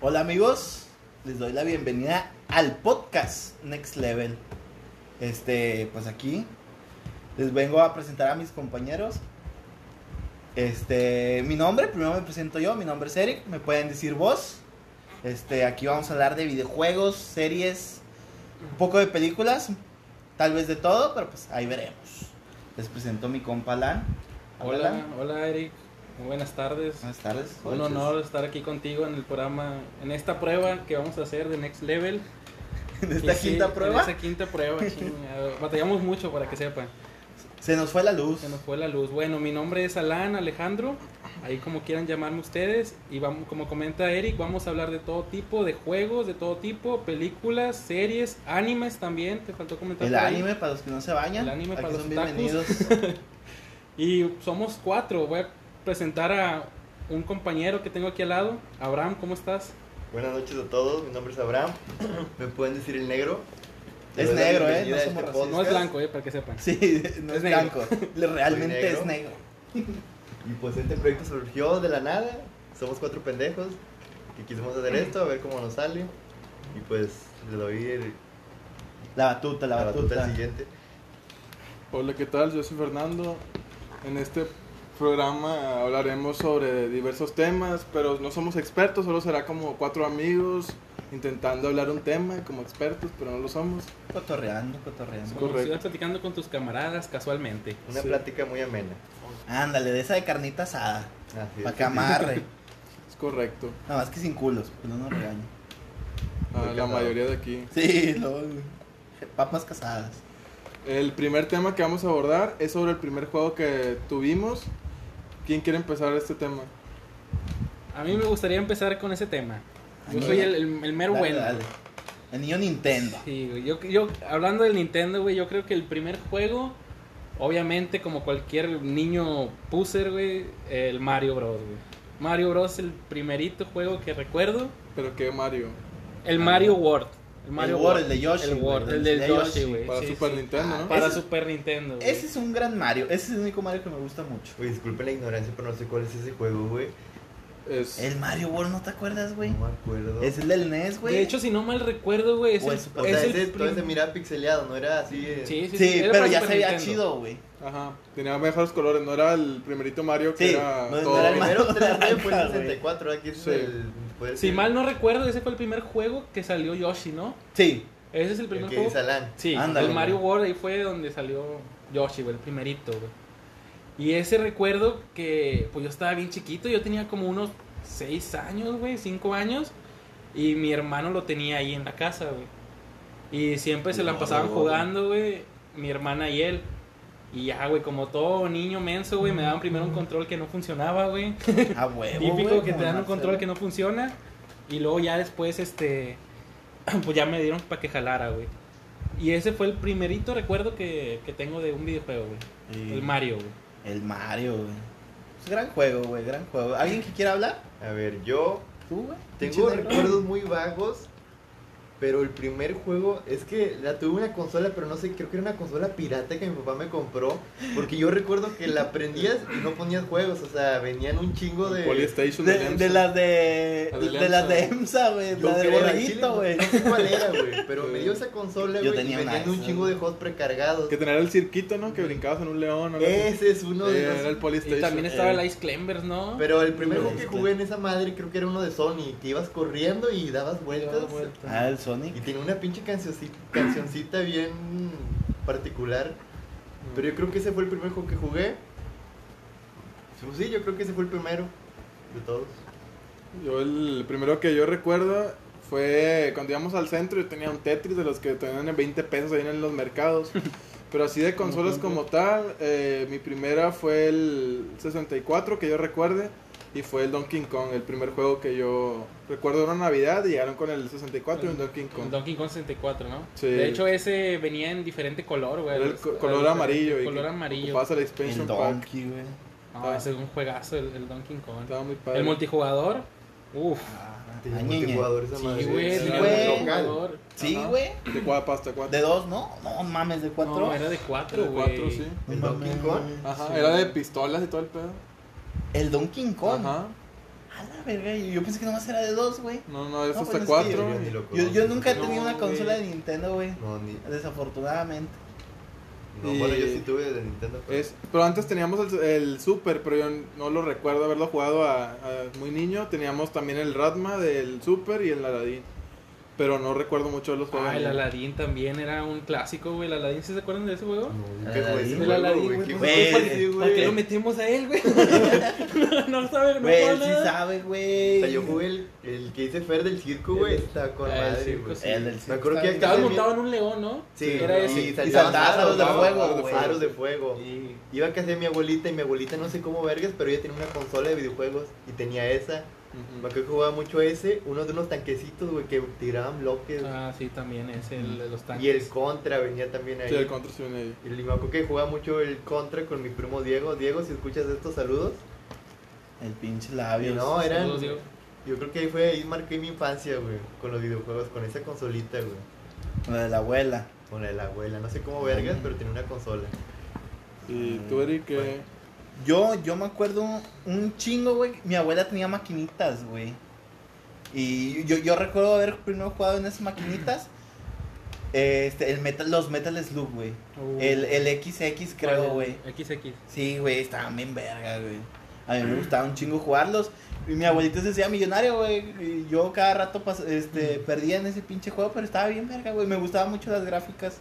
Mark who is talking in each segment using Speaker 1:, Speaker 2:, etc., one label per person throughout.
Speaker 1: Hola amigos, les doy la bienvenida al podcast Next Level. Este, pues aquí les vengo a presentar a mis compañeros. Este, mi nombre, primero me presento yo, mi nombre es Eric, me pueden decir vos. Este, aquí vamos a hablar de videojuegos, series, un poco de películas, tal vez de todo, pero pues ahí veremos. Les presento a mi compa Lan.
Speaker 2: Hola,
Speaker 1: Lan.
Speaker 2: hola Eric. Muy buenas tardes.
Speaker 1: Buenas tardes.
Speaker 2: Un honor estar aquí contigo en el programa, en esta prueba que vamos a hacer de Next Level.
Speaker 1: En esta
Speaker 2: Y sí,
Speaker 1: quinta prueba
Speaker 2: En esta quinta prueba, chingado. Batallamos mucho para que sepan.
Speaker 1: se nos fue la luz.
Speaker 2: Se nos fue la luz. Bueno, mi nombre es Alan Alejandro, ahí como quieran llamarme ustedes. Y vamos, como comenta Eric, vamos a hablar de todo tipo, de juegos, de todo tipo, películas, series, animes también. Te faltó comentar.
Speaker 1: El
Speaker 2: por ahí.
Speaker 1: anime para los que no se bañan.
Speaker 2: El anime
Speaker 1: aquí
Speaker 2: para los
Speaker 1: son
Speaker 2: otakus.
Speaker 1: bienvenidos.
Speaker 2: Y somos cuatro. Voy a presentar a un compañero que tengo aquí al lado. Abraham, ¿cómo estás?
Speaker 3: Buenas noches a todos, mi nombre es Abraham. Me pueden decir el negro.
Speaker 1: Es
Speaker 3: Les doy la
Speaker 1: negro, ¿eh?
Speaker 3: bienvenida
Speaker 1: No
Speaker 3: a
Speaker 1: somos
Speaker 3: este
Speaker 1: racistas.
Speaker 2: No es
Speaker 3: podcast.
Speaker 2: blanco, eh, para que sepan.
Speaker 1: Sí, no es,
Speaker 2: Es negro.
Speaker 1: blanco. Le- Realmente
Speaker 3: negro.
Speaker 1: es negro.
Speaker 3: Y pues este proyecto surgió de la nada. Somos cuatro pendejos que quisimos hacer esto, a ver cómo nos sale. Y pues le doy el-
Speaker 1: La batuta, la,
Speaker 3: la
Speaker 1: batuta.
Speaker 3: batuta al siguiente.
Speaker 4: Hola, ¿qué tal? Yo soy Fernando. En este programa hablaremos sobre diversos temas, pero no somos expertos, solo será como cuatro amigos intentando hablar un tema como expertos, pero no lo somos.
Speaker 1: Cotorreando, cotorreando.
Speaker 2: Como si
Speaker 4: correcto.
Speaker 2: estuvieras platicando con tus camaradas casualmente.
Speaker 3: Una
Speaker 4: Sí.
Speaker 3: plática muy amena.
Speaker 1: Ándale, de esa de carnita asada.
Speaker 3: Así
Speaker 1: Para
Speaker 3: es.
Speaker 1: que amarre.
Speaker 4: Es correcto.
Speaker 1: Nada más que sin culos, pues no nos regaño.
Speaker 4: Ah,
Speaker 3: Muy
Speaker 4: la
Speaker 3: casado.
Speaker 4: mayoría de aquí.
Speaker 1: Sí, lo- papas casadas.
Speaker 4: El primer tema que vamos a abordar es sobre el primer juego que tuvimos. ¿Quién quiere empezar este tema?
Speaker 2: A mí me gustaría empezar con ese tema. Yo
Speaker 1: Ay,
Speaker 2: soy
Speaker 1: mira.
Speaker 2: el, el- el mero
Speaker 1: Dale,
Speaker 2: bueno.
Speaker 1: dale. El niño Nintendo.
Speaker 2: Sí, güey, yo, yo, hablando del Nintendo, güey, yo creo que el primer juego, obviamente, como cualquier niño puser, güey, el Mario Bros, güey. Mario Bros es el primerito juego que recuerdo.
Speaker 4: Pero que Mario,
Speaker 2: El Mario World. El
Speaker 1: Ah. El
Speaker 2: Mario
Speaker 1: World, el de Yoshi,
Speaker 2: El
Speaker 1: güey,
Speaker 2: World,
Speaker 1: el
Speaker 2: el
Speaker 1: de
Speaker 2: de
Speaker 1: Yoshi,
Speaker 2: Yoshi, güey.
Speaker 4: para
Speaker 2: Eh, sí,
Speaker 4: Super
Speaker 2: sí.
Speaker 4: Nintendo,
Speaker 1: Ah,
Speaker 4: ¿no?
Speaker 2: Para
Speaker 1: Ese-
Speaker 2: Super Nintendo, güey.
Speaker 1: Ese es un gran Mario. Ese es el único Mario que me gusta mucho.
Speaker 3: Uy, disculpen la ignorancia, pero no sé cuál es ese juego, güey.
Speaker 4: Es-
Speaker 1: El Mario World, ¿no te acuerdas, güey?
Speaker 3: No me acuerdo.
Speaker 1: Es el del NES, güey.
Speaker 2: De hecho, si no mal recuerdo, güey, es
Speaker 1: O
Speaker 2: el,
Speaker 1: el Super-
Speaker 3: o sea,
Speaker 2: es el
Speaker 3: ese, todo
Speaker 2: prim-
Speaker 3: ese mira pixeleado, no era así. eh,
Speaker 2: Sí, sí, sí,
Speaker 1: sí,
Speaker 2: era
Speaker 1: pero
Speaker 2: para
Speaker 1: ya se
Speaker 2: Super
Speaker 1: veía
Speaker 2: Nintendo.
Speaker 1: chido, güey.
Speaker 4: Ajá, tenía mejores colores, no era el primerito Mario que
Speaker 1: Sí,
Speaker 4: era
Speaker 1: no- no
Speaker 4: todo-
Speaker 1: era
Speaker 3: El primero
Speaker 1: Mario
Speaker 3: 3D fue
Speaker 1: naranja, güey.
Speaker 3: el 64, aquí es
Speaker 4: Sí.
Speaker 3: el... puede
Speaker 2: Si
Speaker 3: ser
Speaker 2: mal no recuerdo, ese fue el primer juego que salió Yoshi, ¿no?
Speaker 1: Sí,
Speaker 2: Ese es el primer
Speaker 3: El que
Speaker 2: juego.
Speaker 3: dice Alan.
Speaker 2: Sí,
Speaker 1: Ándale,
Speaker 2: el Mario
Speaker 1: güey.
Speaker 2: World ahí fue donde salió Yoshi, güey, el primerito, güey. Y ese recuerdo que, pues yo estaba bien chiquito, yo tenía como unos 6 años, güey, 5 años. Y mi hermano lo tenía ahí en la casa, güey. Y siempre se la
Speaker 1: No,
Speaker 2: pasaban
Speaker 1: güey.
Speaker 2: jugando, güey, mi hermana y él. Y ya, güey, como todo niño menso, güey, me daban primero un control que no funcionaba, güey.
Speaker 1: a huevo. güey,
Speaker 2: Típico que
Speaker 1: como
Speaker 2: te dan un
Speaker 1: Marcelo.
Speaker 2: control que no funciona. Y luego ya después, este. Pues ya me dieron para que jalara, güey. Y ese fue el primerito recuerdo que, que tengo de un videojuego, güey.
Speaker 1: Sí.
Speaker 2: El Mario, güey.
Speaker 1: El Mario, güey. Es gran juego, güey, gran juego. ¿Alguien que quiera hablar?
Speaker 3: A ver, yo
Speaker 1: ¿Tú, güey?
Speaker 3: tengo
Speaker 1: Pinche negro.
Speaker 3: recuerdos muy vagos, pero el primer juego es que la tuve una consola, pero no sé, creo que era una consola pirata que mi papá me compró, porque yo recuerdo que la prendías y no ponías juegos, o sea, venían un chingo de
Speaker 4: el Polystation de
Speaker 1: De, de
Speaker 4: Lemson.
Speaker 1: las de,
Speaker 4: La
Speaker 1: de,
Speaker 4: de
Speaker 1: las de
Speaker 4: Lemsa.
Speaker 1: EMSA, güey.
Speaker 3: Yo
Speaker 1: La de
Speaker 3: creo, al chile,
Speaker 1: Borreguito,
Speaker 3: no-
Speaker 1: güey.
Speaker 3: No sé cuál era, güey, pero me dio esa consola,
Speaker 1: Yo
Speaker 3: güey, y
Speaker 1: tenía una
Speaker 3: venían
Speaker 1: de
Speaker 3: un
Speaker 1: esas,
Speaker 3: chingo
Speaker 1: güey.
Speaker 3: de juegos precargados.
Speaker 4: Que tenía el cirquito, ¿no? Que brincabas en un león. algo así.
Speaker 3: Ese es uno
Speaker 4: Eh,
Speaker 3: de
Speaker 4: era el
Speaker 3: los...
Speaker 4: Polystation.
Speaker 2: Y también estaba
Speaker 1: eh.
Speaker 2: el Ice Climbers, ¿no?
Speaker 3: Pero el primer
Speaker 1: Uno
Speaker 3: juego
Speaker 1: de
Speaker 3: que
Speaker 1: estos.
Speaker 3: jugué en esa madre creo que era uno de Sony, que ibas corriendo y dabas vueltas.
Speaker 2: Daba vueltas.
Speaker 1: Ah, el
Speaker 3: Y
Speaker 1: Sonic.
Speaker 3: tiene una pinche cancioncita, cancioncita bien particular. Pero yo creo que ese fue el primer juego que jugué. Pues Sí, yo creo que ese fue el primero de todos.
Speaker 4: Yo el primero que yo recuerdo fue cuando íbamos al centro, yo tenía un Tetris de los que tenían en 20 pesos ahí en los mercados. Pero así de consolas como tal, eh, mi primera fue el 64, que yo recuerde, y fue el Donkey Kong, el primer juego que yo recuerdo era Navidad y llegaron con el 64 y un Donkey Kong.
Speaker 2: El Donkey Kong 64, ¿no?
Speaker 4: Sí.
Speaker 2: De hecho, ese venía en diferente color, güey.
Speaker 4: Era el
Speaker 2: Los-
Speaker 4: co-
Speaker 2: los-
Speaker 4: color amarillo.
Speaker 2: El
Speaker 4: y
Speaker 2: color
Speaker 4: que
Speaker 2: amarillo.
Speaker 4: ocupabas el
Speaker 1: El
Speaker 4: expansion pack.
Speaker 1: Donkey, güey.
Speaker 2: No, ese es un juegazo, el, el Donkey Kong.
Speaker 4: Estaba muy padre.
Speaker 2: El multijugador. Uf.
Speaker 1: Ah,
Speaker 3: Tenía
Speaker 1: ñeñe.
Speaker 3: multijugador esa
Speaker 2: Sí,
Speaker 3: madre.
Speaker 2: güey.
Speaker 3: Era
Speaker 2: tenía
Speaker 1: güey.
Speaker 3: un local.
Speaker 2: multijugador.
Speaker 1: Sí,
Speaker 4: Ajá.
Speaker 1: güey.
Speaker 4: De cuatro pasta, cuatro.
Speaker 1: De dos, ¿no? No mames, de cuatro.
Speaker 2: No, era de cuatro,
Speaker 4: De
Speaker 2: güey.
Speaker 4: cuatro, sí.
Speaker 1: No
Speaker 3: ¿El Donkey
Speaker 1: mames.
Speaker 3: Kong?
Speaker 4: Ajá,
Speaker 2: Sí.
Speaker 4: era de pistolas y todo el pedo.
Speaker 1: El Donkey Kong.
Speaker 4: Ajá.
Speaker 1: A la verga, y yo pensé que nomás era de dos, güey.
Speaker 4: No, no, es
Speaker 1: No,
Speaker 4: hasta
Speaker 1: pues es que
Speaker 4: cuatro.
Speaker 3: yo
Speaker 4: güey.
Speaker 3: ni lo
Speaker 1: Yo, yo nunca he
Speaker 4: No,
Speaker 1: tenido una
Speaker 4: güey.
Speaker 1: consola de Nintendo, güey.
Speaker 3: No, ni,
Speaker 1: Desafortunadamente.
Speaker 3: no
Speaker 4: Y-
Speaker 3: bueno, yo sí tuve de Nintendo. Pero...
Speaker 4: Es- pero antes teníamos el, el Super, pero yo no lo recuerdo haberlo jugado a, a muy niño. Teníamos también el Ratma del Super y el Aladdin. Pero no recuerdo mucho de los juegos.
Speaker 2: Ah, el Aladdin también era un clásico, güey. El Aladdin, ¿sí se acuerdan de ese juego?
Speaker 3: No, ¿qué
Speaker 1: Aladdin.
Speaker 3: fue ese
Speaker 1: El
Speaker 2: El
Speaker 3: juego,
Speaker 2: Aladdin,
Speaker 3: güey?
Speaker 2: güey.
Speaker 3: ¿Qué
Speaker 2: ¿Por
Speaker 1: Güey,
Speaker 3: fue
Speaker 2: qué-
Speaker 3: ese,
Speaker 2: ¿Por qué lo
Speaker 3: güey?
Speaker 2: metemos a él, güey? no, no sabe, no
Speaker 1: Güey,
Speaker 2: puedo
Speaker 1: él sí
Speaker 2: nada.
Speaker 1: sabe,
Speaker 3: O
Speaker 1: güey.
Speaker 3: sea, yo jugué el, el que hice Fer del circo, güey. Está con
Speaker 2: Ah, El
Speaker 3: madre,
Speaker 2: circo,
Speaker 3: güey.
Speaker 2: sí.
Speaker 1: El del
Speaker 3: Me acuerdo
Speaker 1: Circo
Speaker 3: que
Speaker 1: está
Speaker 2: Estabas
Speaker 1: bien.
Speaker 2: montado en un león, ¿no?
Speaker 3: Sí,
Speaker 2: Era ese.
Speaker 3: y
Speaker 1: Y
Speaker 3: saltaban
Speaker 1: saltabas
Speaker 3: aros de
Speaker 1: aros de
Speaker 3: fuego,
Speaker 1: fuego,
Speaker 3: güey.
Speaker 1: güey.
Speaker 3: Aros de fuego.
Speaker 2: Sí.
Speaker 3: Iba a casa de mi abuelita y mi abuelita no sé cómo vergas, pero ella tenía una consola de videojuegos y tenía esa. Me
Speaker 4: Ujú.
Speaker 3: acuerdo que jugaba mucho ese, uno de unos tanquecitos, güey, que tiraban bloques.
Speaker 2: Ah, sí, también es el de los tanques.
Speaker 3: y el contra venía también ahí.
Speaker 4: Sí, el Contra sí viene ahí.
Speaker 3: Y me acuerdo que jugaba mucho el contra con mi primo Diego. Diego, si escuchas estos saludos.
Speaker 1: El pinche
Speaker 3: Y
Speaker 1: labios.
Speaker 3: no, eran.
Speaker 2: Saludos, Diego.
Speaker 3: Yo creo que ahí fue, ahí marqué mi infancia, güey, con los videojuegos, con esa consolita, güey.
Speaker 1: La de la abuela.
Speaker 3: Con la de la abuela, no sé cómo vergas,
Speaker 4: Ah.
Speaker 3: pero tenía una consola.
Speaker 4: Y
Speaker 1: Ah,
Speaker 4: tú, Eric, que.
Speaker 1: Yo, yo me acuerdo un chingo, güey. Mi abuela tenía maquinitas, güey. Y yo, yo recuerdo haber primero jugado en esas maquinitas. Este, el metal, los Metal Slug, güey.
Speaker 2: Uh.
Speaker 1: El, el XX,
Speaker 2: ¿Cuál
Speaker 1: creo,
Speaker 2: es?
Speaker 1: güey.
Speaker 2: XX.
Speaker 1: Sí, güey, estaban bien verga, güey. A mí me gustaba un chingo jugarlos. Y mi abuelito se hacía millonario, güey. Y yo cada rato pas- este, perdía en ese pinche juego, pero estaba bien verga, güey. Me gustaban mucho las gráficas.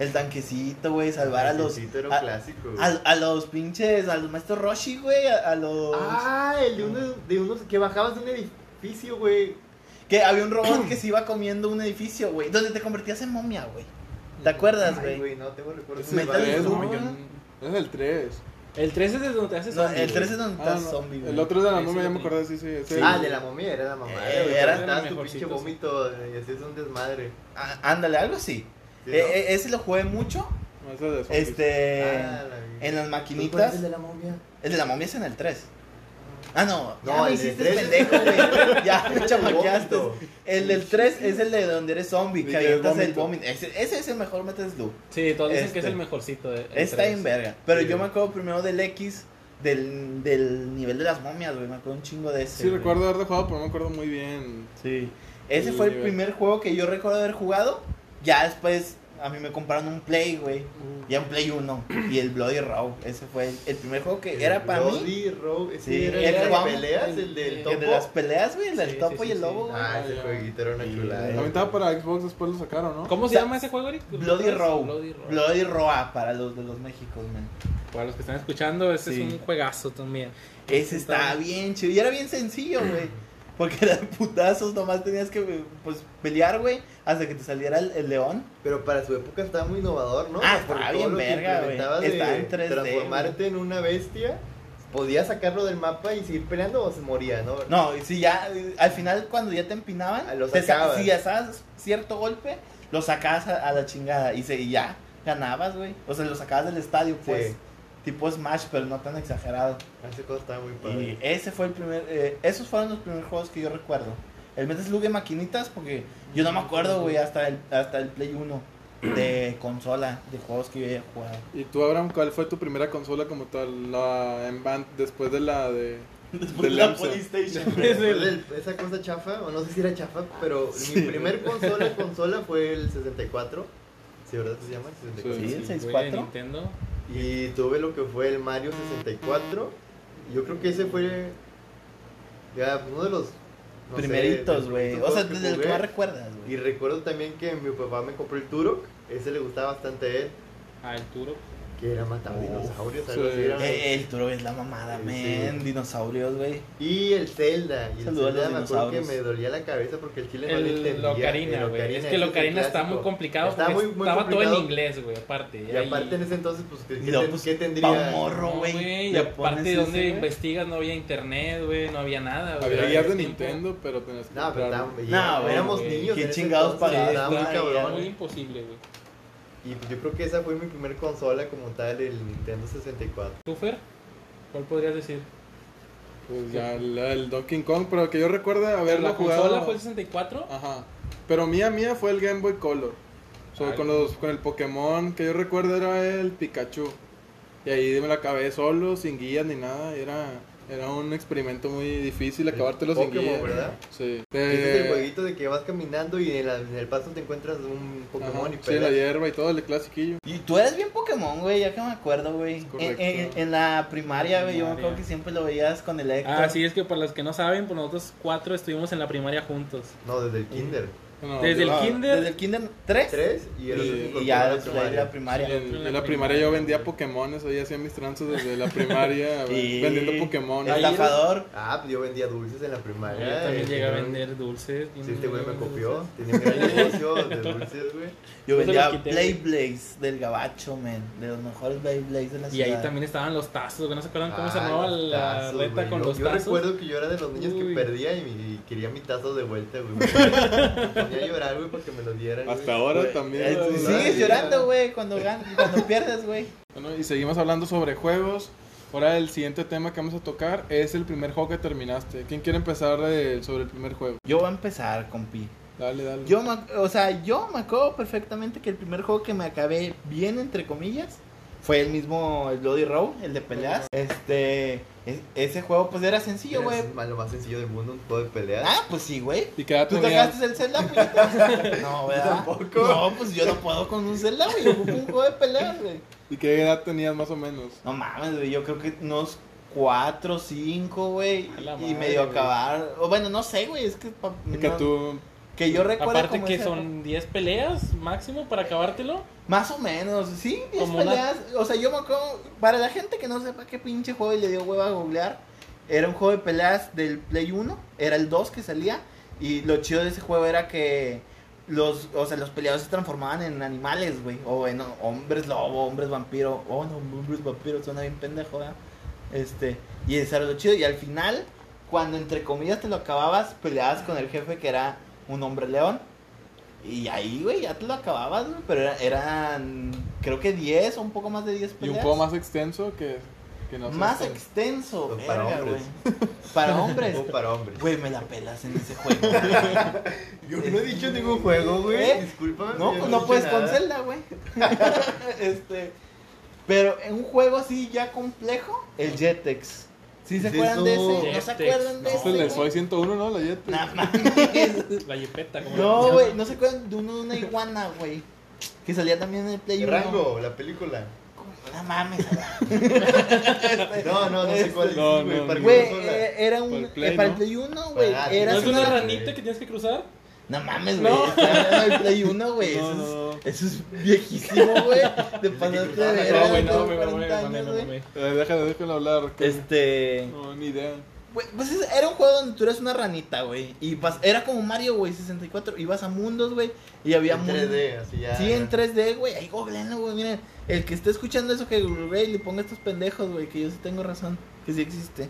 Speaker 1: El tanquecito, güey, salvar a los.
Speaker 3: Era un
Speaker 1: a-
Speaker 3: clásico, güey.
Speaker 1: A, a los pinches, a los maestros Roshi, güey, a, a los...
Speaker 3: Ah, el de uno, de unos que bajabas de un edificio, güey.
Speaker 1: Que había un robot que se iba comiendo un edificio, güey, donde te convertías en momia, güey. ¿Te acuerdas,
Speaker 3: Ay,
Speaker 1: güey?
Speaker 3: güey, no tengo recuerdos.
Speaker 4: Ese es el
Speaker 1: Metal
Speaker 4: 3,
Speaker 1: Slug.
Speaker 4: ¿no? Es el 3.
Speaker 2: El 13 es de donde te haces
Speaker 1: No,
Speaker 2: zombie,
Speaker 1: el 3 es donde
Speaker 4: Ah,
Speaker 1: estás
Speaker 4: no,
Speaker 1: zombie, güey.
Speaker 4: El otro es de la
Speaker 2: Ese
Speaker 4: momia, ya
Speaker 2: lo
Speaker 4: me
Speaker 2: tenía.
Speaker 4: acordé, sí, sí. ese.
Speaker 1: Sí.
Speaker 3: Ah, el de la momia, era la mamá.
Speaker 1: Eh,
Speaker 3: güey,
Speaker 1: era-
Speaker 3: estaba tu pinche
Speaker 2: mejorcitos.
Speaker 3: vómito y así es un desmadre.
Speaker 1: Ah, ándale, algo así. Eh,
Speaker 3: ¿Sí, no?
Speaker 1: eh, ese lo jugué mucho,
Speaker 4: No, ese es de zombies.
Speaker 1: este...
Speaker 3: Ah, la vi.
Speaker 1: en las
Speaker 3: ¿Tú cuál es
Speaker 1: maquinitas.
Speaker 3: el de la momia?
Speaker 1: El de la momia es en el 3. Ah, no.
Speaker 3: No,
Speaker 1: ya me
Speaker 3: el
Speaker 1: hiciste
Speaker 3: del tres.
Speaker 1: pendejo, güey. Ya
Speaker 3: Ese
Speaker 1: me
Speaker 3: es el
Speaker 1: chamaqueaste.
Speaker 3: vómito.
Speaker 1: El del 3 es el de donde eres zombie,
Speaker 4: Sí,
Speaker 1: que
Speaker 4: el
Speaker 1: avientas el
Speaker 4: vómito.
Speaker 1: vómito. Ese, ese es el mejor Metal Slug.
Speaker 2: Sí, todos dicen que es
Speaker 1: Este.
Speaker 2: el mejorcito. eh, el
Speaker 1: Está
Speaker 2: tres.
Speaker 1: en verga. Pero
Speaker 3: Sí.
Speaker 1: yo me acuerdo primero del X, del, del nivel de las momias, güey. Me acuerdo un chingo de ese.
Speaker 4: Sí,
Speaker 1: güey.
Speaker 4: recuerdo haberlo jugado, pero no me acuerdo muy bien.
Speaker 1: Sí. Ese
Speaker 4: El
Speaker 1: fue el
Speaker 4: nivel.
Speaker 1: primer juego que yo recuerdo haber jugado. Ya después a mí me compraron un Play, güey.
Speaker 2: Uh.
Speaker 1: Ya un Play 1. Y el Bloody Row. Ese fue el, el primer juego que era para mí.
Speaker 3: Bloody Row, ese
Speaker 1: Sí,
Speaker 3: era
Speaker 1: el
Speaker 3: el de
Speaker 1: guamo,
Speaker 3: peleas,
Speaker 2: el-
Speaker 3: el del
Speaker 2: el
Speaker 1: El de
Speaker 3: topo.
Speaker 1: las peleas, güey. El del
Speaker 2: Sí,
Speaker 1: topo
Speaker 2: sí,
Speaker 1: y el
Speaker 2: sí,
Speaker 1: lobo,
Speaker 2: sí.
Speaker 1: güey.
Speaker 3: Ah, ese
Speaker 4: ya.
Speaker 3: jueguito era una
Speaker 1: Sí,
Speaker 3: chulada.
Speaker 4: También estaba para Xbox, después lo sacaron, ¿no?
Speaker 2: ¿Cómo se
Speaker 1: O sea,
Speaker 2: llama ese juego, Eric?
Speaker 1: Bloody Row.
Speaker 2: Bloody Row.
Speaker 1: Bloody Roa para los de los Méxicos, man.
Speaker 2: Para los que están escuchando, ese
Speaker 1: Sí.
Speaker 2: es un juegazo también.
Speaker 1: Ese estaba bien chido. Y era bien sencillo, güey. Porque eran putazos, nomás tenías que pues, pelear, güey, hasta que te saliera el, el león.
Speaker 3: Pero para su época estaba muy innovador, ¿no?
Speaker 1: Ah, estaba
Speaker 3: Por todo
Speaker 1: bien
Speaker 3: lo que
Speaker 1: verga, güey.
Speaker 3: implementabas
Speaker 1: Estaba
Speaker 3: de
Speaker 1: en 3D,
Speaker 3: transformarte en una bestia, podías sacarlo del mapa y seguir peleando o se moría, ¿no?
Speaker 1: No, y si ya, eh, al final cuando ya te empinaban,
Speaker 3: Ah, lo
Speaker 1: te sa-
Speaker 3: sacabas.
Speaker 1: si hacías cierto golpe, lo sacabas a, a la chingada y, se, y ya ganabas, güey. O sea, lo sacabas del estadio, pues.
Speaker 3: Sí.
Speaker 1: Tipo Smash, pero no tan exagerado.
Speaker 3: Ese cosa estaba muy
Speaker 1: Y
Speaker 3: padre.
Speaker 1: ese fue el primer, eh, esos fueron los primeros juegos que yo recuerdo. El Metal Slug de maquinitas, porque yo no me acuerdo, güey, hasta el, hasta el Play 1 de consola, de juegos que yo había jugado.
Speaker 4: ¿Y tú, Abraham, cuál fue tu primera consola como tal? La en band, después de la de.
Speaker 1: Después de
Speaker 4: Del
Speaker 1: la
Speaker 4: Amstrad.
Speaker 1: PlayStation.
Speaker 3: Después del- esa cosa chafa, o no sé si era chafa, pero mi primer consola consola fue el 64. ¿Sí, verdad? ¿Se llama? El 64.
Speaker 1: Sí, el
Speaker 2: Sí,
Speaker 1: 64.
Speaker 2: güey, Nintendo.
Speaker 3: Y tuve lo que fue el Mario 64. Yo creo que ese fue ya uno de los no sé, de
Speaker 1: Primeritos,
Speaker 3: los
Speaker 1: güey.
Speaker 3: primeros
Speaker 1: O sea,
Speaker 3: juegos
Speaker 1: desde el que
Speaker 3: jugué.
Speaker 1: más recuerdas,
Speaker 3: Y
Speaker 1: güey.
Speaker 3: recuerdo también que mi papá me compró el Turok. Ese le gustaba bastante a él.
Speaker 2: Ah, el Turo.
Speaker 3: Que era matar
Speaker 1: Uf,
Speaker 3: dinosaurios,
Speaker 4: sí.
Speaker 3: algo así era.
Speaker 1: Eh, El turo es la mamada,
Speaker 3: Sí,
Speaker 1: men.
Speaker 3: sí.
Speaker 1: Dinosaurios, güey.
Speaker 3: Y el Zelda. Y el
Speaker 1: Saludos a
Speaker 3: Zelda
Speaker 1: los
Speaker 3: me acuerdo que me
Speaker 1: dinosaurios.
Speaker 3: dolía la cabeza porque el chile no le
Speaker 2: El
Speaker 3: entendía.
Speaker 2: Locarina,
Speaker 3: El
Speaker 2: güey. Es
Speaker 3: ese
Speaker 2: que el
Speaker 3: un
Speaker 2: Locarina está
Speaker 3: clásico.
Speaker 2: muy complicado
Speaker 3: Estaba
Speaker 2: porque
Speaker 3: muy- muy
Speaker 2: estaba todo en
Speaker 3: complicado.
Speaker 2: inglés, güey, aparte.
Speaker 3: Y aparte en ese entonces, pues, ¿qué,
Speaker 1: Y
Speaker 3: qué
Speaker 1: luego,
Speaker 3: ten-
Speaker 1: pues, pa'
Speaker 3: qué
Speaker 1: un
Speaker 3: tendría?
Speaker 1: morro,
Speaker 2: No,
Speaker 1: güey,
Speaker 2: güey, Y
Speaker 1: le
Speaker 2: aparte
Speaker 1: pones
Speaker 2: de
Speaker 1: ese,
Speaker 2: donde
Speaker 1: güey.
Speaker 2: investigas no había internet, güey, no había nada, güey.
Speaker 4: Había
Speaker 2: Era
Speaker 4: guías de
Speaker 2: tiempo.
Speaker 4: Nintendo, pero tenías que.
Speaker 3: No, pero
Speaker 4: comprar-
Speaker 3: estábamos-
Speaker 1: No, güey,
Speaker 3: éramos
Speaker 2: güey.
Speaker 3: niños.
Speaker 1: ¿Quién
Speaker 3: en ese
Speaker 1: chingados
Speaker 3: entonces,
Speaker 1: pagaba
Speaker 3: Estaba muy
Speaker 1: una
Speaker 2: Era
Speaker 3: cabrón.
Speaker 2: muy imposible, güey.
Speaker 3: Y pues yo creo que esa fue mi primer consola como tal, el Nintendo 64.
Speaker 2: ¿Tú, Fer? ¿Cuál podrías decir?
Speaker 4: Pues ya, la- el Donkey Kong, pero que yo recuerdo haberlo
Speaker 2: ¿La
Speaker 4: jugado.
Speaker 2: consola fue el 64?
Speaker 4: Ajá. Pero mía, mía fue el Game Boy Color. O sea,
Speaker 2: Ay.
Speaker 4: con, los, con el Pokémon que yo recuerdo era el Pikachu. Y ahí me la acabé solo, sin guías ni nada. Y era. Era un experimento muy difícil acabarte los
Speaker 3: Pokémon,
Speaker 4: guía.
Speaker 3: ¿verdad?
Speaker 4: Sí.
Speaker 3: Ese es el
Speaker 4: Eh,
Speaker 3: jueguito de que vas caminando y en, la- en el paso te encuentras un
Speaker 4: ajá,
Speaker 3: Pokémon y
Speaker 4: Sí, la
Speaker 3: peleas.
Speaker 4: hierba y todo, el clasiquillo.
Speaker 1: Y tú eres bien Pokémon, güey, ya que me acuerdo, güey. En,
Speaker 4: correcto.
Speaker 1: en- en la primaria, güey, yo me acuerdo
Speaker 2: Primaria.
Speaker 1: que siempre lo veías con el Héctor.
Speaker 2: Ah, sí, es que para los que no saben, pues nosotros cuatro estuvimos en la primaria juntos.
Speaker 3: no, desde el
Speaker 4: Mm.
Speaker 3: kinder.
Speaker 4: No,
Speaker 2: Desde el
Speaker 4: yo-
Speaker 1: Ah,
Speaker 2: kinder-
Speaker 1: Desde el kinder 3.
Speaker 3: Tres y el
Speaker 4: Y-
Speaker 3: otro se
Speaker 4: y
Speaker 1: Y
Speaker 3: incorporó a
Speaker 1: ya
Speaker 3: la
Speaker 1: pues, ahí
Speaker 3: primaria.
Speaker 1: la primaria.
Speaker 4: En, en la primaria yo vendía Pokémones, ahí hacía mis tranzas desde la primaria
Speaker 1: Y-
Speaker 4: vendiendo Pokémon.
Speaker 2: Ahí-
Speaker 1: Estafador.
Speaker 3: Ah, pues yo vendía dulces en la primaria.
Speaker 2: Yo
Speaker 3: eh,
Speaker 2: también llegué a
Speaker 3: tenía un-
Speaker 2: vender dulces.
Speaker 3: Sí, este güey me copió. Tenía un gran negocio de dulces, güey.
Speaker 1: Yo
Speaker 2: Yo se
Speaker 1: vendía
Speaker 2: los quité,
Speaker 1: Blaze del gabacho, men. De los mejores Blaze de la ciudad.
Speaker 2: Y ahí también estaban los tazos, güey. ¿No se acuerdan cómo se
Speaker 3: Ah,
Speaker 2: llamaba
Speaker 3: los
Speaker 2: la
Speaker 3: tazos,
Speaker 2: reta
Speaker 3: güey.
Speaker 2: con
Speaker 3: Yo-
Speaker 2: los
Speaker 3: yo
Speaker 2: tazos?
Speaker 3: recuerdo que yo era de los niños
Speaker 2: Uy.
Speaker 3: que perdía y, mi- y quería mi tazo de vuelta, güey. Me ponía a llorar, güey, para que me lo dieran. güey.
Speaker 4: Hasta ahora
Speaker 1: Güey,
Speaker 4: también.
Speaker 1: eh,
Speaker 4: ¿verdad?
Speaker 1: Sigues
Speaker 3: Sí.
Speaker 1: llorando, güey, cuando, gan- cuando pierdes, güey.
Speaker 4: Bueno, y seguimos hablando sobre juegos. Ahora el siguiente tema que vamos a tocar es el primer juego que terminaste. ¿Quién quiere empezar eh, sobre el primer juego?
Speaker 1: Yo voy a empezar, compi.
Speaker 4: Dale, dale.
Speaker 1: Yo, me ac- o sea, yo me acuerdo perfectamente que el primer juego que me acabé bien, entre comillas, fue el mismo el Bloody Row, el de peleas. Este, es- ese juego, pues era sencillo,
Speaker 3: Era
Speaker 1: güey.
Speaker 3: más- lo más sencillo del mundo, un juego de peleas.
Speaker 1: Ah, pues sí, güey.
Speaker 4: ¿Y qué edad
Speaker 1: ¿Tú
Speaker 4: tenías?
Speaker 1: dejaste el Zelda, puñetas? No, ¿verdad?
Speaker 3: Tampoco.
Speaker 1: No, pues yo no puedo con un Zelda, güey. Yo ocupo un juego de peleas, güey.
Speaker 4: ¿Y qué edad tenías más o menos?
Speaker 1: No mames, güey, yo creo que unos cuatro, cinco, güey.
Speaker 2: A la
Speaker 1: Y
Speaker 2: madre,
Speaker 1: medio
Speaker 2: güey.
Speaker 1: acabar. O bueno, no sé, güey, es que... pa-
Speaker 4: Y que
Speaker 1: no-
Speaker 4: tú...
Speaker 1: que yo recuerdo
Speaker 2: Aparte
Speaker 1: como
Speaker 2: que
Speaker 1: esa-
Speaker 2: son 10 peleas máximo para acabártelo.
Speaker 1: Más o menos, sí, 10
Speaker 2: Como una-
Speaker 1: peleas. O sea, yo me acuerdo... Para la gente que no sepa qué pinche juego y le dio hueva a googlear, era un juego de peleas del Play 1, era el 2 que salía. Y lo chido de ese juego era que... Los, o sea, los peleadores se transformaban en animales, güey. O en hombres lobo, hombres vampiro. Oh, no, hombres vampiro, suena bien pendejo, ¿verdad? Este, y eso era lo chido. Y al final, cuando entre comillas te lo acababas, peleabas con el jefe que era un hombre león. Y ahí, güey, ya te lo acababas, güey. Pero era- eran, creo que 10 o un poco más de 10
Speaker 4: Y
Speaker 1: peleas.
Speaker 4: un juego más extenso que... que no sé,
Speaker 1: Más
Speaker 4: este,
Speaker 1: extenso.
Speaker 3: Pues para
Speaker 1: verga,
Speaker 3: hombres.
Speaker 1: güey. Para hombres.
Speaker 3: Juego para hombres.
Speaker 1: Güey, me la pelas en ese juego.
Speaker 3: Yo no he dicho ningún juego, güey.
Speaker 1: ¿Eh?
Speaker 3: Discúlpame.
Speaker 1: No,
Speaker 3: yo
Speaker 1: pues
Speaker 3: he
Speaker 1: no
Speaker 3: dicho
Speaker 1: puedes
Speaker 3: nada.
Speaker 1: con Zelda, güey. este, pero en un juego así ya complejo, el Jetex. ¿Sí se
Speaker 3: ¿Qué es
Speaker 1: acuerdan de ese?
Speaker 3: eso?
Speaker 1: ¿No se
Speaker 2: Jetex,
Speaker 1: acuerdan de
Speaker 2: no.
Speaker 4: Es este, el
Speaker 1: ese?
Speaker 4: del
Speaker 1: güey?
Speaker 4: Soy 101, ¿no? La Jet.
Speaker 1: No mames.
Speaker 2: La yepeta. como la
Speaker 1: No,
Speaker 2: llaman.
Speaker 1: güey, no se acuerdan de uno de una iguana, güey. Que salía también en el Play 1.
Speaker 3: Rango, la película.
Speaker 1: No mames.
Speaker 3: No, no, no sé cuál es,
Speaker 4: No,
Speaker 3: güey,
Speaker 4: no,
Speaker 3: para
Speaker 4: no.
Speaker 1: Güey,
Speaker 3: que no sola.
Speaker 1: eh, era
Speaker 4: Para
Speaker 1: un.
Speaker 4: el Play,
Speaker 1: eh, para el
Speaker 4: ¿no?
Speaker 1: Play 1, güey.
Speaker 3: Ah,
Speaker 1: Era
Speaker 2: ¿No es
Speaker 3: sí,
Speaker 2: una
Speaker 3: sí.
Speaker 2: ranita que tienes que cruzar?
Speaker 1: No mames, güey.
Speaker 2: No.
Speaker 1: Estaba hablando del Play 1, güey.
Speaker 4: No,
Speaker 1: eso,
Speaker 4: no, no.
Speaker 1: Es, eso es viejísimo, güey. De
Speaker 3: que
Speaker 1: pasarte
Speaker 3: cruzaba.
Speaker 1: de
Speaker 2: No,
Speaker 1: verga,
Speaker 2: güey, no,
Speaker 1: güey,
Speaker 2: me
Speaker 1: 40
Speaker 2: mamé, me
Speaker 1: años,
Speaker 2: mamé, me
Speaker 1: güey.
Speaker 2: mamé.
Speaker 4: Eh, déjalo, déjalo hablar. que-
Speaker 1: Este.
Speaker 4: No, ni idea.
Speaker 1: Güey, Pues es- era un juego donde tú eras una ranita, güey. Y pas- era como Mario, güey, 64. Ibas a mundos, güey. Y había
Speaker 3: En
Speaker 1: mundos.
Speaker 3: 3D, así ya.
Speaker 1: Sí, en 3D, güey. Ahí googleenlo, güey. Miren, el que esté escuchando eso que google y le ponga estos pendejos, güey. Que yo sí tengo razón. Que sí existe.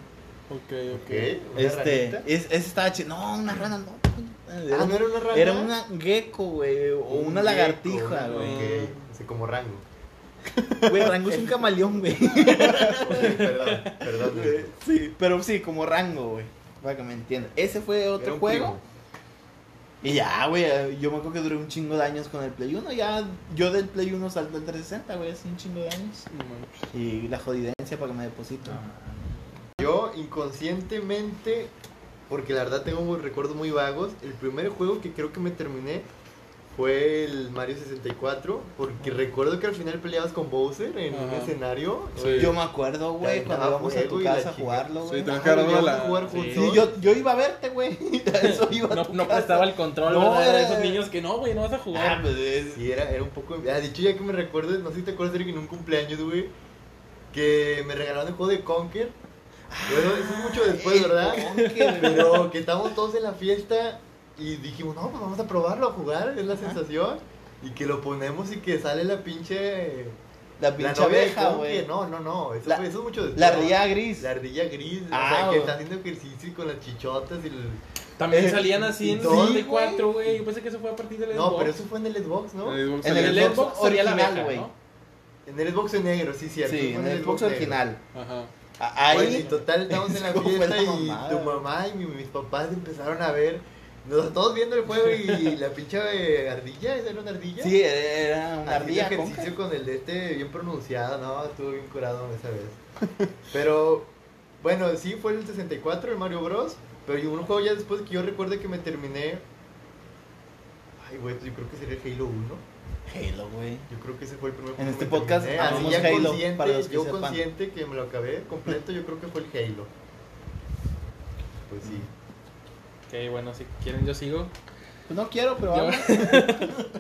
Speaker 4: Ok, ok.
Speaker 3: Ok, una
Speaker 1: este,
Speaker 3: ranita.
Speaker 1: es, ese estaba chido. No, una rana, no. Era,
Speaker 3: Ah, no era una rana. Oh,
Speaker 1: era una gecko, güey. O una
Speaker 3: Un
Speaker 1: lagartija,
Speaker 3: gecko,
Speaker 1: güey.
Speaker 3: ok, Así como rango.
Speaker 1: Güey, Rango es un camaleón, güey.
Speaker 3: Ok, perdón, perdón. güey.
Speaker 1: sí, pero sí, como Rango, güey. Para que me entiendan. Ese fue
Speaker 3: Era
Speaker 1: otro
Speaker 3: un
Speaker 1: juego.
Speaker 3: primo.
Speaker 1: Y ya, güey, eh, yo me acuerdo que duré un chingo de años con el Play 1. Ya, yo del Play 1 salto al 360, güey, hace un chingo de años.
Speaker 4: No manches.
Speaker 1: Y la jodidencia para que me deposito.
Speaker 3: Yo inconscientemente, porque la verdad tengo recuerdos muy vagos, el primer juego que creo que me terminé fue el Mario 64, porque recuerdo que al final peleabas con Bowser en un
Speaker 4: Ajá.
Speaker 3: escenario.
Speaker 4: Sí.
Speaker 1: Yo me acuerdo, güey,
Speaker 3: Ya,
Speaker 1: cuando
Speaker 3: ya,
Speaker 1: íbamos a tu
Speaker 3: juego y la
Speaker 1: casa a
Speaker 3: chica.
Speaker 1: jugarlo, güey.
Speaker 4: Sí, te
Speaker 3: Ah,
Speaker 4: agarraba
Speaker 3: veníamos
Speaker 4: la-
Speaker 3: a jugar
Speaker 2: Sí.
Speaker 3: juntos.
Speaker 1: Sí, yo, yo iba a verte, güey. A Eso iba a
Speaker 2: No,
Speaker 1: tu
Speaker 2: no
Speaker 1: casa.
Speaker 2: prestaba el control,
Speaker 1: No,
Speaker 2: ¿verdad? Era
Speaker 1: era-
Speaker 2: esos niños que no, güey, no vas a
Speaker 1: Ah,
Speaker 2: jugar.
Speaker 1: pues es-
Speaker 3: Y era, era un poco... Ah, de hecho, ya que me recuerdo, no sé si te acuerdas, Eric, en un cumpleaños, güey, que me regalaron el juego de Conker. Bueno, eso es mucho después,
Speaker 1: el
Speaker 3: ¿verdad?
Speaker 1: Eh, Conker, güey.
Speaker 3: Pero que estábamos todos en la fiesta y dijimos, no, pues vamos a probarlo, a jugar, es la sensación. Y que lo ponemos y que sale la pinche...
Speaker 1: La
Speaker 3: La
Speaker 1: pinche
Speaker 3: novia de
Speaker 1: abeja,
Speaker 3: Conker,
Speaker 1: güey.
Speaker 3: No, no, no, eso,
Speaker 1: La-
Speaker 3: fue- eso es mucho después.
Speaker 1: La ardilla gris.
Speaker 3: La ardilla gris,
Speaker 1: Ah,
Speaker 3: o sea, que
Speaker 1: güey.
Speaker 3: está haciendo ejercicio y con las chichotas y el...
Speaker 2: También
Speaker 1: eh,
Speaker 2: salían así en
Speaker 1: sí, güey.
Speaker 2: 64, güey. Yo pensé que eso fue a partir del
Speaker 3: No,
Speaker 2: Xbox.
Speaker 3: pero eso fue en E el Xbox, ¿no?
Speaker 4: El Xbox
Speaker 1: En
Speaker 2: En
Speaker 4: salió-
Speaker 2: el
Speaker 1: el
Speaker 2: Xbox
Speaker 1: Xbox
Speaker 2: salía la
Speaker 1: original,
Speaker 2: abeja,
Speaker 1: güey.
Speaker 2: ¿no?
Speaker 3: En el Xbox en negro, sí, cierto.
Speaker 1: Sí,
Speaker 3: fue
Speaker 1: en el Xbox
Speaker 3: negro.
Speaker 1: original.
Speaker 4: Ajá.
Speaker 1: A-
Speaker 3: Bueno, y
Speaker 1: Ahí.
Speaker 3: total, estamos en la
Speaker 1: ¿Cómo fue la
Speaker 3: fiesta y
Speaker 1: mamada?
Speaker 3: tu mamá y mi- mis papás empezaron a ver. Nos todos viendo el juego y la pinche eh, ardilla, ¿esa era una ardilla?
Speaker 1: Sí, era una
Speaker 3: Hacía
Speaker 1: ardilla. Conker.
Speaker 3: ejercicio con el de este bien pronunciado, ¿no? Estuvo bien curado esa vez. Pero Bueno, sí, fue el 64, el Mario Bros. Pero yo un juego ya después que yo recuerdo que me terminé. Ay, güey, pues yo creo que sería el Halo 1.
Speaker 1: Halo, güey.
Speaker 3: Yo creo que ese fue el primer
Speaker 1: En
Speaker 3: que
Speaker 1: este
Speaker 3: me
Speaker 1: podcast
Speaker 3: terminé. Así
Speaker 1: amamos
Speaker 3: ya
Speaker 1: Halo,
Speaker 3: consciente,
Speaker 1: para los que
Speaker 3: yo
Speaker 1: sepan.
Speaker 3: consciente que me lo acabé completo, yo creo que fue el Halo. Pues sí.
Speaker 2: Ok, bueno, si quieren yo sigo.
Speaker 1: Pues no quiero, pero
Speaker 2: Yo,
Speaker 1: vamos.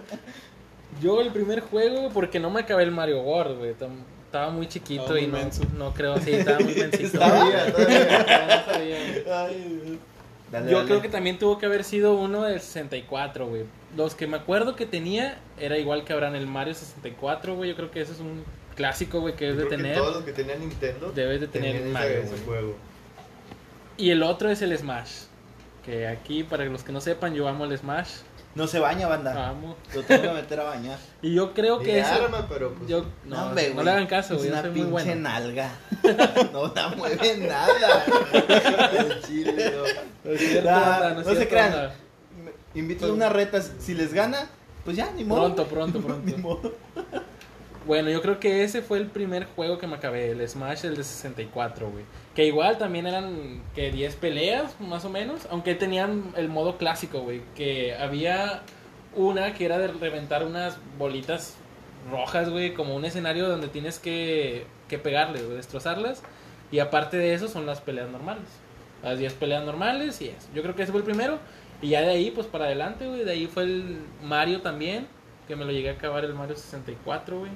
Speaker 2: Yo el primer juego, porque no me acabé el Mario World, güey. tam- Estaba muy chiquito
Speaker 4: Estaba muy
Speaker 2: y no,
Speaker 4: menso.
Speaker 2: no creo, sí, estaba muy mensito.
Speaker 1: ¿Estaba?
Speaker 2: güey.
Speaker 3: Todavía, todavía.
Speaker 2: Todavía no sabía.
Speaker 1: Ay, dale,
Speaker 2: Yo
Speaker 1: dale.
Speaker 2: creo que también tuvo que haber sido uno del 64, güey. Los que me acuerdo que tenía era igual que habrán el Mario 64, güey. Yo creo que ese es un clásico, güey, que
Speaker 3: Yo
Speaker 2: debes de
Speaker 3: creo que
Speaker 2: tener.
Speaker 3: todos los que tenían Nintendo
Speaker 2: Debes de tener
Speaker 3: tenían ese-
Speaker 2: Mario,
Speaker 3: ese
Speaker 2: güey.
Speaker 3: juego.
Speaker 2: Y el otro es el Smash. Que aquí, para los que no sepan, yo amo el Smash.
Speaker 1: No se baña, banda.
Speaker 2: Amo.
Speaker 1: Lo tengo que meter a bañar.
Speaker 2: Y yo creo que
Speaker 3: Ni
Speaker 2: ese-
Speaker 3: arma, pero pues,
Speaker 2: Yo, no, no,
Speaker 1: hombre, güey.
Speaker 2: le hagan caso, güey.
Speaker 1: Es
Speaker 2: Yo
Speaker 1: una
Speaker 2: soy muy
Speaker 1: pinche
Speaker 2: bueno.
Speaker 1: nalga. No la mueve nada.
Speaker 3: al chile, no.
Speaker 2: No, es cierto,
Speaker 1: Nah,
Speaker 2: anda,
Speaker 1: Ah, no
Speaker 2: es
Speaker 1: se
Speaker 2: cierto,
Speaker 1: crean.
Speaker 2: anda.
Speaker 1: Invito
Speaker 3: Pues,
Speaker 1: a unas retas. Si les gana, pues ya, ni modo.
Speaker 2: Pronto, pronto,
Speaker 1: Ni
Speaker 2: pronto.
Speaker 1: modo.
Speaker 2: Bueno, yo creo que ese fue el primer juego que me acabé, el Smash, el de 64, güey. Que igual también eran, que 10 peleas, más o menos. Aunque tenían el modo clásico, güey. Que había una que era de reventar unas bolitas rojas, güey. Como un escenario donde tienes que, que pegarle, güey, destrozarlas. Y aparte de eso son las peleas normales. Las 10 peleas normales y eso. Yo creo que ese fue el primero. Y ya de ahí, pues para adelante, güey. De ahí fue el Mario también. Que me lo llegué a acabar el Mario 64, güey.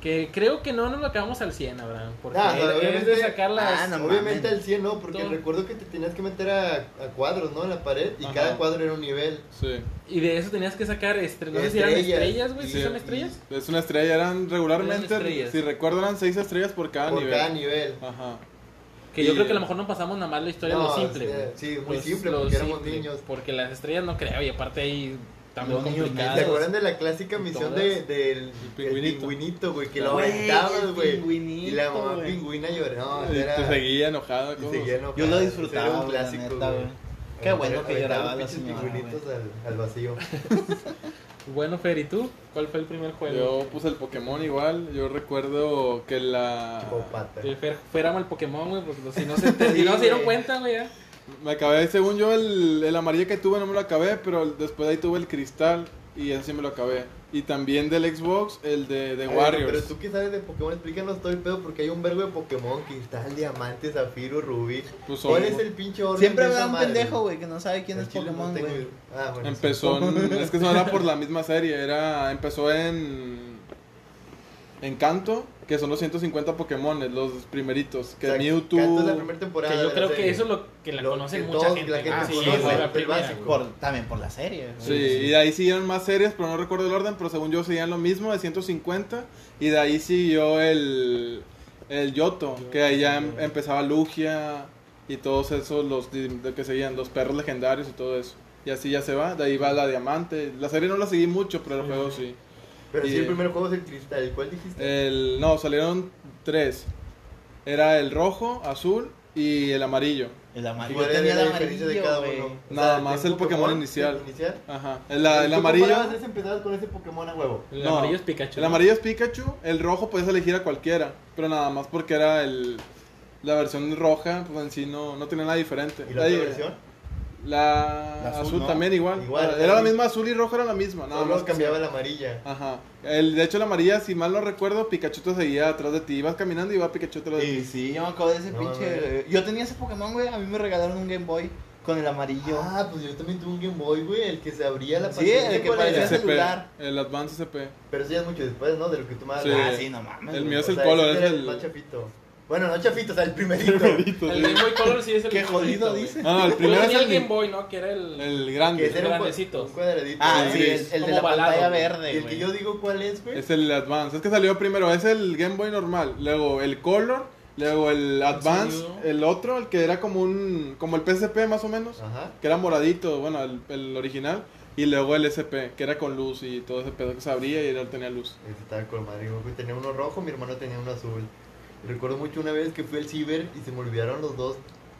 Speaker 2: Que creo que no nos lo acabamos al 100, Abraham. Porque
Speaker 3: Ah,
Speaker 2: es- es
Speaker 3: obviamente-
Speaker 2: de sacar las.
Speaker 1: Ah, no
Speaker 3: Obviamente
Speaker 1: mames.
Speaker 3: al 100 no, porque
Speaker 2: Todo.
Speaker 3: recuerdo que te tenías que meter a, a cuadros, ¿no? En la pared y
Speaker 2: Ajá.
Speaker 3: cada cuadro era un nivel.
Speaker 4: Sí.
Speaker 2: Y de eso tenías que sacar estrellas. No sé si eran
Speaker 3: Estrellas.
Speaker 2: estrellas, güey. ¿Sí,
Speaker 4: Sí.
Speaker 2: son estrellas?
Speaker 4: Es una estrella, eran regularmente,
Speaker 2: Eran estrellas.
Speaker 4: si recuerdo, eran seis estrellas por cada
Speaker 3: por
Speaker 4: nivel.
Speaker 3: cada nivel.
Speaker 4: Ajá.
Speaker 2: Que yo
Speaker 4: Y-
Speaker 2: creo que a lo mejor no pasamos nada más la historia de
Speaker 3: No,
Speaker 2: lo simple,
Speaker 3: sí,
Speaker 2: güey.
Speaker 3: sí, muy
Speaker 2: Los-
Speaker 3: simple,
Speaker 2: Pues, lo
Speaker 3: porque éramos
Speaker 2: simple,
Speaker 3: niños.
Speaker 2: Porque las estrellas no creo. Y aparte ahí también
Speaker 1: Los niños,
Speaker 2: complicadas.
Speaker 3: ¿Se acuerdan de la clásica misión de,
Speaker 2: Todas.
Speaker 3: del
Speaker 4: El
Speaker 3: del
Speaker 4: pingüinito.
Speaker 3: pingüinito, güey? Que lo
Speaker 1: Güey,
Speaker 3: aventabas,
Speaker 1: el
Speaker 3: güey.
Speaker 1: pingüinito,
Speaker 3: Y la mamá
Speaker 1: güey.
Speaker 3: pingüina lloraba.
Speaker 4: Y
Speaker 3: Ah, era-
Speaker 4: te seguía enojado.
Speaker 3: y
Speaker 4: ¿cómo?
Speaker 3: seguía enojada.
Speaker 1: Yo lo
Speaker 3: Era
Speaker 1: disfrutaba,
Speaker 3: un
Speaker 1: güey, la
Speaker 3: clásico,
Speaker 1: neta,
Speaker 3: güey.
Speaker 1: güey. Qué bueno que
Speaker 3: Aventaba
Speaker 1: lloraba la
Speaker 3: pinches
Speaker 1: señora,
Speaker 3: pingüinitos al, al vacío.
Speaker 2: Bueno, Fer, ¿y tú? ¿Cuál fue el primer juego?
Speaker 4: Yo puse el Pokémon igual. Yo recuerdo que la.
Speaker 3: Tipo pata.
Speaker 2: El Fer, Fer ama el Pokémon, güey, porque si no se, si no se dieron cuenta, güey, ya.
Speaker 4: Me acabé, según yo, el, el amarillo que tuve no me lo acabé, pero el- después de ahí tuve el cristal y ese sí me lo acabé. Y también del Xbox, el de, de
Speaker 3: Ay,
Speaker 4: Warriors.
Speaker 3: Ah, Pero tú que sabes de Pokémon, explícanos todo el pedo porque hay un verbo de Pokémon, cristal, diamante, zafiro, rubí.
Speaker 4: Pues,
Speaker 3: ¿Cuál
Speaker 4: ojo.
Speaker 3: es el pinche orden
Speaker 1: Siempre
Speaker 3: de esa
Speaker 1: habrá un
Speaker 3: madre?
Speaker 1: pendejo, güey, que no sabe quién
Speaker 3: Al
Speaker 1: es
Speaker 3: chile no
Speaker 1: Pokémon,
Speaker 3: tengo
Speaker 1: güey.
Speaker 3: idea. Ah, bueno. sí.
Speaker 4: Empezó, en- es que no era por la misma serie, era empezó en Encanto, que son los 150 Pokémon, los primeritos, que
Speaker 3: O sea,
Speaker 4: Mewtwo,
Speaker 3: Canto es la primera temporada.
Speaker 2: Que yo
Speaker 3: de la
Speaker 2: creo que
Speaker 3: serie.
Speaker 2: eso es lo que la
Speaker 3: Lo
Speaker 2: conoce
Speaker 3: que
Speaker 2: mucha
Speaker 3: todos-
Speaker 2: gente.
Speaker 3: la gente
Speaker 2: Ah, sí,
Speaker 4: conoce,
Speaker 2: güey,
Speaker 3: el
Speaker 2: la primera,
Speaker 3: básico.
Speaker 2: güey.
Speaker 1: Por, también por la serie, güey.
Speaker 4: sí, y de ahí siguieron más series, pero no recuerdo el orden, pero según yo seguían lo mismo de 150 y de ahí siguió el el Yoto, que ahí ya em- empezaba Lugia y todos esos los di- de que seguían los perros legendarios y todo eso. Y así ya se va, de ahí va la diamante. La serie no la seguí mucho, pero el juego sí.
Speaker 3: Pero sí,
Speaker 4: Y-
Speaker 3: el primer juego es el cristal. ¿Cuál dijiste?
Speaker 4: El, no, salieron tres. Era el rojo, azul y el amarillo.
Speaker 1: El
Speaker 3: ¿Y
Speaker 1: amarillo.
Speaker 3: cuál
Speaker 1: Yo
Speaker 3: era
Speaker 1: tenía
Speaker 3: la
Speaker 1: el
Speaker 3: diferencia de
Speaker 1: amarillo,
Speaker 3: cada
Speaker 1: güey.
Speaker 3: uno? O
Speaker 4: Nada
Speaker 3: sea,
Speaker 4: más
Speaker 3: de un
Speaker 4: el Pokémon inicial.
Speaker 3: inicial.
Speaker 4: Ajá. La- el
Speaker 3: ¿Tú
Speaker 4: amarillo.
Speaker 3: comparabas ese empezado con ese Pokémon a huevo?
Speaker 2: El
Speaker 4: No.
Speaker 2: amarillo es Pikachu.
Speaker 4: El amarillo es Pikachu. El rojo puedes elegir a cualquiera. Pero nada más porque era el. La versión roja, pues en sí no, no tenía nada diferente.
Speaker 3: ¿Y la
Speaker 4: Ahí-
Speaker 3: otra versión?
Speaker 4: La,
Speaker 1: La azul,
Speaker 4: azul,
Speaker 1: ¿no?
Speaker 4: también igual.
Speaker 3: Igual,
Speaker 4: era
Speaker 3: también.
Speaker 4: la misma azul y roja, era la misma. Nada más
Speaker 3: Solo
Speaker 4: que-
Speaker 3: cambiaba la amarilla.
Speaker 4: Ajá. El, de hecho, la amarilla, si mal no recuerdo, Pikachu te seguía atrás de ti. Ibas caminando y iba Pikachu atrás de ti.
Speaker 1: Sí, sí, yo me acuerdo de ese
Speaker 3: No,
Speaker 1: pinche.
Speaker 3: mames.
Speaker 1: Yo tenía ese Pokémon, güey. A mí me regalaron un Game Boy con el amarillo.
Speaker 3: Ah, pues yo también tuve un Game Boy, güey, el que se abría la
Speaker 1: Sí,
Speaker 3: pantalla.
Speaker 1: el que
Speaker 3: ¿Cuál era?
Speaker 1: parecía
Speaker 4: SP,
Speaker 1: celular.
Speaker 4: el Advance SP.
Speaker 3: Pero eso ya es mucho después, ¿no? De lo que tú me hablas.
Speaker 4: Sí.
Speaker 1: Ah, sí, no mames.
Speaker 4: El
Speaker 1: güey.
Speaker 4: mío es
Speaker 3: O
Speaker 4: el
Speaker 3: sea,
Speaker 4: Polo,
Speaker 3: ese
Speaker 4: es
Speaker 3: era
Speaker 4: el-
Speaker 3: más chafito. Bueno, no chafito, o sea, el primerito.
Speaker 2: El Game Boy Color sí es el
Speaker 1: Qué
Speaker 2: primerito,
Speaker 1: jodido
Speaker 2: güey.
Speaker 1: dice.
Speaker 4: Ah, No, no, el
Speaker 2: Yo
Speaker 4: primero es
Speaker 2: tenía el
Speaker 4: el,
Speaker 2: Game Boy, ¿no? Que era el...
Speaker 4: el
Speaker 3: Que ese
Speaker 4: grande.
Speaker 3: era un cua-
Speaker 2: Grandecito.
Speaker 3: Un cuadradito.
Speaker 1: Ah,
Speaker 4: el
Speaker 1: sí,
Speaker 4: gris,
Speaker 1: el, el de
Speaker 2: como
Speaker 1: la
Speaker 2: balado,
Speaker 1: pantalla
Speaker 2: güey.
Speaker 1: verde.
Speaker 3: Y el que
Speaker 1: güey.
Speaker 3: yo digo cuál es, güey.
Speaker 4: Es el Advance. Es que salió primero. Es el Game Boy normal. Luego el Color. Luego el Advance.
Speaker 2: serio?
Speaker 4: El otro, el que era como un. Como el PSP más o menos.
Speaker 3: Ajá.
Speaker 4: Que era moradito. Bueno, el, el original. Y luego el SP. Que era con luz y todo ese pedo que se abría y él tenía luz.
Speaker 3: Ese estaba con madre. Yo creo que tenía uno rojo, mi hermano tenía uno azul. Y Recuerdo mucho una vez que fui al ciber y se me olvidaron los dos,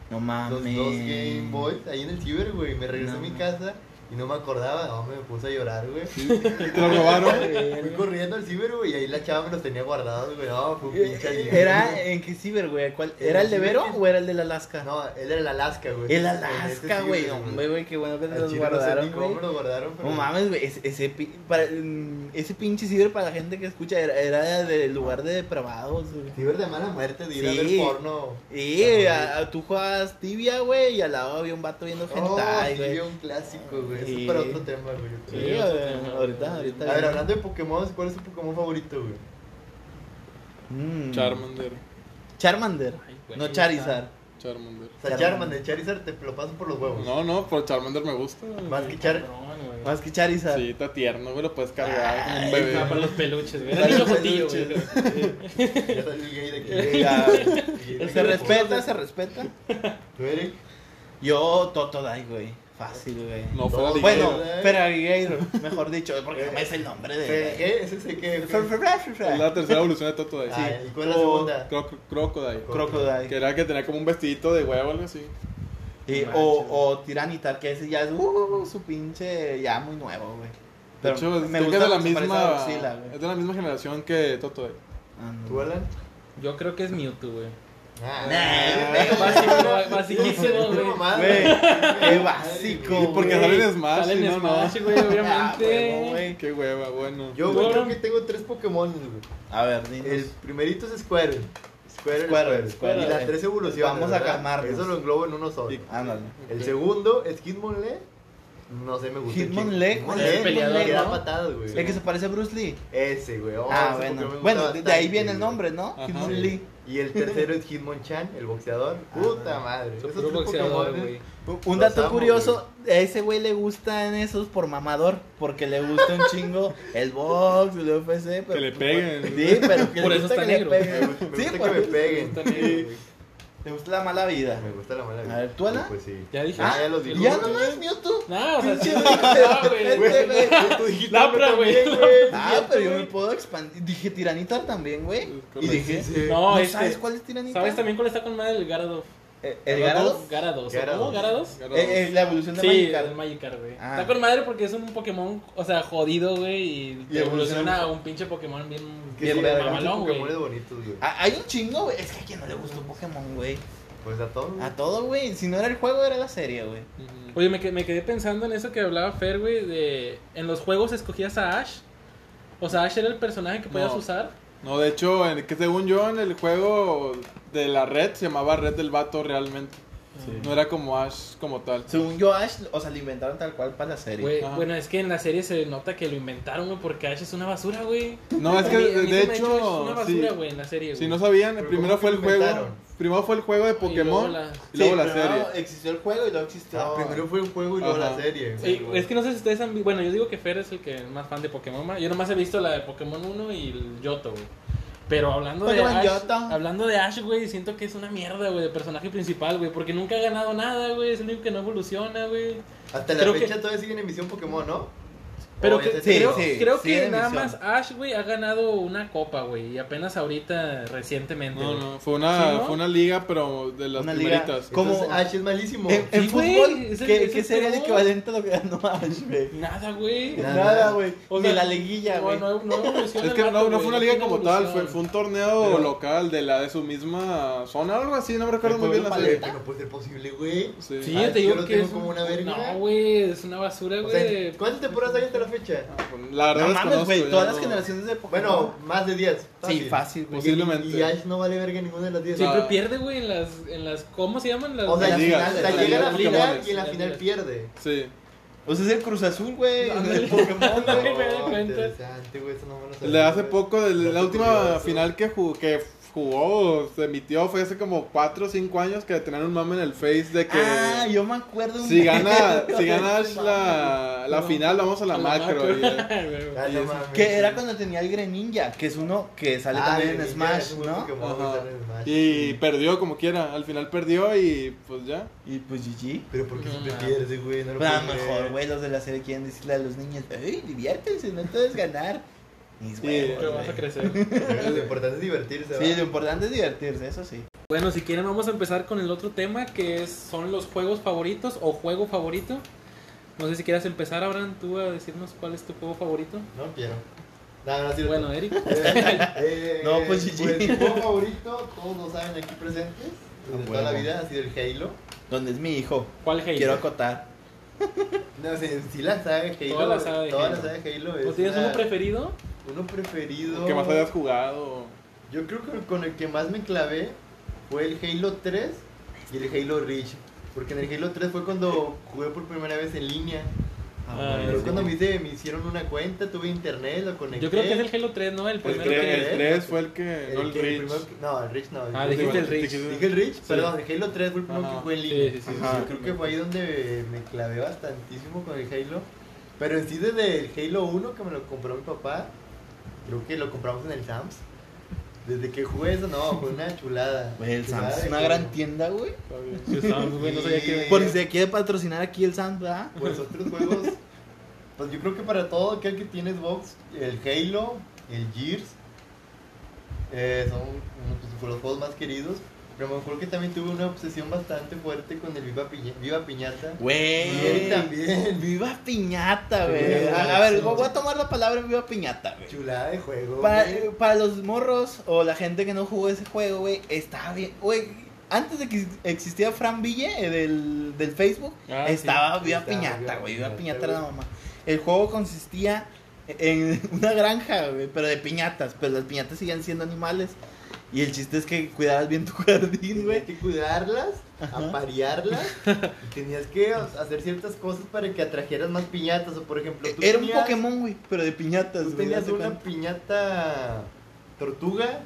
Speaker 1: No
Speaker 3: los
Speaker 1: mames.
Speaker 3: dos Game Boys ahí en el ciber, güey. Me regresé
Speaker 1: No
Speaker 3: a mi
Speaker 1: mames.
Speaker 3: casa Y no me acordaba, no, me puse a llorar, güey.
Speaker 4: Y te lo robaron.
Speaker 3: Fui corriendo al ciber, güey, y ahí la chava me los tenía guardados, güey. No, fue un
Speaker 4: Eh,
Speaker 3: pinche alivio.
Speaker 1: ¿Era en qué ciber, güey? ¿Cuál-
Speaker 3: En
Speaker 1: ¿Era
Speaker 3: el
Speaker 1: el de
Speaker 3: ciber
Speaker 1: Vero
Speaker 3: que-
Speaker 1: o era el del Alaska?
Speaker 3: No, él era el Alaska, güey.
Speaker 1: El
Speaker 3: En este
Speaker 1: Alaska,
Speaker 3: ciber,
Speaker 1: güey. Hombre, güey, qué bueno que te
Speaker 3: Al
Speaker 1: los
Speaker 3: chile no sé
Speaker 1: guardaron,
Speaker 3: ni cómo
Speaker 1: güey.
Speaker 3: me lo guardaron, pero-
Speaker 1: No mames, güey. Ese, ese, pi- para- mm, ese pinche ciber para la gente que escucha era, era del lugar de depravados, güey.
Speaker 3: Ciber de mala muerte, de ir a
Speaker 1: Sí.
Speaker 3: ver porno.
Speaker 1: Y a- a- tú jugabas tibia, güey, y al lado había un vato viendo
Speaker 3: Oh,
Speaker 1: hentai,
Speaker 3: sí,
Speaker 1: güey.
Speaker 3: un clásico, güey. Eso
Speaker 1: Sí.
Speaker 3: es para otro tema, güey. yo
Speaker 1: Sí,
Speaker 3: creo.
Speaker 1: a ver, ahorita, ahorita.
Speaker 3: A ver, hablando de Pokémon, ¿cuál es tu Pokémon favorito, güey?
Speaker 1: Mm.
Speaker 4: Charmander.
Speaker 1: Charmander.
Speaker 2: Ay, güey,
Speaker 1: no
Speaker 2: ya
Speaker 1: Charizard.
Speaker 4: Charmander.
Speaker 3: O sea, Charmander, Charizard, te lo paso por los huevos.
Speaker 4: No, no, pero Charmander me gusta.
Speaker 3: Más que
Speaker 2: está.
Speaker 3: Char...
Speaker 2: Cabrón, güey.
Speaker 1: Más que Charizard.
Speaker 4: Sí, está tierno, güey, lo puedes cargar como un
Speaker 2: Ah, para
Speaker 4: bebé.
Speaker 2: los peluches, güey.
Speaker 3: Para
Speaker 2: Era
Speaker 3: los
Speaker 2: ojotillo, güey.
Speaker 3: Ya salió el gay de aquí.
Speaker 1: Sí, ya, güey.
Speaker 3: El gay de
Speaker 1: se
Speaker 3: aquí.
Speaker 1: respeta, se respeta.
Speaker 3: ¿Tú, Eric?
Speaker 1: Yo, Totodile, güey. Fácil, güey.
Speaker 4: No, fuera de
Speaker 1: Bueno,
Speaker 4: Gator.
Speaker 3: Feraligatr.
Speaker 1: Feraligatr, mejor dicho, porque no me es el nombre de...
Speaker 3: ¿Qué? ¿Ese se qué?
Speaker 1: Fer-
Speaker 3: güey?
Speaker 1: Fer- Fer-
Speaker 4: Es
Speaker 1: Fer-
Speaker 4: la tercera evolución de Toto ahí.
Speaker 3: Ah,
Speaker 4: Sí.
Speaker 3: ¿y cuál es la
Speaker 1: O-
Speaker 3: segunda?
Speaker 4: Croc- Crocodile. Que
Speaker 1: Crocodile.
Speaker 4: era que tenía como un vestidito de huevo o algo así.
Speaker 1: Y- o, o Tiranitar, que ese ya es uh, su pinche, ya muy nuevo, güey.
Speaker 4: De
Speaker 1: Pero
Speaker 4: hecho, es-
Speaker 1: me
Speaker 4: creo
Speaker 1: gusta
Speaker 4: que es de la
Speaker 1: porque se parece
Speaker 4: misma.
Speaker 1: a Godzilla, güey.
Speaker 4: es de la misma generación que Toto eh. ahí.
Speaker 1: Ah, no.
Speaker 3: ¿Tú, Alan?
Speaker 2: Yo creo que es Mewtwo, güey.
Speaker 3: Ah,
Speaker 1: Nah,
Speaker 3: güey.
Speaker 2: básico, basiquísimo,
Speaker 3: Una
Speaker 2: güey.
Speaker 3: mamada,
Speaker 1: Güey, qué
Speaker 3: Madre,
Speaker 1: básico,
Speaker 4: Y porque
Speaker 1: güey.
Speaker 4: sale en Smash.
Speaker 2: Sale
Speaker 4: y
Speaker 2: en
Speaker 4: no,
Speaker 2: Smash, güey,
Speaker 1: Ah, huevo,
Speaker 2: obviamente.
Speaker 1: güey.
Speaker 4: Qué hueva, bueno.
Speaker 3: Yo, güey, creo que tengo tres Pokémon, güey.
Speaker 1: A ver, dinos.
Speaker 3: El primerito es Squirtle. Squirtle,
Speaker 1: Squirtle, Squirtle.
Speaker 3: Y las tres evoluciones.
Speaker 1: Vamos a
Speaker 3: ¿verdad?
Speaker 1: calmarnos.
Speaker 3: Eso lo englobo en uno solo.
Speaker 4: Y-
Speaker 1: Ándale.
Speaker 3: El segundo es Hitmonlee. No sé, me gusta.
Speaker 1: Hitmonlee, ¿cuál es?
Speaker 3: Hitmonlee,
Speaker 2: Peleador,
Speaker 3: que da
Speaker 2: ¿no?
Speaker 3: patadas, güey.
Speaker 1: El que se parece a Bruce Lee.
Speaker 3: Ese, güey. oh,
Speaker 1: ah,
Speaker 3: ese
Speaker 1: bueno.
Speaker 3: Pokémon me
Speaker 1: Bueno,
Speaker 3: gusta
Speaker 1: de, de
Speaker 3: bastante,
Speaker 1: ahí viene el
Speaker 3: güey.
Speaker 1: nombre, ¿no?
Speaker 4: Ajá.
Speaker 1: Hitmon
Speaker 3: Sí.
Speaker 1: Lee. Ah,
Speaker 3: Y el tercero es Hitmonchan, el boxeador. Puta madre.
Speaker 2: Su
Speaker 3: Esos
Speaker 2: puro
Speaker 3: tres
Speaker 2: boxeador,
Speaker 3: Pokémones-
Speaker 2: güey.
Speaker 1: Un
Speaker 3: Los
Speaker 1: dato
Speaker 3: amo,
Speaker 1: curioso, a ese güey le gustan esos por mamador, porque le gusta un chingo el box, el UFC, pero... pues,
Speaker 4: Que le peguen.
Speaker 1: Sí, pero que
Speaker 2: Por
Speaker 1: le
Speaker 2: eso
Speaker 1: gusta
Speaker 2: está
Speaker 1: que
Speaker 2: negro.
Speaker 1: le
Speaker 3: Me
Speaker 1: peguen.
Speaker 3: gusta, me
Speaker 1: Sí,
Speaker 3: gusta
Speaker 1: por
Speaker 3: que me
Speaker 1: eso.
Speaker 3: peguen.
Speaker 2: Está negro, güey.
Speaker 1: Le gusta la mala vida.
Speaker 3: Me gusta la mala vida.
Speaker 1: A ver, ¿tú, Alan?
Speaker 3: Pues sí.
Speaker 2: Ya dije.
Speaker 3: Ah, ya los
Speaker 2: Sí,
Speaker 3: dijo.
Speaker 1: ¿Y ya no es Mewtwo?
Speaker 2: No, o sea, sí,
Speaker 1: Pinche
Speaker 2: no,
Speaker 1: güey.
Speaker 2: güey.
Speaker 1: Este, güey.
Speaker 3: Tú dijiste
Speaker 2: Lapra,
Speaker 3: uno
Speaker 2: güey.
Speaker 3: también, güey.
Speaker 1: Ah, pero yo me puedo expandir. Dije Tiranitar también, güey. Y
Speaker 4: Correcto.
Speaker 1: dije...
Speaker 3: Sí.
Speaker 2: No,
Speaker 1: ¿No
Speaker 2: este-
Speaker 1: sabes cuál es Tiranitar?
Speaker 2: ¿Sabes también cuál está con madre el Garados?
Speaker 1: Eh, ¿El Garados?
Speaker 2: Garados.
Speaker 3: Gyarados.
Speaker 2: ¿Cómo? ¿Garados?
Speaker 4: Claro.
Speaker 1: Eh, eh, la evolución de
Speaker 2: Sí,
Speaker 1: Magikarp.
Speaker 2: el Magikarp, güey.
Speaker 1: Ah.
Speaker 2: Está con madre porque es un Pokémon, o sea, jodido, güey, y,
Speaker 1: Y
Speaker 2: te evoluciona
Speaker 1: evoluciona.
Speaker 2: a un pinche Pokémon bien,
Speaker 3: Que sí,
Speaker 1: Bien
Speaker 2: bien
Speaker 1: verga.
Speaker 2: mamalón, güey.
Speaker 3: Pokémon es bonito, güey.
Speaker 1: Ah, Hay un chingo, güey. Es que a quien no le gustó Pokémon, güey.
Speaker 3: Pues a todos.
Speaker 1: A todo, güey. Si no era el juego, era la serie, güey.
Speaker 4: Ujú.
Speaker 2: Oye, me, que- me quedé pensando en eso que hablaba Fer, güey, de... En los juegos escogías a Ash. O sea, Ash era el personaje que podías
Speaker 4: No.
Speaker 2: usar.
Speaker 4: No, de hecho, en, que según yo, en el juego de la red se llamaba Red del Vato realmente. No era como Ash como tal.
Speaker 1: Según yo, Ash, o sea, lo inventaron tal cual para la serie.
Speaker 2: Güey,
Speaker 4: Ajá.
Speaker 2: bueno, es que en la serie se nota que lo inventaron, güey, porque Ash es una basura, güey.
Speaker 4: No, es
Speaker 2: A
Speaker 4: que
Speaker 2: mí- a
Speaker 4: de,
Speaker 2: mí
Speaker 4: de
Speaker 2: se me ha
Speaker 4: hecho,
Speaker 2: Ash es una
Speaker 4: sí.
Speaker 2: basura, güey, en la serie,
Speaker 4: si
Speaker 2: güey.
Speaker 4: no sabían,
Speaker 3: Pero
Speaker 4: primero
Speaker 3: ¿cómo
Speaker 4: fue el
Speaker 3: que
Speaker 4: juego,
Speaker 3: inventaron?
Speaker 4: primero fue el juego de
Speaker 2: Y luego
Speaker 4: Pokémon
Speaker 2: la-
Speaker 4: y luego la serie.
Speaker 1: primero Existió el juego y luego existió.
Speaker 3: Ah, primero fue un juego y luego
Speaker 4: Ajá.
Speaker 3: la serie.
Speaker 2: Sí, es que no sé si ustedes han visto. Bueno, yo digo que Fer es el que es más fan de Pokémon. ma. Yo nomás he visto la de Pokémon 1 y el Yoto, güey. Pero hablando de,
Speaker 1: Pokémon
Speaker 2: Ash,
Speaker 1: Yoto.
Speaker 2: hablando de Ash, güey, siento que es una mierda, güey, de personaje principal, güey. Porque nunca ha ganado nada, güey. Es el único que no evoluciona, güey.
Speaker 3: Hasta la
Speaker 2: Creo
Speaker 3: fecha
Speaker 2: que-
Speaker 3: todavía siguen en misión Pokémon, ¿no?
Speaker 2: Pero
Speaker 3: Oh,
Speaker 2: que-
Speaker 3: ese
Speaker 1: sí,
Speaker 2: creo,
Speaker 1: sí,
Speaker 2: creo
Speaker 1: sí,
Speaker 2: que
Speaker 1: en
Speaker 2: nada
Speaker 1: emisión.
Speaker 2: más Ash, güey, ha ganado una copa, güey. Y apenas ahorita, recientemente.
Speaker 4: No,
Speaker 2: güey.
Speaker 4: no, fue una,
Speaker 2: ¿Sí, no?
Speaker 4: fue una liga, pero de las
Speaker 1: eh, Una liga.
Speaker 4: primeritas.
Speaker 1: ¿Cómo?
Speaker 3: Entonces, Ash ah, es malísimo.
Speaker 1: En, en
Speaker 2: Sí, güey,
Speaker 1: fútbol,
Speaker 2: es el-
Speaker 1: ¿qué,
Speaker 2: es
Speaker 1: qué
Speaker 2: el
Speaker 1: sería el
Speaker 2: peor.
Speaker 1: equivalente a lo que ganó Ash, güey?
Speaker 2: Nada, güey.
Speaker 3: Nada.
Speaker 1: Nada, güey.
Speaker 2: O
Speaker 1: Ni
Speaker 2: sea,
Speaker 1: la liguilla,
Speaker 2: no,
Speaker 1: güey.
Speaker 2: no, no evoluciona
Speaker 4: Es
Speaker 2: el
Speaker 4: que
Speaker 2: vato,
Speaker 4: no, no
Speaker 2: güey,
Speaker 4: fue una liga
Speaker 2: tiene
Speaker 4: como tal, fue,
Speaker 2: evolución.
Speaker 4: fue un torneo
Speaker 3: Pero-
Speaker 4: local de la de su misma zona, algo así, no me recuerdo muy bien la
Speaker 1: pueblo
Speaker 4: serie.
Speaker 3: Pero no puede ser posible, güey.
Speaker 4: Sí.
Speaker 2: Sí,
Speaker 3: Ah,
Speaker 2: te
Speaker 3: yo
Speaker 2: digo
Speaker 3: lo
Speaker 2: que
Speaker 3: tengo
Speaker 2: es
Speaker 3: como una verga.
Speaker 2: No, güey, es una basura,
Speaker 3: O
Speaker 2: güey.
Speaker 3: sea, ¿Cuántas temporadas hay hasta la fecha?
Speaker 4: Ah, pues, La verdad
Speaker 1: No
Speaker 4: es
Speaker 1: mames, güey. Todas las generaciones de Pokémon.
Speaker 3: Bueno, más de 10.
Speaker 1: sí, fácil, güey.
Speaker 4: Posible. posiblemente.
Speaker 3: Y Ash no vale verga ninguna de las 10.
Speaker 2: Siempre
Speaker 4: Ah.
Speaker 2: pierde, güey, en las, en las... ¿Cómo se llaman? Las,
Speaker 3: O sea,
Speaker 1: Las ligas,
Speaker 3: hasta
Speaker 1: las
Speaker 3: llega a la
Speaker 1: ligas
Speaker 3: final
Speaker 4: Pokémones.
Speaker 3: y en la
Speaker 2: Las
Speaker 3: final
Speaker 2: ligas.
Speaker 3: pierde.
Speaker 4: Sí.
Speaker 1: O sea, es el Cruz Azul, güey.
Speaker 2: Ándale.
Speaker 1: El Pokémon,
Speaker 2: Ándale.
Speaker 1: güey.
Speaker 2: me doy
Speaker 3: Oh,
Speaker 2: cuenta.
Speaker 3: interesante, güey, eso no me lo sabía,
Speaker 4: El de hace
Speaker 3: güey.
Speaker 4: poco, el-
Speaker 3: Dato
Speaker 4: la última
Speaker 3: curioso.
Speaker 4: final que jugó, que jugó, se emitió, fue hace como 4 o 5 años que tenían un mame en el Face de que
Speaker 1: Ah, yo me acuerdo. un-
Speaker 4: si gana, si gana Ash
Speaker 1: No,
Speaker 4: la, la
Speaker 2: No.
Speaker 4: final, vamos a la macro. y-
Speaker 3: Ah, no mames.
Speaker 1: Que era cuando tenía el Greninja, que es uno que sale
Speaker 3: Ah,
Speaker 1: también en
Speaker 3: Greninja es
Speaker 1: Smash,
Speaker 3: un
Speaker 1: ¿no?
Speaker 3: Pokémon que
Speaker 4: Ajá.
Speaker 3: sale en Smash.
Speaker 4: Y perdió como quiera, al final perdió y pues ya.
Speaker 1: Y pues GG.
Speaker 3: Pero porque
Speaker 2: No
Speaker 3: siempre
Speaker 2: mames.
Speaker 3: pierde, güey. No lo
Speaker 1: Pero a lo
Speaker 3: puedo creer.
Speaker 1: Ah, mejor, güey, los de la serie quieren decirle a los niños, ¡Ey, diviértense! No todo es ganar. Mis
Speaker 4: Sí,
Speaker 1: huevos,
Speaker 2: Pero vas a
Speaker 1: güey.
Speaker 2: crecer.
Speaker 3: Lo importante es divertirse.
Speaker 1: Sí,
Speaker 3: ¿va?
Speaker 1: lo importante es divertirse, eso sí.
Speaker 2: bueno, si quieren vamos a empezar con el otro tema que es, son los juegos favoritos o juego favorito. No sé si quieras empezar, Abraham, tú a decirnos cuál es tu juego favorito.
Speaker 3: No quiero. No, no, sí,
Speaker 2: Bueno, Eric.
Speaker 3: Eh,
Speaker 1: No, pues, GG.
Speaker 3: mi juego favorito, todos lo saben aquí presentes, desde
Speaker 1: Ah,
Speaker 3: toda la
Speaker 1: huevo.
Speaker 3: vida, ha sido el Halo.
Speaker 1: Donde es mi hijo.
Speaker 2: ¿Cuál Halo?
Speaker 1: Quiero acotar.
Speaker 3: No sé, sí la saga de Halo.
Speaker 2: Toda la saga de
Speaker 3: toda
Speaker 2: Halo.
Speaker 3: la saga de Halo es
Speaker 2: ¿No tienes
Speaker 3: una-
Speaker 2: uno preferido?
Speaker 3: uno preferido.
Speaker 4: que más hayas jugado.
Speaker 3: Yo creo que con el que más me clavé fue el Halo 3 y el Halo Reach. Porque en el Halo 3 fue cuando jugué por primera vez en línea.
Speaker 2: Ah,
Speaker 3: Pero
Speaker 2: sí.
Speaker 3: cuando me, hice- me hicieron una cuenta, tuve internet, lo conecté.
Speaker 2: Yo creo que es el Halo 3, ¿no? El
Speaker 3: Pues
Speaker 4: El
Speaker 2: primero
Speaker 3: creo
Speaker 2: que...
Speaker 4: 3,
Speaker 3: que-
Speaker 4: fue el que. no el
Speaker 3: que-
Speaker 4: Reach.
Speaker 3: primero que- no, el Reach no.
Speaker 2: Ah,
Speaker 3: el-
Speaker 2: dijiste el
Speaker 4: Bueno,
Speaker 2: Reach.
Speaker 4: dijiste-
Speaker 3: Dije el Reach, perdón, el Halo 3 fue el primero
Speaker 4: Ajá.
Speaker 3: que jugué en
Speaker 2: Sí,
Speaker 3: línea.
Speaker 2: sí, sí.
Speaker 4: Ajá.
Speaker 3: Yo creo que fue ahí donde me clavé bastantísimo con el Halo. Pero en sí desde el Halo 1 que me lo compró mi papá, creo que lo compramos en el Sams. Desde que jugué eso, no, fue una chulada.
Speaker 1: Güey, el
Speaker 3: Chulada
Speaker 1: Sam's es
Speaker 3: de
Speaker 1: una
Speaker 3: juego.
Speaker 1: gran tienda, güey.
Speaker 4: Está bien.
Speaker 2: Sí, estamos, güey, no sabía que...
Speaker 1: Por si se quiere patrocinar aquí el Sam's, ¿verdad?
Speaker 3: Pues otros juegos, pues yo creo que para todo aquel que tiene Xbox, el Halo, el Gears, eh, son uno, pues, los juegos más queridos. Pero me acuerdo que también tuve una obsesión bastante fuerte con el Viva, Piña- Viva Piñata. Y
Speaker 1: Güey.
Speaker 3: él también.
Speaker 1: Viva piñata,
Speaker 3: Sí,
Speaker 1: güey.
Speaker 3: güey,
Speaker 1: A, a ver,
Speaker 3: sí.
Speaker 1: voy a tomar la palabra viva piñata, güey.
Speaker 3: Chulada de juego.
Speaker 1: Para,
Speaker 3: güey.
Speaker 1: para los morros o la gente que no jugó ese juego, güey, estaba bien. Güey, antes de que existiera Fran Ville eh, del, del Facebook,
Speaker 2: Ah, sí.
Speaker 1: estaba Viva
Speaker 3: Estaba
Speaker 1: Piñata,
Speaker 3: Viva
Speaker 1: güey. Viva
Speaker 3: Piñata,
Speaker 1: Piñata era la
Speaker 3: güey.
Speaker 1: mamá. El juego consistía en una granja, güey, pero de piñatas. Pero las piñatas siguen siendo animales. Y el chiste es que cuidaras bien tu jardín, güey.
Speaker 3: Tenías que cuidarlas, aparearlas, y tenías que hacer ciertas cosas para que atrajeras más piñatas. O por ejemplo, tú
Speaker 1: Era un
Speaker 3: tenías-
Speaker 1: Pokémon, güey, pero de piñatas,
Speaker 3: Tú
Speaker 1: güey.
Speaker 3: tenías
Speaker 1: hazte
Speaker 3: una
Speaker 1: cuenta.
Speaker 3: piñata tortuga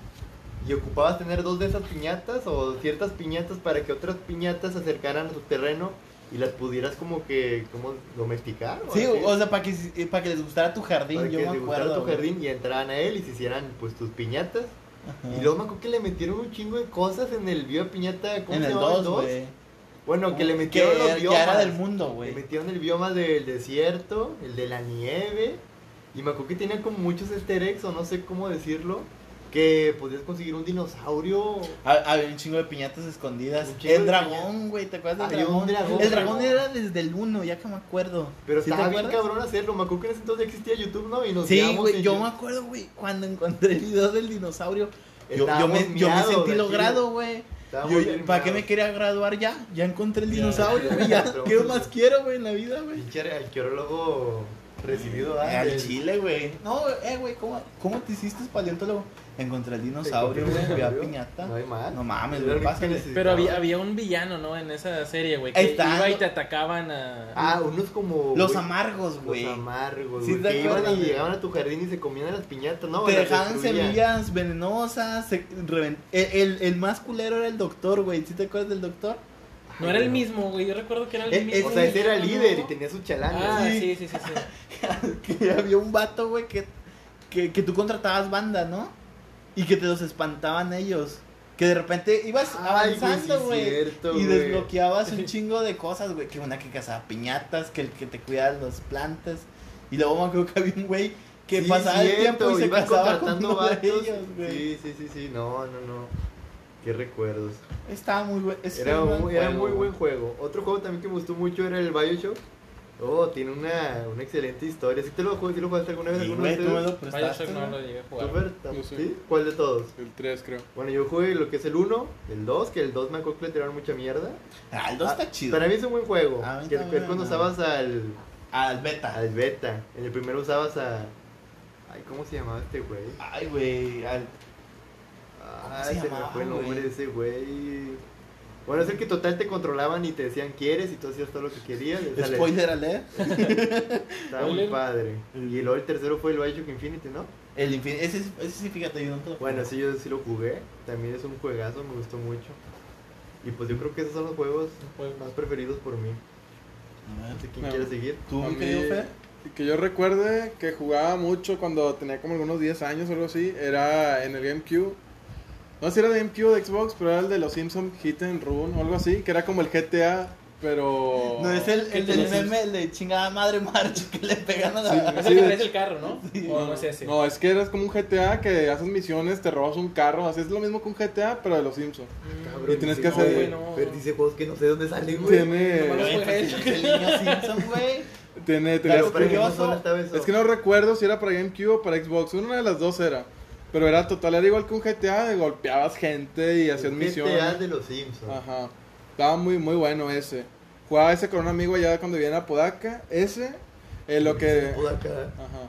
Speaker 3: y ocupabas tener dos de esas piñatas o ciertas piñatas para que otras piñatas se acercaran a tu terreno y las pudieras como que como domesticar. o
Speaker 1: Sí,
Speaker 3: así,
Speaker 1: o sea, para que, eh, para que les gustara tu jardín,
Speaker 3: para
Speaker 1: yo
Speaker 3: que
Speaker 1: me
Speaker 3: se gustara
Speaker 1: acuerdo.
Speaker 3: tu
Speaker 1: güey.
Speaker 3: jardín y entraran a él y se hicieran pues tus piñatas.
Speaker 1: Ajá.
Speaker 3: Y luego me acuerdo que le metieron un chingo de cosas en el Viva Piñata, ¿cómo
Speaker 1: en
Speaker 3: se
Speaker 1: el
Speaker 3: llamaba el
Speaker 1: 2,
Speaker 3: dos?
Speaker 1: güey.
Speaker 3: Bueno, que le
Speaker 1: Que
Speaker 3: metieron los
Speaker 1: era- ya
Speaker 3: biomas.
Speaker 1: era del mundo,
Speaker 3: Le
Speaker 1: güey.
Speaker 3: metieron el bioma del desierto, el de la nieve. Y me acuerdo que tenía como muchos easter eggs, o no sé cómo decirlo. Que podías conseguir un dinosaurio.
Speaker 1: Ha- Ah, Había un chingo de piñatas escondidas.
Speaker 3: Un chingo
Speaker 1: El
Speaker 3: de
Speaker 1: dragón, güey, ¿te acuerdas del
Speaker 3: Había
Speaker 1: dragón?
Speaker 3: un dragón,
Speaker 1: El dragón
Speaker 3: ¿no?
Speaker 1: era desde el 1, ya que me acuerdo.
Speaker 3: Pero
Speaker 1: ¿Sí te
Speaker 3: estaba bien
Speaker 1: acuerdas?
Speaker 3: cabrón hacerlo. Me acuerdo que en ese entonces ya existía YouTube, ¿no? Y nos
Speaker 1: Sí,
Speaker 3: veíamos
Speaker 1: güey,
Speaker 3: en
Speaker 1: yo me
Speaker 3: YouTube.
Speaker 1: acuerdo, güey, cuando encontré el video del dinosaurio. Yo, yo
Speaker 3: Estábamos
Speaker 1: me, yo me
Speaker 3: miados
Speaker 1: sentí
Speaker 3: de
Speaker 1: logrado,
Speaker 3: aquí.
Speaker 1: güey.
Speaker 3: Estábamos
Speaker 1: Yo-
Speaker 3: bien
Speaker 1: ¿Para qué me
Speaker 3: miados.
Speaker 1: quería graduar ya? Ya encontré el
Speaker 2: Ya,
Speaker 1: dinosaurio,
Speaker 3: ya,
Speaker 1: güey.
Speaker 3: ya,
Speaker 1: Ya,
Speaker 3: pero-
Speaker 1: ¿qué más quiero, güey, en la vida, güey?
Speaker 3: Pinche arqueólogo recibido
Speaker 1: Eh, Al
Speaker 3: antes.
Speaker 1: chile, güey. No, eh, güey, ¿cómo, ¿cómo te hiciste paleontólogo? Encontré el dinosaurio, güey, vi a piñata.
Speaker 3: No hay más.
Speaker 1: No mames,
Speaker 3: Era lo
Speaker 1: güey,
Speaker 3: único que
Speaker 1: pásale.
Speaker 3: necesitaba.
Speaker 2: Pero había, había un villano, ¿no? En esa serie, güey. Que
Speaker 1: Ahí está.
Speaker 2: iba y te atacaban a...
Speaker 3: Ah, unos como.
Speaker 1: Los
Speaker 3: güey,
Speaker 1: amargos,
Speaker 3: Los
Speaker 1: güey.
Speaker 3: amargos,
Speaker 1: Sí,
Speaker 3: güey.
Speaker 1: te
Speaker 3: que iban
Speaker 1: acuerdas,
Speaker 3: y
Speaker 1: güey.
Speaker 3: llegaban a tu jardín y se comían a las piñatas, ¿no?
Speaker 1: Te
Speaker 3: Las
Speaker 1: dejaban
Speaker 3: destruían.
Speaker 1: semillas venenosas. se reven- el, el- el más culero era el doctor, güey. ¿Sí te acuerdas del doctor?
Speaker 2: No era el mismo, güey. Yo recuerdo que era el
Speaker 1: Eh,
Speaker 2: mismo.
Speaker 1: ese
Speaker 3: O sea, ese era el
Speaker 2: ¿no?
Speaker 3: líder y tenía su chalana.
Speaker 2: Ah,
Speaker 1: Sí.
Speaker 2: sí, sí, sí, sí.
Speaker 1: Que había un vato, güey, que, que, que tú contratabas banda, ¿no? Y que te los espantaban ellos. Que de repente ibas
Speaker 3: Ay, güey, sí
Speaker 1: avanzando,
Speaker 3: es
Speaker 1: güey.
Speaker 3: cierto,
Speaker 1: Y
Speaker 3: güey.
Speaker 1: desbloqueabas un chingo de cosas, güey. Que una que cazaba piñatas, que el que te cuidaba las plantas. Y luego me acuerdo que había un güey que
Speaker 3: Sí,
Speaker 1: pasaba el
Speaker 3: cierto,
Speaker 1: tiempo y se
Speaker 3: ibas
Speaker 1: casaba con
Speaker 3: contratando
Speaker 1: uno de
Speaker 3: vatos.
Speaker 1: ellos, güey.
Speaker 3: Sí, sí, sí, sí, no, no, no. Qué recuerdos.
Speaker 1: Estaba muy bueno.
Speaker 3: Era, un, era muy
Speaker 1: bueno
Speaker 3: buen juego. Otro juego también que me gustó mucho era el Bioshock. Oh, tiene una, una excelente historia. Si te lo juego, si lo jugaste alguna vez,
Speaker 1: Sí,
Speaker 3: alguno
Speaker 1: güey,
Speaker 3: de
Speaker 1: tú me
Speaker 3: ustedes?
Speaker 1: lo prestaste.
Speaker 2: Bioshock no
Speaker 1: güey.
Speaker 2: lo llegué a
Speaker 3: ¿Tú,
Speaker 2: jugar.
Speaker 3: Berta?
Speaker 4: Yo sí.
Speaker 3: ¿Sí? ¿Cuál de todos?
Speaker 4: El 3, creo.
Speaker 3: Bueno, yo jugué lo que es el 1, el 2, que el 2 me acuerdo que le tiraron mucha mierda.
Speaker 1: Ah, el 2
Speaker 3: Ah,
Speaker 1: está chido.
Speaker 3: Para mí es un buen juego.
Speaker 1: A mí
Speaker 3: Que
Speaker 1: también,
Speaker 3: es cuando
Speaker 1: no.
Speaker 3: usabas al,
Speaker 1: Al beta.
Speaker 3: al beta. En el primero usabas a. Ay, ¿cómo se llamaba este güey?
Speaker 1: Ay, güey. al-
Speaker 3: Ah,
Speaker 1: se
Speaker 3: se, me
Speaker 1: llamaba,
Speaker 3: fue el nombre
Speaker 1: güey?
Speaker 3: de ese güey. Bueno, es el que total te controlaban y te decían quieres y tú hacías todo lo que querías. Esa le-
Speaker 1: Spoiler alert.
Speaker 3: Estaba muy
Speaker 2: Spoiler.
Speaker 3: padre. Y luego el tercero fue el Bioshock Infinity, ¿no?
Speaker 1: El infin- Ese, es- ese sí, fíjate, yo nunca lo
Speaker 3: Bueno,
Speaker 1: jugué.
Speaker 3: sí, yo sí lo jugué. También es un juegazo, me gustó mucho. Y pues yo creo que esos son los juegos
Speaker 2: Juegos.
Speaker 3: más preferidos por mí.
Speaker 1: A ver,
Speaker 3: No sé quién
Speaker 4: No.
Speaker 3: quiere seguir.
Speaker 1: ¿Tú,
Speaker 4: A
Speaker 1: mi
Speaker 4: mí-
Speaker 1: querido Fer?
Speaker 4: Que yo recuerde que jugaba mucho cuando tenía como algunos 10 años o algo así. Era en el GameCube. No sé si era de GameCube o de Xbox, pero era el de los Simpsons Hit and Run o algo así. Que era como el GTA, pero.
Speaker 1: No, es el,
Speaker 2: ¿Qué
Speaker 1: el del
Speaker 2: tienes?
Speaker 1: meme el de chingada madre March que le pegan a la.
Speaker 4: Sí,
Speaker 2: Es el que
Speaker 4: de
Speaker 2: traes
Speaker 4: hecho.
Speaker 2: el carro, ¿no? O no es ese.
Speaker 4: No, es que eres como un GTA que haces misiones, te robas un carro. Así es lo mismo que un GTA, pero de los Simpsons.
Speaker 3: Cabrón,
Speaker 4: Y tienes
Speaker 3: dice,
Speaker 4: que
Speaker 3: no,
Speaker 4: hacer-
Speaker 3: güey,
Speaker 2: No.
Speaker 3: Pero dice juegos que no sé dónde salen, güey.
Speaker 4: Tiene.
Speaker 2: Nomás
Speaker 1: Güey,
Speaker 2: fue
Speaker 1: pues,
Speaker 2: eso.
Speaker 1: el niño Simpson, güey.
Speaker 4: Tiene, tenías
Speaker 3: Claro, pero
Speaker 4: que-
Speaker 3: que no
Speaker 1: curioso.
Speaker 3: solo estaba eso.
Speaker 4: Es que no recuerdo si era para GameCube o para Xbox, una de las dos era. Pero era total, era igual que un GTA, de golpeabas gente y hacías
Speaker 3: El
Speaker 4: misiones.
Speaker 3: GTA de los Simpsons.
Speaker 4: Ajá. Estaba muy, muy bueno ese. Jugaba ese con un amigo allá cuando vivía en Apodaca. Ese, eh, lo que.
Speaker 3: Pudo acá.
Speaker 4: Ajá.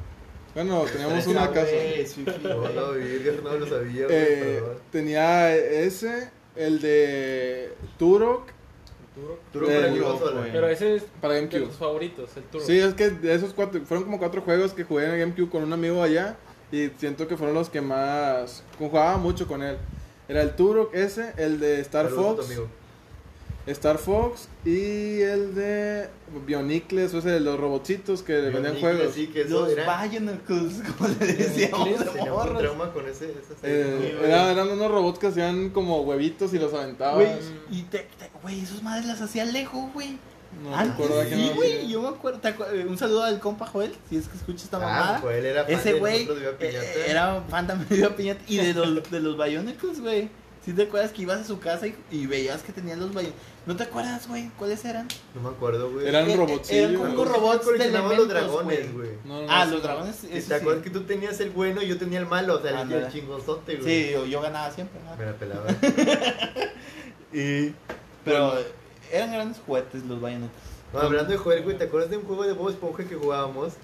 Speaker 4: Bueno, teníamos
Speaker 3: Tres
Speaker 4: una casa.
Speaker 3: cabezas, sí, sí, no, no, virgen, no lo sabía, güey,
Speaker 4: Eh,
Speaker 3: perdón.
Speaker 4: tenía ese, el de Turok
Speaker 3: Tú no fueras
Speaker 4: eh,
Speaker 3: ni
Speaker 4: no,
Speaker 3: consola.
Speaker 1: güey.
Speaker 2: Pero ese es
Speaker 4: para
Speaker 2: de
Speaker 4: GameCube.
Speaker 2: tus favoritos, el Turbo. Ah,
Speaker 4: Sí, es que de esos cuatro, fueron como cuatro juegos que jugué en el GameCube con un amigo allá y siento que fueron los que más como jugaba mucho con él. Era el Turok ese, el de Star
Speaker 3: Saludos a tu
Speaker 4: Fox,
Speaker 3: amigo.
Speaker 4: Star Fox y el de Bionicles, o ese de los robotitos que
Speaker 3: Yo
Speaker 4: vendían
Speaker 3: ni
Speaker 4: juegos.
Speaker 3: crecí que eso
Speaker 1: Los
Speaker 3: era-
Speaker 1: Bionicles, como le
Speaker 3: Tenía
Speaker 1: decíamos de
Speaker 3: un
Speaker 1: morros.
Speaker 3: trauma con ese, esa serie.
Speaker 4: Eh, era- eran unos robots que hacían como huevitos y los aventaban.
Speaker 1: Güey, y te, te- güey, esos madres las hacía lejos, güey.
Speaker 4: No me
Speaker 1: Antes
Speaker 4: acuerdo de qué
Speaker 1: Ah, sí,
Speaker 4: nombre.
Speaker 1: güey, yo me acuerdo. te acu- eh, Un saludo al compa Joel, si es que escucha esta
Speaker 3: Ah,
Speaker 1: mamada.
Speaker 3: Joel era fan
Speaker 1: Ese
Speaker 3: de
Speaker 1: güey
Speaker 3: nosotros, Viva Piñata.
Speaker 1: eh, era fan también de Viva Piñata y de los, de los Bionicles, güey. Si te acuerdas que ibas a su casa y, y veías que tenían los Bionicles? ¿No te acuerdas, güey? ¿Cuáles eran?
Speaker 3: No me acuerdo, güey.
Speaker 4: Eran
Speaker 1: Eh, eh,
Speaker 4: robotcillos.
Speaker 1: eran como
Speaker 4: güey.
Speaker 1: robots de
Speaker 3: Coleccionaban los
Speaker 1: elementos,
Speaker 3: dragones,
Speaker 1: güey.
Speaker 3: güey.
Speaker 4: No, no,
Speaker 1: Ah,
Speaker 4: no,
Speaker 1: los
Speaker 4: no.
Speaker 1: dragones.
Speaker 3: ¿Te
Speaker 1: eso sí.
Speaker 3: acuerdas que tú tenías el bueno y yo tenía el malo? O sea, el,
Speaker 1: Ándale.
Speaker 3: el chingonzote, güey.
Speaker 1: Sí, yo, yo ganaba siempre. ¿no?
Speaker 3: Me la pelaba.
Speaker 1: Y- pero eh,
Speaker 4: Bueno.
Speaker 1: eran grandes juguetes los Bionicles.
Speaker 3: No, hablando de jugar, güey, ¿te acuerdas de un juego de Bob Esponja que jugábamos?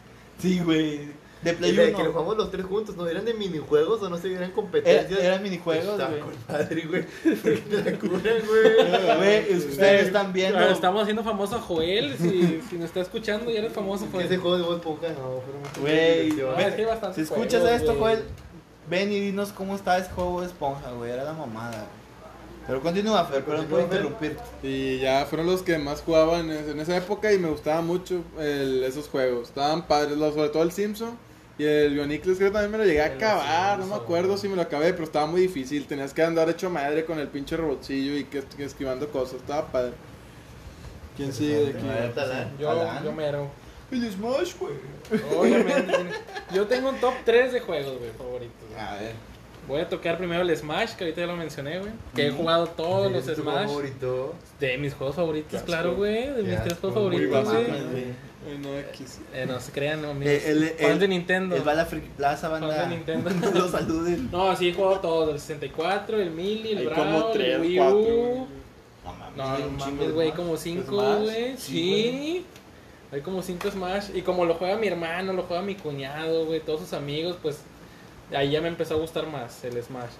Speaker 1: Sí, güey. De Play
Speaker 3: De que lo
Speaker 1: 1.
Speaker 3: jugamos los tres juntos, ¿no? ¿Eran de minijuegos o no sé, eran
Speaker 1: Era-
Speaker 3: competencias?
Speaker 1: eran minijuegos,
Speaker 3: Está
Speaker 1: güey.
Speaker 3: con madre, güey. Porque te la curan, güey.
Speaker 1: Güey, es que ustedes están viendo.
Speaker 2: Ah, Estamos haciendo famoso a Joel. Si, si nos está escuchando, ya eres famoso,
Speaker 3: Que Ese
Speaker 2: Joel.
Speaker 3: juego de Bob Esponja, no, fueron muchas
Speaker 1: Güey,
Speaker 2: No,
Speaker 3: diversiones.
Speaker 2: es que hay bastantes
Speaker 1: Si escuchas
Speaker 2: juegos,
Speaker 1: esto,
Speaker 2: güey.
Speaker 1: Joel, ven y dinos cómo está ese juego de esponja, güey. Era la mamada, güey. Pero continúa, Fer, pero no puedo
Speaker 3: Continúa, Fer.
Speaker 1: interrumpir.
Speaker 4: Y ya fueron los que más jugaban en en esa época y me gustaban mucho el- esos juegos. Estaban padres, los- sobre todo el Simpson y el Bionicles, creo que también me lo llegué a
Speaker 2: El
Speaker 4: acabar. No me
Speaker 2: Simpson.
Speaker 4: acuerdo si me lo acabé, pero estaba muy difícil. Tenías que andar hecho madre con el pinche robotcillo y que, que esquivando cosas. Estaba padre. ¿Quién sigue de
Speaker 3: A ver,
Speaker 4: aquí?
Speaker 3: Talán.
Speaker 2: Yo,
Speaker 1: Alan.
Speaker 2: yo mero.
Speaker 1: El Smash, güey.
Speaker 2: Obviamente. tiene- Yo tengo un top 3 de juegos, güey, favoritos. güey.
Speaker 1: A ver.
Speaker 2: Voy a tocar primero el Smash, que ahorita ya lo mencioné, güey. Que he
Speaker 1: Mm.
Speaker 2: jugado todos los
Speaker 3: ¿Eres tu
Speaker 2: Smash.
Speaker 3: favorito?
Speaker 2: De mis juegos favoritos,
Speaker 4: Qué
Speaker 2: claro,
Speaker 4: asco.
Speaker 2: güey. De
Speaker 3: Qué
Speaker 2: mis tres
Speaker 3: asco,
Speaker 2: juegos
Speaker 3: muy
Speaker 2: favoritos,
Speaker 4: basura,
Speaker 2: güey.
Speaker 4: Ay, no, aquí sí.
Speaker 2: Eh, no se crean, no, amigos.
Speaker 1: Eh, el-
Speaker 2: Fans
Speaker 1: el-
Speaker 2: de Nintendo.
Speaker 1: El Bala Friki Plaza,
Speaker 2: Fans
Speaker 1: banda.
Speaker 2: de Nintendo.
Speaker 1: Los saluden.
Speaker 2: No, sí he jugado todos. El 64, el Mili, el
Speaker 4: Hay
Speaker 2: Brawl,
Speaker 4: como tres,
Speaker 2: el Wii U.
Speaker 4: cuatro, güey.
Speaker 1: No
Speaker 2: No,
Speaker 1: hay
Speaker 2: no
Speaker 1: un chingo
Speaker 2: mames,
Speaker 1: de
Speaker 2: güey,
Speaker 1: Smash.
Speaker 2: como cinco,
Speaker 4: Smash,
Speaker 2: güey. Sí. Hay como cinco Smash. Y como lo juega mi hermano, lo juega mi cuñado, güey, todos sus amigos, pues ahí ya me empezó a gustar más el Smash.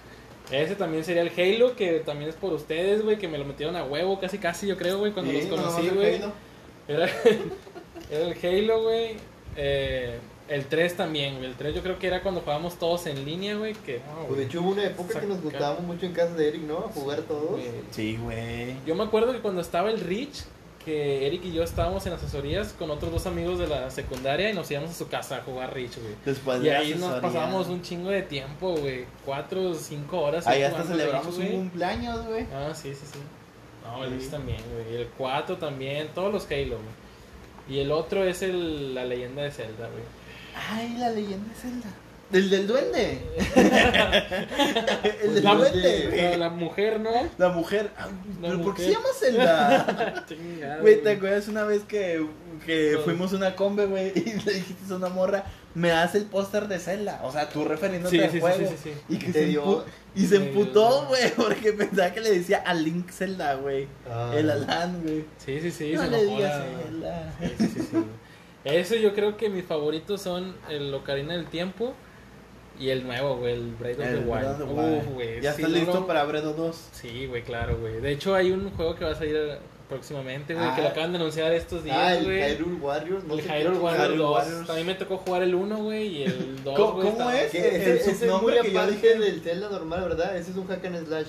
Speaker 2: Ese también sería el Halo, que también es por ustedes, güey, que me lo metieron a huevo casi casi, yo creo, güey, cuando
Speaker 1: Sí,
Speaker 2: los
Speaker 1: no,
Speaker 2: conocí,
Speaker 1: no,
Speaker 2: güey.
Speaker 1: Halo.
Speaker 2: Era, era el Halo, güey. Eh, el 3 también, güey. El 3 yo creo que era cuando jugábamos todos en línea, güey. Que, no,
Speaker 3: Pues de
Speaker 2: güey.
Speaker 3: hecho hubo una época que nos juntábamos mucho en casa de Eric, ¿no? A jugar todos.
Speaker 2: Güey,
Speaker 1: Sí, güey.
Speaker 2: Yo me acuerdo que cuando estaba el Rich, que Eric y yo estábamos en asesorías con otros dos amigos de la secundaria y nos íbamos a su casa a jugar Rich, güey.
Speaker 1: Después
Speaker 2: y
Speaker 1: Pues de
Speaker 2: ahí nos
Speaker 1: asesoría.
Speaker 2: pasamos un chingo de tiempo, güey. Cuatro o cinco horas.
Speaker 1: Ahí hasta
Speaker 2: jugando
Speaker 1: celebramos
Speaker 2: Rich,
Speaker 1: un
Speaker 2: güey.
Speaker 1: cumpleaños, güey.
Speaker 2: Ah, sí, sí, sí. No, el
Speaker 1: Sí.
Speaker 2: Rich también, güey. El 4 también, todos los Halo, güey. Y el otro es el, la leyenda de Zelda, güey.
Speaker 1: Ay, la leyenda de Zelda. El del duende. el del
Speaker 2: La-
Speaker 1: duende.
Speaker 3: Sí.
Speaker 2: No, la mujer, ¿no?
Speaker 1: La mujer. ah,
Speaker 2: La
Speaker 1: ¿Pero por qué se
Speaker 2: mujer.
Speaker 1: llama Zelda?
Speaker 2: Chingado,
Speaker 1: Güey, ¿te
Speaker 2: güey.
Speaker 1: acuerdas una vez que, que
Speaker 2: No.
Speaker 1: fuimos a una combe, güey, y le dijiste a una morra, me hace el póster de Zelda? O sea, tú refiriéndote
Speaker 2: Sí,
Speaker 1: al
Speaker 2: sí, sí,
Speaker 1: juego.
Speaker 2: sí, sí, sí.
Speaker 1: Y que
Speaker 3: Te
Speaker 1: se,
Speaker 3: dio-
Speaker 1: empu- y se
Speaker 2: me dio-
Speaker 1: emputó, güey, porque pensaba que le decía a Link Zelda, güey.
Speaker 3: Ah.
Speaker 1: El Alan, güey.
Speaker 2: Sí, sí, sí,
Speaker 1: no
Speaker 2: se
Speaker 1: le
Speaker 2: enojó
Speaker 1: digas
Speaker 2: la-
Speaker 1: Zelda.
Speaker 2: Sí, sí, sí, sí, güey. Eso yo creo que mis favoritos son el Ocarina del Tiempo y el nuevo, güey, el Breath of the
Speaker 1: El
Speaker 2: Wild.
Speaker 1: Breath of the Wild.
Speaker 2: Uf, güey,
Speaker 1: ya
Speaker 2: sí
Speaker 1: está listo
Speaker 2: duró-
Speaker 1: para Bredo 2.
Speaker 2: Sí, güey, claro, güey. De hecho, hay un juego que va a salir eh, próximamente, güey, que
Speaker 1: Ah.
Speaker 2: lo acaban de anunciar estos días,
Speaker 3: Ah, el
Speaker 2: güey.
Speaker 3: Hyrule Warriors. no
Speaker 2: El
Speaker 3: sé qué
Speaker 2: Hyrule Warriors
Speaker 1: Hyrule
Speaker 2: 2.
Speaker 1: Warriors.
Speaker 2: También me tocó jugar el 1, güey, y el 2,
Speaker 1: ¿Cómo-
Speaker 2: güey.
Speaker 1: cómo
Speaker 2: está-
Speaker 1: es?
Speaker 3: ¿Qué? Ese,
Speaker 1: El
Speaker 3: ese es
Speaker 1: subnombre
Speaker 3: muy
Speaker 1: que yo
Speaker 3: aparte
Speaker 1: dije.
Speaker 3: del Zelda normal, ¿verdad? Ese es un hack and slash,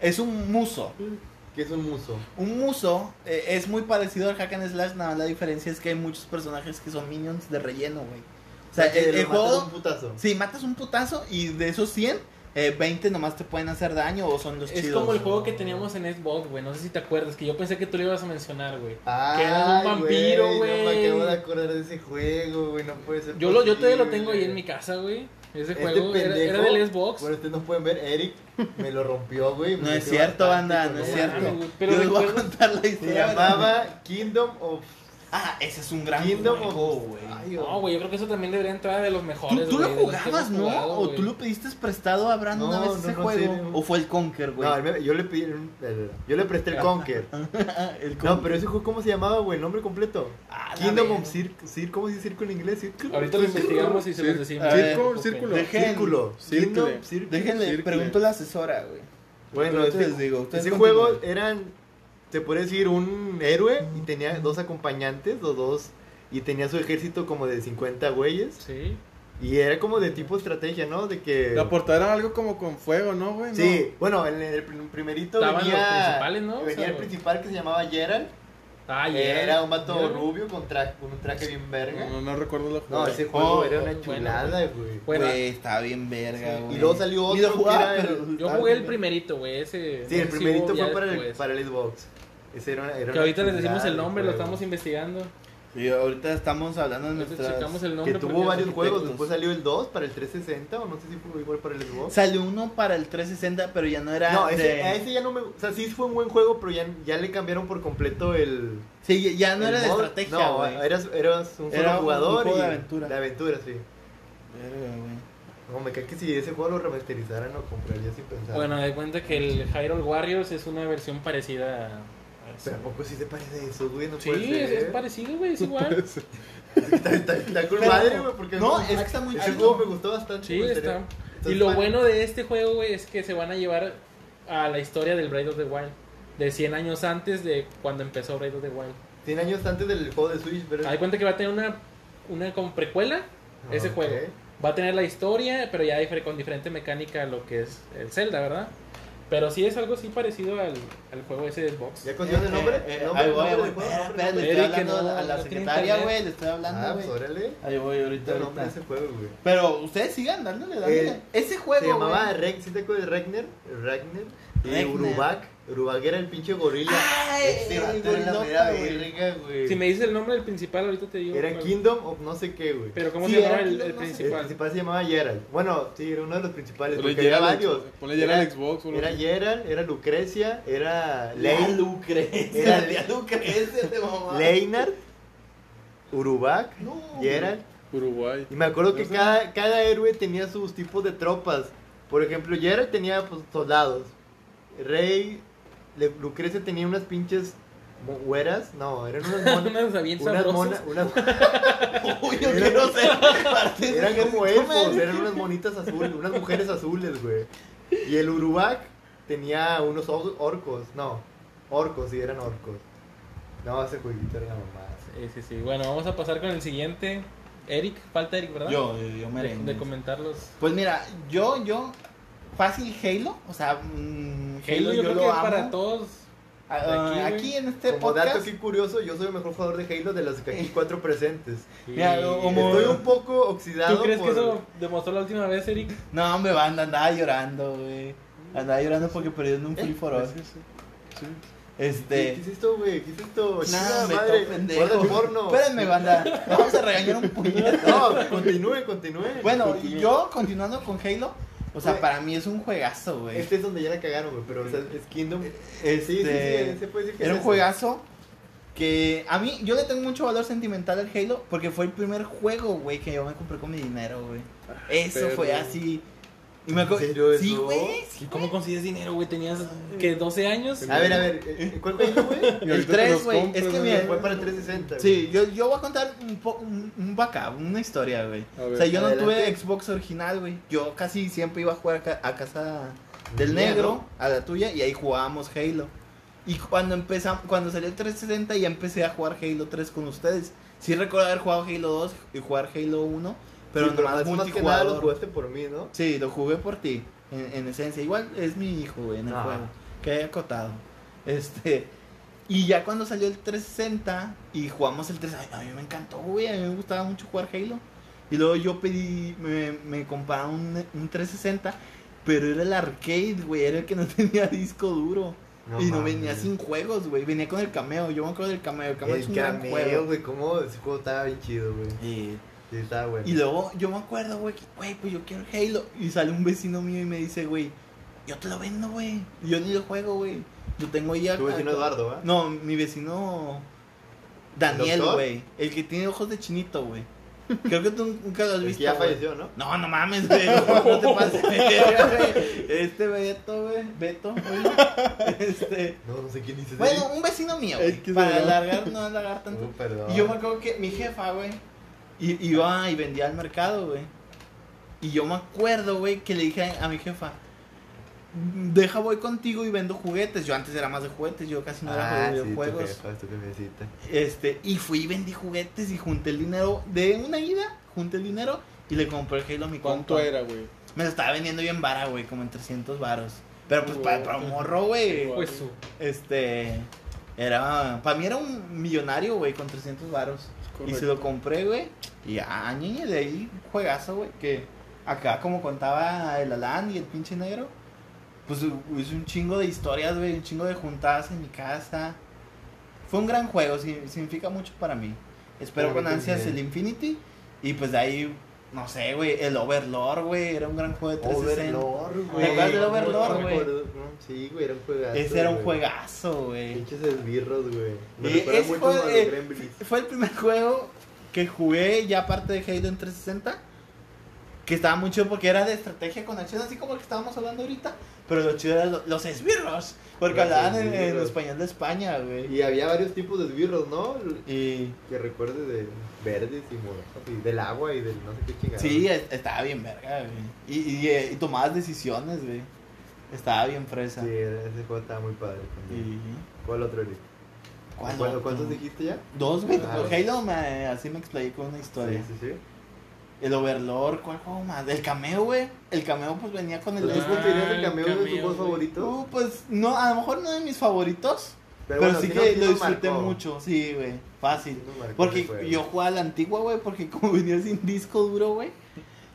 Speaker 1: Es un muso.
Speaker 3: que es un muso.
Speaker 1: Un muso eh, es muy parecido al hack and slash, nada más la diferencia es que hay muchos personajes que son minions de relleno, güey. O sea,
Speaker 3: que
Speaker 1: el,
Speaker 3: lo
Speaker 1: el
Speaker 3: matan
Speaker 1: juego,
Speaker 3: un putazo.
Speaker 1: si matas un putazo y de esos 100, eh, 20 nomás te pueden hacer daño o son los
Speaker 2: Es
Speaker 1: chidos.
Speaker 2: como el juego que teníamos en Xbox, güey. No sé si te acuerdas, que yo pensé que tú lo ibas a mencionar, güey.
Speaker 3: Ay,
Speaker 2: que era un vampiro,
Speaker 3: No me
Speaker 2: güey.
Speaker 3: acabo de acordar de ese juego, güey. No puede ser.
Speaker 2: Yo, lo, yo todavía lo
Speaker 3: posible.
Speaker 2: tengo ahí en mi casa, güey. Ese
Speaker 3: Este
Speaker 2: juego era, era
Speaker 3: pendejo,
Speaker 2: del Xbox.
Speaker 3: Bueno, ustedes no pueden ver, Eric me lo rompió, güey. me
Speaker 1: No es
Speaker 3: metió
Speaker 1: cierto,
Speaker 3: bastante,
Speaker 1: banda, no es
Speaker 3: güey.
Speaker 2: mames,
Speaker 1: cierto.
Speaker 2: güey, pero
Speaker 1: Yo les voy a
Speaker 2: recuerdo-
Speaker 1: contar la
Speaker 3: Se
Speaker 1: historia.
Speaker 3: llamaba Kingdom of
Speaker 1: Ah, ese es un gran
Speaker 3: Kingdom of-
Speaker 1: juego, güey.
Speaker 3: Ay,
Speaker 2: No, güey, yo creo que eso también debería entrar de los
Speaker 1: ¿Tú,
Speaker 2: mejores.
Speaker 1: tú lo
Speaker 2: güey, de los que
Speaker 1: jugabas,
Speaker 2: hemos
Speaker 1: no?
Speaker 2: jugado,
Speaker 1: ¿O
Speaker 2: güey.
Speaker 1: tú lo pediste prestado a Brandon una
Speaker 3: No,
Speaker 1: vez
Speaker 3: no,
Speaker 1: ese
Speaker 3: no,
Speaker 1: juego?
Speaker 3: sí, no.
Speaker 1: ¿O fue el Conker, güey?
Speaker 3: No, a mí- yo le pedí. el- el- Yo le presté el Conker.
Speaker 1: Ah, el
Speaker 3: No, pero ese juego, ¿cómo se llamaba, güey? El nombre completo.
Speaker 1: Ah, la
Speaker 3: Kingdom
Speaker 1: verga.
Speaker 3: of Circle. ¿Cómo se dice Circle en inglés? Circle.
Speaker 2: Ahorita lo investigamos y se los
Speaker 4: Cir-
Speaker 2: decimos.
Speaker 1: círculo,
Speaker 2: Ok.
Speaker 4: círculo.
Speaker 1: Dejen-
Speaker 3: Círculo.
Speaker 4: Circle.
Speaker 3: Kingdom Circle.
Speaker 1: Déjenle,
Speaker 4: Circle.
Speaker 1: pregunto a la asesora, güey.
Speaker 3: Bueno,
Speaker 1: Ahorita
Speaker 3: este,
Speaker 1: les digo, ustedes
Speaker 3: ese
Speaker 1: continúen.
Speaker 3: juego eran, se puede decir, un héroe y tenía dos acompañantes o dos y tenía su ejército como de 50 güeyes
Speaker 2: Sí.
Speaker 3: y era como de tipo estrategia, ¿no? De que...
Speaker 4: La portada era algo como con fuego, ¿no, güey? No.
Speaker 3: Sí, bueno, en el prim- primerito
Speaker 2: Estaban
Speaker 3: venía,
Speaker 2: los principales, ¿no? O
Speaker 3: venía
Speaker 2: sea,
Speaker 3: el principal que se llamaba Gerald,
Speaker 2: Ah, ya.
Speaker 3: Eh, era un vato
Speaker 2: Ya.
Speaker 3: rubio con, tra- con un traje bien verga.
Speaker 4: No, no recuerdo la
Speaker 3: No,
Speaker 4: jugada.
Speaker 3: ese juego
Speaker 1: Mm. Oh,
Speaker 3: era
Speaker 2: bueno,
Speaker 3: una chulada, güey.
Speaker 2: Bueno,
Speaker 1: Güey, estaba bien verga,
Speaker 2: Sí.
Speaker 1: güey.
Speaker 3: Y luego salió
Speaker 1: Mm. Ni lo
Speaker 3: otro que
Speaker 1: jugaba,
Speaker 3: era-
Speaker 1: pero
Speaker 2: yo
Speaker 1: estaba
Speaker 2: jugué el
Speaker 1: bien
Speaker 2: primerito, güey. Ese.
Speaker 3: Sí, el
Speaker 2: ese
Speaker 3: primerito
Speaker 2: hubo ya
Speaker 3: fue para el,
Speaker 1: pues.
Speaker 2: después.
Speaker 3: para el Xbox. Ese era, era
Speaker 2: Que
Speaker 3: una
Speaker 2: ahorita les
Speaker 3: chulada
Speaker 2: decimos el nombre, lo
Speaker 3: juego.
Speaker 2: estamos investigando.
Speaker 1: verga. Sí, ahorita estamos hablando de
Speaker 2: Entonces
Speaker 1: nuestras...
Speaker 2: checamos el
Speaker 3: Que
Speaker 2: nombre.
Speaker 3: tuvo
Speaker 2: porque-
Speaker 3: varios juegos,
Speaker 1: arquitectos.
Speaker 3: después salió el 2 para el 360 o no sé si fue igual para el Xbox.
Speaker 1: Salió uno para el 360, pero ya no era
Speaker 3: No, ese,
Speaker 1: de-
Speaker 3: a ese ya no me... O sea, sí fue un buen juego, pero ya, ya le cambiaron por completo el...
Speaker 1: Sí, ya- ya no
Speaker 3: el
Speaker 1: era de
Speaker 3: mod.
Speaker 1: estrategia,
Speaker 3: No,
Speaker 1: güey.
Speaker 3: eras, eras un solo
Speaker 1: Era un
Speaker 3: jugador
Speaker 1: juego
Speaker 3: y...
Speaker 1: de aventura.
Speaker 3: De aventura, sí.
Speaker 1: Verga, güey.
Speaker 3: No, me cae que si ese juego lo remasterizaran lo compraría sin pensar.
Speaker 2: Bueno, de cuenta que el Hyrule Warriors es una versión parecida a. a eso.
Speaker 3: Pero ¿a poco sí se parece a eso, güey? No
Speaker 2: Sí,
Speaker 3: puede
Speaker 2: es,
Speaker 3: ser.
Speaker 2: es parecido, güey, es igual.
Speaker 3: Está, está- está con
Speaker 1: Pero-
Speaker 3: madre, güey, porque...
Speaker 1: No, es que está muy
Speaker 3: Ese
Speaker 1: chido.
Speaker 3: juego me gustó bastante.
Speaker 2: Sí,
Speaker 3: güey,
Speaker 2: está. Y
Speaker 3: sería-
Speaker 2: lo bueno de este juego, güey, es que se van a llevar a la historia del Breath of the Wild. De 100 años antes de cuando empezó Breath of the Wild.
Speaker 3: 100 años antes del juego de Switch, pero...
Speaker 2: Hay cuenta que va a tener una, una como precuela, ese
Speaker 3: Ok.
Speaker 2: juego. Va a tener la historia, pero ya difer- con diferente mecánica a lo que es el Zelda, ¿verdad? Pero sí es algo así parecido al, al juego ese de Xbox.
Speaker 3: ¿Ya consigues el nombre?
Speaker 1: Eh, eh,
Speaker 3: ¿El nombre?
Speaker 1: ahí
Speaker 3: ¿El
Speaker 1: voy,
Speaker 3: nombre
Speaker 1: güey.
Speaker 3: del juego? ¿El nombre?
Speaker 1: Espera, le estoy
Speaker 2: Eric,
Speaker 1: hablando
Speaker 2: que
Speaker 1: a
Speaker 2: no-
Speaker 1: la- a
Speaker 2: no
Speaker 1: la
Speaker 2: tiene
Speaker 1: secretaria,
Speaker 2: internet.
Speaker 1: güey. Le estoy
Speaker 3: Ah,
Speaker 1: hablando,
Speaker 3: pues
Speaker 1: güey.
Speaker 3: órale.
Speaker 1: Ahí voy ahorita,
Speaker 3: El nombre de
Speaker 1: ahorita.
Speaker 3: ese juego, güey.
Speaker 1: Pero ustedes sigan dándole, dándole.
Speaker 3: Eh,
Speaker 1: Ese juego,
Speaker 3: Se llamaba
Speaker 1: güey.
Speaker 3: Reg, ¿sí te acuerdas de Regner? Regner. Y
Speaker 1: Regner.
Speaker 3: Urubak. Urubak era el pinche gorila.
Speaker 1: Ay,
Speaker 3: Este
Speaker 1: el
Speaker 3: vato era la
Speaker 1: gorilota,
Speaker 3: mera
Speaker 1: güey.
Speaker 3: verga, güey.
Speaker 2: Si me dices el nombre del principal, ahorita te digo.
Speaker 3: Era
Speaker 2: cuál.
Speaker 3: Kingdom of no sé qué, güey.
Speaker 2: Pero ¿cómo
Speaker 1: Sí,
Speaker 2: se llamaba
Speaker 1: era
Speaker 2: el,
Speaker 1: Kingdom,
Speaker 2: el
Speaker 1: no sé.
Speaker 3: El
Speaker 2: principal?
Speaker 3: principal se llamaba Gerald. Bueno, sí, era uno de los principales,
Speaker 4: Ponle
Speaker 3: porque había
Speaker 4: Geralt,
Speaker 3: varios.
Speaker 4: ponle Geralt
Speaker 3: Era-
Speaker 4: Xbox, boludo.
Speaker 3: Era Gerald, era Lucrecia,
Speaker 1: La
Speaker 3: era Lei-
Speaker 1: Lucrecia.
Speaker 3: Era-
Speaker 1: La Lucrecia de mamá.
Speaker 3: Leinard, Urubak,
Speaker 1: No,
Speaker 3: Gerald.
Speaker 4: Uruguay.
Speaker 3: Y me acuerdo que
Speaker 4: Ese-
Speaker 3: cada, cada héroe tenía sus tipos de tropas. Por ejemplo, Geralt tenía pues, soldados. Rey, Le- Lucrecia tenía unas pinches mo- güeras. No, eran unas monas.
Speaker 2: Unas bien
Speaker 3: unas
Speaker 2: sabrosas.
Speaker 3: monas. unas-
Speaker 1: Uy, yo quiero ser parte de ese
Speaker 3: eran como
Speaker 1: ejército,
Speaker 3: elfos,
Speaker 1: madre.
Speaker 3: eran unas monitas azules, unas mujeres azules, güey. Y el Urubac tenía unos or- orcos. No, orcos, sí, eran orcos. No, ese jueguito era una mamada.
Speaker 2: Sí, sí, sí. Bueno, vamos a pasar con el siguiente. Eric, falta Eric, ¿verdad?
Speaker 1: Yo, yo, yo
Speaker 2: De,
Speaker 1: merengue.
Speaker 2: de comentarlos.
Speaker 1: Pues mira, yo, yo, fácil Halo, o sea, mm,
Speaker 2: Halo, yo, creo
Speaker 1: lo
Speaker 2: que
Speaker 1: amo.
Speaker 2: para todos.
Speaker 1: Ah,
Speaker 2: aquí,
Speaker 1: ah,
Speaker 2: güey.
Speaker 1: aquí, en este
Speaker 3: Como dato
Speaker 1: podcast,
Speaker 3: aquí curioso, yo soy el mejor jugador de Halo de los que aquí cuatro presentes.
Speaker 1: Mira,
Speaker 2: Y-
Speaker 1: como-
Speaker 3: Estoy un poco oxidado.
Speaker 2: ¿Tú crees que
Speaker 3: por-
Speaker 2: eso demostró la última vez, Eric?
Speaker 1: no, hombre, banda, andaba llorando, güey, andaba llorando porque perdió en
Speaker 2: Eh,
Speaker 1: un free for all,
Speaker 3: ¿Qué,
Speaker 1: este,
Speaker 3: qué es esto, güey? ¿Qué es esto?
Speaker 2: Pues
Speaker 1: no,
Speaker 3: Chingada
Speaker 1: me
Speaker 3: madre.
Speaker 1: toco pendejo,
Speaker 3: Guarda el porno.
Speaker 1: espérenme, banda, vamos a regañar un puñetazo.
Speaker 3: No, continúe, continúe.
Speaker 1: Bueno,
Speaker 3: Continúe.
Speaker 1: yo, continuando con Halo, o sea,
Speaker 3: Güey.
Speaker 1: para mí es un juegazo, güey,
Speaker 3: Este es donde ya la cagaron, güey, pero o sea, es Kingdom. sí, sí,
Speaker 1: Este,
Speaker 3: sí, se puede decir que
Speaker 1: Era
Speaker 3: es
Speaker 1: un
Speaker 3: eso.
Speaker 1: juegazo que a mí, yo le tengo mucho valor sentimental al Halo porque fue el primer juego, güey, que yo me compré con mi dinero, güey. Eso
Speaker 4: pero-
Speaker 1: fue así. Y me acuerdo-
Speaker 3: Ah, ¿En serio eso?
Speaker 1: Sí, güey.
Speaker 2: ¿Y cómo consigues dinero, güey? ¿Tenías que 12 años?
Speaker 3: A ver, a ver, eh, ¿cuál fue, güey?
Speaker 4: Y ahorita
Speaker 1: El
Speaker 4: te
Speaker 1: 3,
Speaker 4: los
Speaker 1: güey.
Speaker 4: compro,
Speaker 1: Es que
Speaker 4: ¿no?
Speaker 1: mira.
Speaker 3: Fue para 360.
Speaker 1: Sí, yo, yo voy a contar un, po, un, un backup, una historia, güey.
Speaker 4: A ver,
Speaker 1: O sea, yo no
Speaker 3: adelante.
Speaker 1: tuve Xbox original, güey. Yo casi siempre iba a jugar a ca- a casa del
Speaker 3: Mía,
Speaker 1: negro a la tuya y ahí jugábamos Halo. Y cuando empezamos, cuando salió el 360 ya empecé a jugar Halo 3 con ustedes. Sí recuerdo haber jugado Halo 2 y jugar Halo 1, pero
Speaker 3: Sí,
Speaker 1: nomás
Speaker 3: más, más que nada lo
Speaker 1: multijugador.
Speaker 3: jugaste por mí, ¿no?
Speaker 1: sí, lo jugué por ti, en, en esencia. Igual es mi hijo, güey, en el
Speaker 3: Ah.
Speaker 1: juego. Que haya acotado. Este. Y ya cuando salió el 360 y jugamos el 360, a mí me encantó, güey. A mí me gustaba mucho jugar Halo. Y luego yo pedí, me, me compraron un, un 360, pero era el arcade, güey. Era el que no tenía disco duro. y no
Speaker 3: mames.
Speaker 1: venía sin juegos, güey. Venía con el cameo. Yo me acuerdo del cameo. El cameo es
Speaker 3: El
Speaker 1: un gran
Speaker 3: cameo,
Speaker 1: juego.
Speaker 3: güey, cómo ese juego estaba bien chido, güey.
Speaker 1: Y-
Speaker 3: Sí, estaba bueno.
Speaker 1: y luego yo me acuerdo, güey, que, güey, pues yo quiero Halo. Y sale un vecino mío y me dice, güey, yo te lo vendo, güey. Yo ni lo juego, güey. Yo tengo ya.
Speaker 3: Tu vecino Eduardo, ¿va?
Speaker 1: No, mi vecino. Daniel,
Speaker 3: doctor?
Speaker 1: güey. El que tiene ojos de chinito, güey. Creo que tú nunca lo has
Speaker 3: El
Speaker 1: visto.
Speaker 3: que ya
Speaker 1: güey.
Speaker 3: falleció, ¿no?
Speaker 1: No, no mames, güey. No te pases. de verga, güey. Este Beto, güey. Beto, güey. Este.
Speaker 3: No, no sé quién dice.
Speaker 1: Bueno, un vecino mío, güey,
Speaker 4: Es que
Speaker 1: Para
Speaker 4: se va.
Speaker 1: alargar, no alargar tanto.
Speaker 3: perdón.
Speaker 1: Y yo me acuerdo que mi jefa, güey, i- iba y vendía al mercado, güey. Y yo me acuerdo, güey, que le dije a- a mi jefa, deja voy contigo y vendo juguetes. Yo antes era más de juguetes, yo casi no era
Speaker 3: Ah,
Speaker 1: de
Speaker 3: sí, tu
Speaker 1: videojuegos.
Speaker 3: jefa, tu jefecita.
Speaker 1: Este, y fui y vendí juguetes y junté el dinero de una ida, junté el dinero y le compré el Halo a mi
Speaker 4: ¿Cuánto
Speaker 1: compa.
Speaker 4: era, güey?
Speaker 1: Me lo estaba vendiendo bien vara, güey, como en 300 varos. Pero pues
Speaker 4: Wow.
Speaker 1: para, para un morro, güey,
Speaker 4: Wow.
Speaker 2: Pues su.
Speaker 1: este, era, para mí era un millonario, güey, con 300 varos. Y se lo compré, güey. Y a ñeñe de ahí, juegazo, güey. Que acá, como contaba el Alan y el pinche negro, pues hice un chingo de historias, güey. Un chingo de juntadas en mi casa. Fue un gran juego, si- significa mucho para mí. Espero
Speaker 3: Para mí
Speaker 1: con ansias
Speaker 3: también.
Speaker 1: el Infinity. Y pues de ahí, no sé, güey. El Overlord, güey. Era un gran juego de 360.
Speaker 3: Overlord,
Speaker 1: ¿Te acuerdas del
Speaker 3: No,
Speaker 1: Overlord,
Speaker 3: no me
Speaker 1: güey?
Speaker 3: acuerdo, no. Sí, güey, era un juegazo.
Speaker 1: Ese era un
Speaker 3: güey.
Speaker 1: juegazo, güey.
Speaker 3: Pinches esbirros, güey. Me
Speaker 1: Y
Speaker 3: recuerda
Speaker 1: ese
Speaker 3: mucho
Speaker 1: juego,
Speaker 3: a los
Speaker 1: eh,
Speaker 3: Gremlins.
Speaker 1: Fue el primer juego que jugué ya aparte de Halo en 360. Que estaba muy chido porque era de estrategia con acción, así como el que estábamos hablando ahorita. Pero lo chido eran los esbirros. Porque
Speaker 3: Los
Speaker 1: hablaban en, en
Speaker 3: esbirros.
Speaker 1: español de España, güey.
Speaker 3: Y había varios tipos de esbirros, ¿no?
Speaker 1: Y
Speaker 3: Que recuerde de verdes y morados y del agua y del no sé qué chingada.
Speaker 1: sí, es- estaba bien verga, güey. Y, y, eh, y tomabas decisiones, güey. Estaba bien fresa.
Speaker 3: Sí, era- ese juego estaba muy padre también.
Speaker 1: Y-
Speaker 3: ¿Cuál otro, Eric?
Speaker 1: ¿cuál
Speaker 3: ¿Cuál-
Speaker 1: otro?
Speaker 3: ¿Cuántos dijiste ya?
Speaker 1: Dos, güey.
Speaker 3: Ah,
Speaker 1: Con
Speaker 3: dos.
Speaker 1: Halo me- así me explayé con una historia.
Speaker 3: Sí, sí, sí.
Speaker 1: El Overlord, ¿cuál juego más? El cameo, güey. El cameo pues venía con el...
Speaker 3: Entonces,
Speaker 1: disco
Speaker 3: ¿cuál sería el
Speaker 2: el
Speaker 3: cameo de tu
Speaker 2: cameo,
Speaker 3: juego
Speaker 2: güey.
Speaker 3: favorito?
Speaker 1: Uh, pues no, a lo mejor no de mis favoritos, pero,
Speaker 3: bueno,
Speaker 1: sí
Speaker 3: nos-
Speaker 1: que lo
Speaker 3: nos
Speaker 1: disfruté
Speaker 3: marcó.
Speaker 1: mucho, sí, güey,
Speaker 3: Sí
Speaker 1: fácil.
Speaker 3: nos marcó ese
Speaker 1: Porque
Speaker 3: juego.
Speaker 1: yo jugaba a la antigua, güey, porque como venía sin disco duro, güey,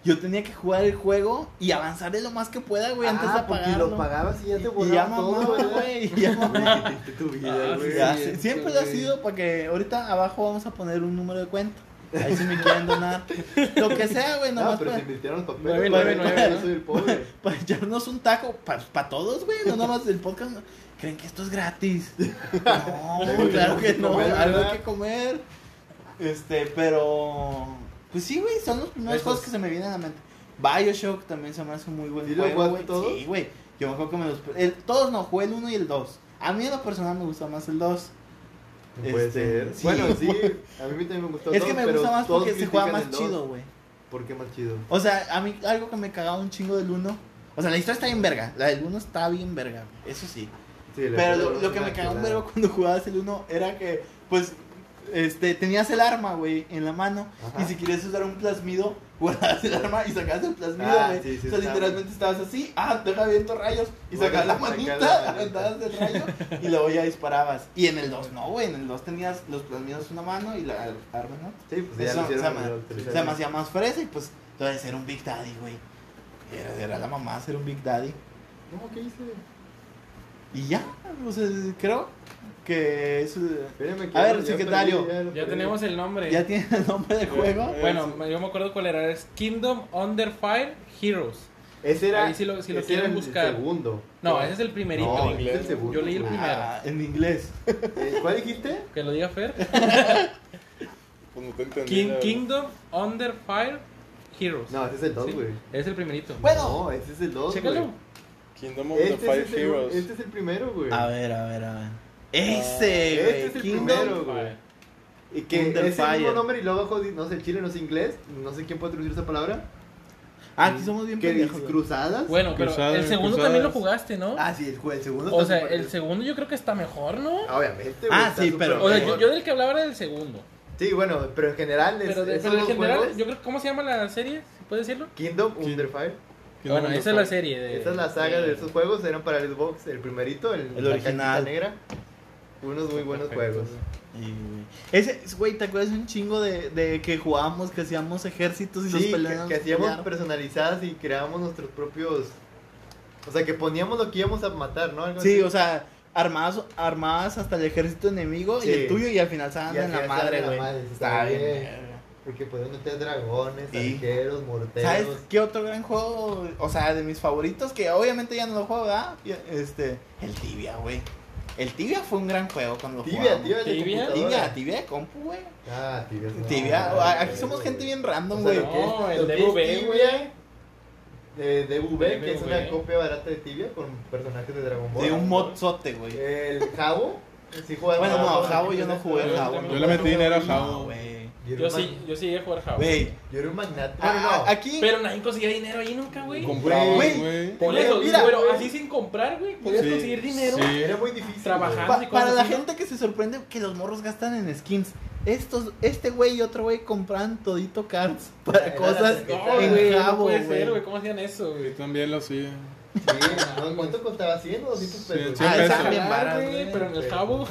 Speaker 1: yo tenía que jugar el juego y avanzarle lo más que pueda, güey, antes de
Speaker 3: Ah, porque
Speaker 1: apagarlo.
Speaker 3: lo pagabas y ya te
Speaker 1: y ya
Speaker 3: borraba
Speaker 1: mamá,
Speaker 3: todo, ¿verdad?
Speaker 1: güey, y ya mamá.
Speaker 3: Viviste tu vida,
Speaker 2: Ah,
Speaker 3: güey.
Speaker 2: sí,
Speaker 1: Ya,
Speaker 2: sí,
Speaker 1: sí,
Speaker 2: sí,
Speaker 1: siempre lo ha
Speaker 2: güey.
Speaker 1: sido para que ahorita abajo vamos a poner un número de cuenta. Ahí si me quieren donar. Lo que sea, güey,
Speaker 3: No,
Speaker 1: nomás
Speaker 3: pero
Speaker 1: para,
Speaker 3: se invirtieron los
Speaker 2: Nueve,
Speaker 3: papeles.
Speaker 1: nueve,
Speaker 3: güey. Yo
Speaker 2: nueve,
Speaker 3: soy el pobre.
Speaker 1: para echarnos un taco. Para todos, güey, no nomás del podcast. no. ¿Creen que esto es gratis? No, claro que no.
Speaker 3: Comer,
Speaker 1: Algo
Speaker 3: ¿verdad?
Speaker 1: que comer. Este, pero. Pues sí, güey, son los primeros
Speaker 3: Esos.
Speaker 1: juegos que se me vienen a la mente. Bioshock también se me hace un muy buen
Speaker 3: ¿Sí lo
Speaker 1: juego,
Speaker 3: jugaste
Speaker 1: güey.
Speaker 3: todos?
Speaker 1: Sí, güey. Yo me acuerdo que me los. el- todos no, jugué el 1 y el 2. A mí en lo personal me gusta más el 2.
Speaker 3: No puede
Speaker 1: Este,
Speaker 3: ser.
Speaker 1: sí.
Speaker 3: Bueno, sí, a mí también me gustó.
Speaker 1: Es que
Speaker 3: dos,
Speaker 1: me
Speaker 3: pero
Speaker 1: gusta más
Speaker 3: todos
Speaker 1: porque se juega
Speaker 3: critican
Speaker 1: más
Speaker 3: el dos.
Speaker 1: chido, güey.
Speaker 3: ¿Por qué más chido?
Speaker 1: O sea, a mí algo que me cagaba un chingo del 1. O sea, la historia está bien verga. La del 1 está bien verga, güey, eso sí.
Speaker 3: Sí,
Speaker 1: Pero
Speaker 3: la verdad,
Speaker 1: lo,
Speaker 3: no
Speaker 1: lo
Speaker 3: es
Speaker 1: que me
Speaker 3: una
Speaker 1: cagó un
Speaker 3: chulada.
Speaker 1: vergo cuando jugabas el 1 era que, pues, este, tenías el arma, güey, en la mano.
Speaker 3: Ajá.
Speaker 1: Y si querías usar un plasmido, guardabas el arma y sacabas el plasmido,
Speaker 3: Ah,
Speaker 1: güey.
Speaker 3: sí, sí,
Speaker 1: o sea,
Speaker 3: está
Speaker 1: literalmente estabas así, ah, deja viento rayos. Y
Speaker 3: Bueno,
Speaker 1: sacabas la
Speaker 3: sacar la
Speaker 1: manita,
Speaker 3: manita.
Speaker 1: aventabas el rayo y luego ya disparabas. Y en el 2 no, güey, en el 2 tenías los plasmidos en una mano y la el arma en otra.
Speaker 3: Sí, pues ya
Speaker 1: Eso
Speaker 3: lo
Speaker 1: se
Speaker 3: hicieron.
Speaker 1: llama-
Speaker 3: lo utilizaron.
Speaker 1: Se me hacía más fresa y pues, entonces era un Big Daddy, güey. Era, era la mamá ser un Big Daddy.
Speaker 3: No, ¿qué hice?
Speaker 1: Y ya, o sea, creo que es, eh,
Speaker 3: Espérame, que
Speaker 1: A
Speaker 3: ya-
Speaker 1: ver,
Speaker 3: ya
Speaker 1: secretario.
Speaker 3: perdí, lo
Speaker 2: Ya
Speaker 3: perdí.
Speaker 2: tenemos el nombre.
Speaker 1: ya tiene el nombre del juego.
Speaker 4: eh,
Speaker 2: Bueno, yo me acuerdo cuál era. Es Kingdom Under Fire Heroes.
Speaker 3: Ese era.
Speaker 2: Ahí sí lo- si lo
Speaker 3: ese
Speaker 2: quieren
Speaker 3: era el
Speaker 2: buscar.
Speaker 3: segundo.
Speaker 2: No, ese es el primerito.
Speaker 3: No,
Speaker 4: en inglés.
Speaker 3: es el segundo.
Speaker 2: Yo leí el primero.
Speaker 1: Ah, en inglés.
Speaker 3: Eh, ¿Cuál dijiste?
Speaker 2: Que lo diga Fer.
Speaker 4: Pues no te entendí.
Speaker 2: King-
Speaker 4: la verdad.
Speaker 2: Kingdom Under Fire Heroes.
Speaker 3: No, ese es el 2,
Speaker 2: Sí,
Speaker 3: güey.
Speaker 2: Es el primerito.
Speaker 1: Bueno.
Speaker 3: No, ese es el 2.
Speaker 2: Chécalo.
Speaker 4: Kingdom of
Speaker 3: Este,
Speaker 4: the Five
Speaker 3: es el, segu-
Speaker 4: Heroes.
Speaker 3: este es el primero, güey.
Speaker 1: A ver, a ver, a ver.
Speaker 4: Ah,
Speaker 1: Ese,
Speaker 3: este
Speaker 1: güey,
Speaker 3: es el
Speaker 1: Kingdom.
Speaker 3: primero, güey.
Speaker 1: Y
Speaker 3: Que
Speaker 1: Kingdom
Speaker 3: es el mismo
Speaker 1: Fire.
Speaker 3: nombre y luego abajo, di- no sé, chile, no sé inglés, no sé quién puede traducir esa palabra.
Speaker 1: Ah, aquí somos bien
Speaker 3: Que
Speaker 1: pendejos.
Speaker 3: dice
Speaker 1: güey.
Speaker 3: cruzadas.
Speaker 2: Bueno, pero
Speaker 4: Cruzadas,
Speaker 2: el segundo
Speaker 4: cruzadas.
Speaker 2: también lo jugaste, ¿no?
Speaker 3: Ah, sí, el, jue- el segundo.
Speaker 2: o
Speaker 3: está
Speaker 2: sea,
Speaker 3: súper-
Speaker 2: el segundo yo creo que está mejor, ¿no?
Speaker 3: Obviamente, güey.
Speaker 1: Ah,
Speaker 3: está
Speaker 1: sí,
Speaker 3: súper
Speaker 1: pero-
Speaker 2: O sea,
Speaker 3: mejor.
Speaker 2: yo, yo del que hablaba era del segundo.
Speaker 3: Sí, bueno, pero en general. Es,
Speaker 2: Pero, de-
Speaker 3: esos
Speaker 2: pero en
Speaker 3: dos
Speaker 2: general,
Speaker 3: juegos,
Speaker 2: yo creo, ¿cómo se llama la serie? ¿Se puede decirlo?
Speaker 3: Kingdom
Speaker 4: King-
Speaker 3: Under Fire.
Speaker 4: Kingdom
Speaker 2: bueno,
Speaker 4: of the
Speaker 2: esa es la
Speaker 4: Fire.
Speaker 2: serie. De,
Speaker 3: Esa es la saga
Speaker 2: de-
Speaker 3: de esos juegos, eran para el Xbox, el primerito, el,
Speaker 1: El
Speaker 3: la
Speaker 1: original.
Speaker 3: cajita negra. Unos muy buenos
Speaker 2: Perfecto.
Speaker 3: juegos.
Speaker 1: Y, Eh, güey, Ese, es- güey, ¿te acuerdas un chingo de, de que jugábamos, que hacíamos ejércitos y los
Speaker 3: Sí, que,
Speaker 1: peleábamos?
Speaker 3: que hacíamos
Speaker 1: pelear?
Speaker 3: personalizadas y creábamos nuestros propios. O sea, que poníamos lo que íbamos a matar, ¿no? Algo
Speaker 1: Sí,
Speaker 3: así.
Speaker 1: o sea, armadas, armadas hasta el ejército enemigo y
Speaker 3: Sí.
Speaker 1: el tuyo y al final se dan
Speaker 3: Y al
Speaker 1: en la
Speaker 3: final se
Speaker 1: madre,
Speaker 3: dan en la
Speaker 1: güey.
Speaker 3: madre, sí,
Speaker 1: Estaba
Speaker 3: está
Speaker 1: bien.
Speaker 3: bien.
Speaker 1: verga.
Speaker 3: Porque podían meter dragones,
Speaker 1: Sí.
Speaker 3: arqueros, morteros.
Speaker 1: ¿Sabes qué otro gran juego? O sea, de mis favoritos, que obviamente ya no lo juego, ¿verdad? Ya- Este, el Tibia, güey. El Tibia fue un gran juego cuando lo
Speaker 3: Tibia,
Speaker 1: jugamos.
Speaker 3: tibia, el de
Speaker 2: Tibia.
Speaker 1: Tibia,
Speaker 3: computadora.
Speaker 1: tibia de compu, güey.
Speaker 3: Ah, tibia. es-
Speaker 1: Tibia, ah,
Speaker 3: no,
Speaker 1: aquí somos gente bien random,
Speaker 3: O
Speaker 1: güey.
Speaker 3: sea, lo que es-
Speaker 2: No, el
Speaker 3: lo que
Speaker 2: DV,
Speaker 3: es
Speaker 2: güey.
Speaker 3: tibia, De DV, que es
Speaker 2: DV.
Speaker 3: una copia barata de tibia con personajes de Dragon Ball.
Speaker 1: De un modzote, güey.
Speaker 3: El Jabo. Sí jugaba
Speaker 1: Bueno,
Speaker 3: con
Speaker 1: no,
Speaker 3: Jabo,
Speaker 1: Jabo
Speaker 3: sí,
Speaker 1: yo no
Speaker 3: sí,
Speaker 1: jugué
Speaker 3: sí.
Speaker 2: Yo
Speaker 1: Jabo.
Speaker 2: también.
Speaker 4: Yo le metí dinero a
Speaker 1: No,
Speaker 4: Jabo.
Speaker 1: güey.
Speaker 3: Yo era
Speaker 2: Yo
Speaker 3: un
Speaker 2: sí,
Speaker 3: mag-
Speaker 2: yo sí llegué a jugar Java.
Speaker 1: Güey.
Speaker 3: Yo era un magnate. Ah,
Speaker 1: a-
Speaker 3: Bueno, no.
Speaker 1: a- Ah, Aquí.
Speaker 2: Pero nadie conseguía dinero ahí nunca, güey.
Speaker 4: Compraba,
Speaker 1: Güey.
Speaker 4: güey.
Speaker 2: Por
Speaker 1: Mira,
Speaker 2: eso,
Speaker 1: mira,
Speaker 2: pero
Speaker 1: güey.
Speaker 2: así sin comprar, güey, podías
Speaker 4: Sí,
Speaker 2: conseguir dinero.
Speaker 4: sí.
Speaker 3: Era muy difícil.
Speaker 2: Trabajar.
Speaker 3: güey.
Speaker 1: Pa- para la gente que se sorprende que los morros gastan en skins, estos, este güey y otro güey compran todito cards para
Speaker 3: Era la
Speaker 1: cosas
Speaker 2: No,
Speaker 3: En
Speaker 2: güey,
Speaker 1: en
Speaker 2: no
Speaker 1: cabo,
Speaker 2: puede ser,
Speaker 1: güey.
Speaker 2: güey, ¿cómo hacían eso,
Speaker 4: Yo
Speaker 2: güey?
Speaker 4: también lo hacía.
Speaker 3: Sí, ¿no? ¿Cuánto costaba? ¿100 o 200
Speaker 4: Cien,
Speaker 3: pesos?
Speaker 4: cien
Speaker 1: Ah,
Speaker 4: pesos.
Speaker 1: esa bien
Speaker 2: Jalar,
Speaker 1: barato,
Speaker 2: güey,
Speaker 1: güey,
Speaker 2: pero en el
Speaker 3: pero-
Speaker 2: jabo.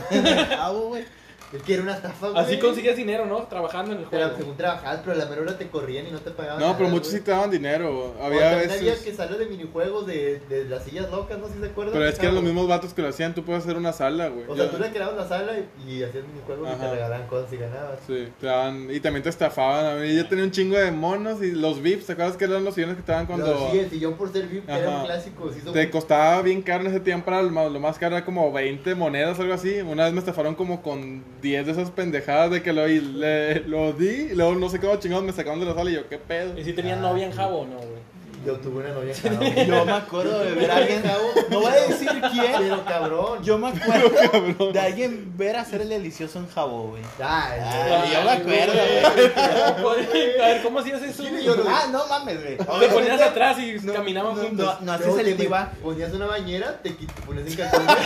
Speaker 1: Cabo, güey.
Speaker 3: Es que era una estafa, güey.
Speaker 2: Así conseguías dinero, ¿no? Trabajando en el
Speaker 3: Te la-
Speaker 2: juego.
Speaker 3: según trabajabas, pero a la mera hora te corrían y no te pagaban.
Speaker 4: No, pero
Speaker 3: nada,
Speaker 4: muchos sí
Speaker 3: Ah, güey.
Speaker 4: te daban dinero.
Speaker 3: O
Speaker 4: Había
Speaker 3: también había que
Speaker 4: veces.
Speaker 3: salió de minijuegos de, de las sillas locas, no sé si se acuerdan.
Speaker 4: Pero es que eran los
Speaker 3: Chavo.
Speaker 4: mismos vatos que lo hacían. Tú puedes hacer una sala, güey.
Speaker 3: O sea,
Speaker 4: Ya.
Speaker 3: tú le creabas la sala y, y hacías minijuegos y te
Speaker 4: Ajá.
Speaker 3: regalaban cosas y ganabas.
Speaker 4: Sí, te daban- y también te estafaban. A mí yo tenía un chingo de monos y los VIPs, ¿te acuerdas que eran los sillones que te daban cuando
Speaker 3: Pero sí, el sillón por ser VIP era un
Speaker 4: Ajá.
Speaker 3: clásico. Se hizo
Speaker 4: te costaba bien caro en ese tiempo? Para lo, más, lo más caro era como 20 monedas, algo así. Una vez me estafaron como con 10 de esas pendejadas de que lo, y le- lo di y luego no sé cómo chingados me sacaron de la sala y yo, ¿qué pedo?
Speaker 2: ¿Y si tenían novia en jabo o no, güey?
Speaker 3: Yo tuve una novia en Jabo.
Speaker 1: Yo me acuerdo de ver a alguien. No voy a decir quién.
Speaker 3: Pero cabrón.
Speaker 1: Yo me acuerdo de alguien ver hacer el delicioso en jabo, güey.
Speaker 3: Ay,
Speaker 1: Ah,
Speaker 3: güey.
Speaker 1: yo me acuerdo,
Speaker 2: A ver, ¿cómo hacías eso?
Speaker 3: Sí,
Speaker 2: güey?
Speaker 3: yo no-
Speaker 1: Ah, no mames, güey.
Speaker 2: Te ponías
Speaker 1: Obviamente,
Speaker 2: atrás y
Speaker 1: no,
Speaker 2: caminaban
Speaker 1: no,
Speaker 2: juntos.
Speaker 1: No, no haces
Speaker 3: Luego te
Speaker 1: el diva.
Speaker 3: Ponías una bañera, te quit- te ponías en calzones.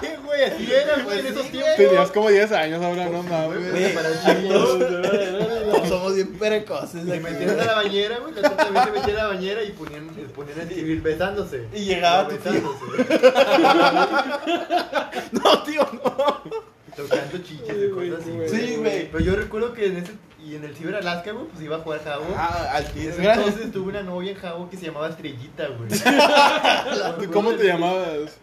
Speaker 3: ¿Qué, güey? Así era, güey,
Speaker 1: Pues
Speaker 3: en esos
Speaker 1: sí,
Speaker 3: tiempos.
Speaker 4: Tenías como 10 años ahora, no mames.
Speaker 3: Güey, para chillos.
Speaker 1: Somos bien perecoces.
Speaker 3: Te
Speaker 1: aquí.
Speaker 3: metías a la bañera, güey. La otra también se metía a la bañera y ponían, ponían a escribir besándose.
Speaker 1: Y llegaba tu tío.
Speaker 3: besándose.
Speaker 1: No, tío, no.
Speaker 3: Tocando chiches y cosas así.
Speaker 1: Sí, güey.
Speaker 3: Pero yo recuerdo que en ese y en el Ciber Alaska, güey, pues iba a jugar Jabo.
Speaker 1: Ah, al
Speaker 3: Y
Speaker 1: tío.
Speaker 3: en ese
Speaker 1: Gracias.
Speaker 3: entonces tuve una novia en Jabo que se llamaba Estrellita, güey.
Speaker 4: ¿Tú ¿Cómo te llamabas?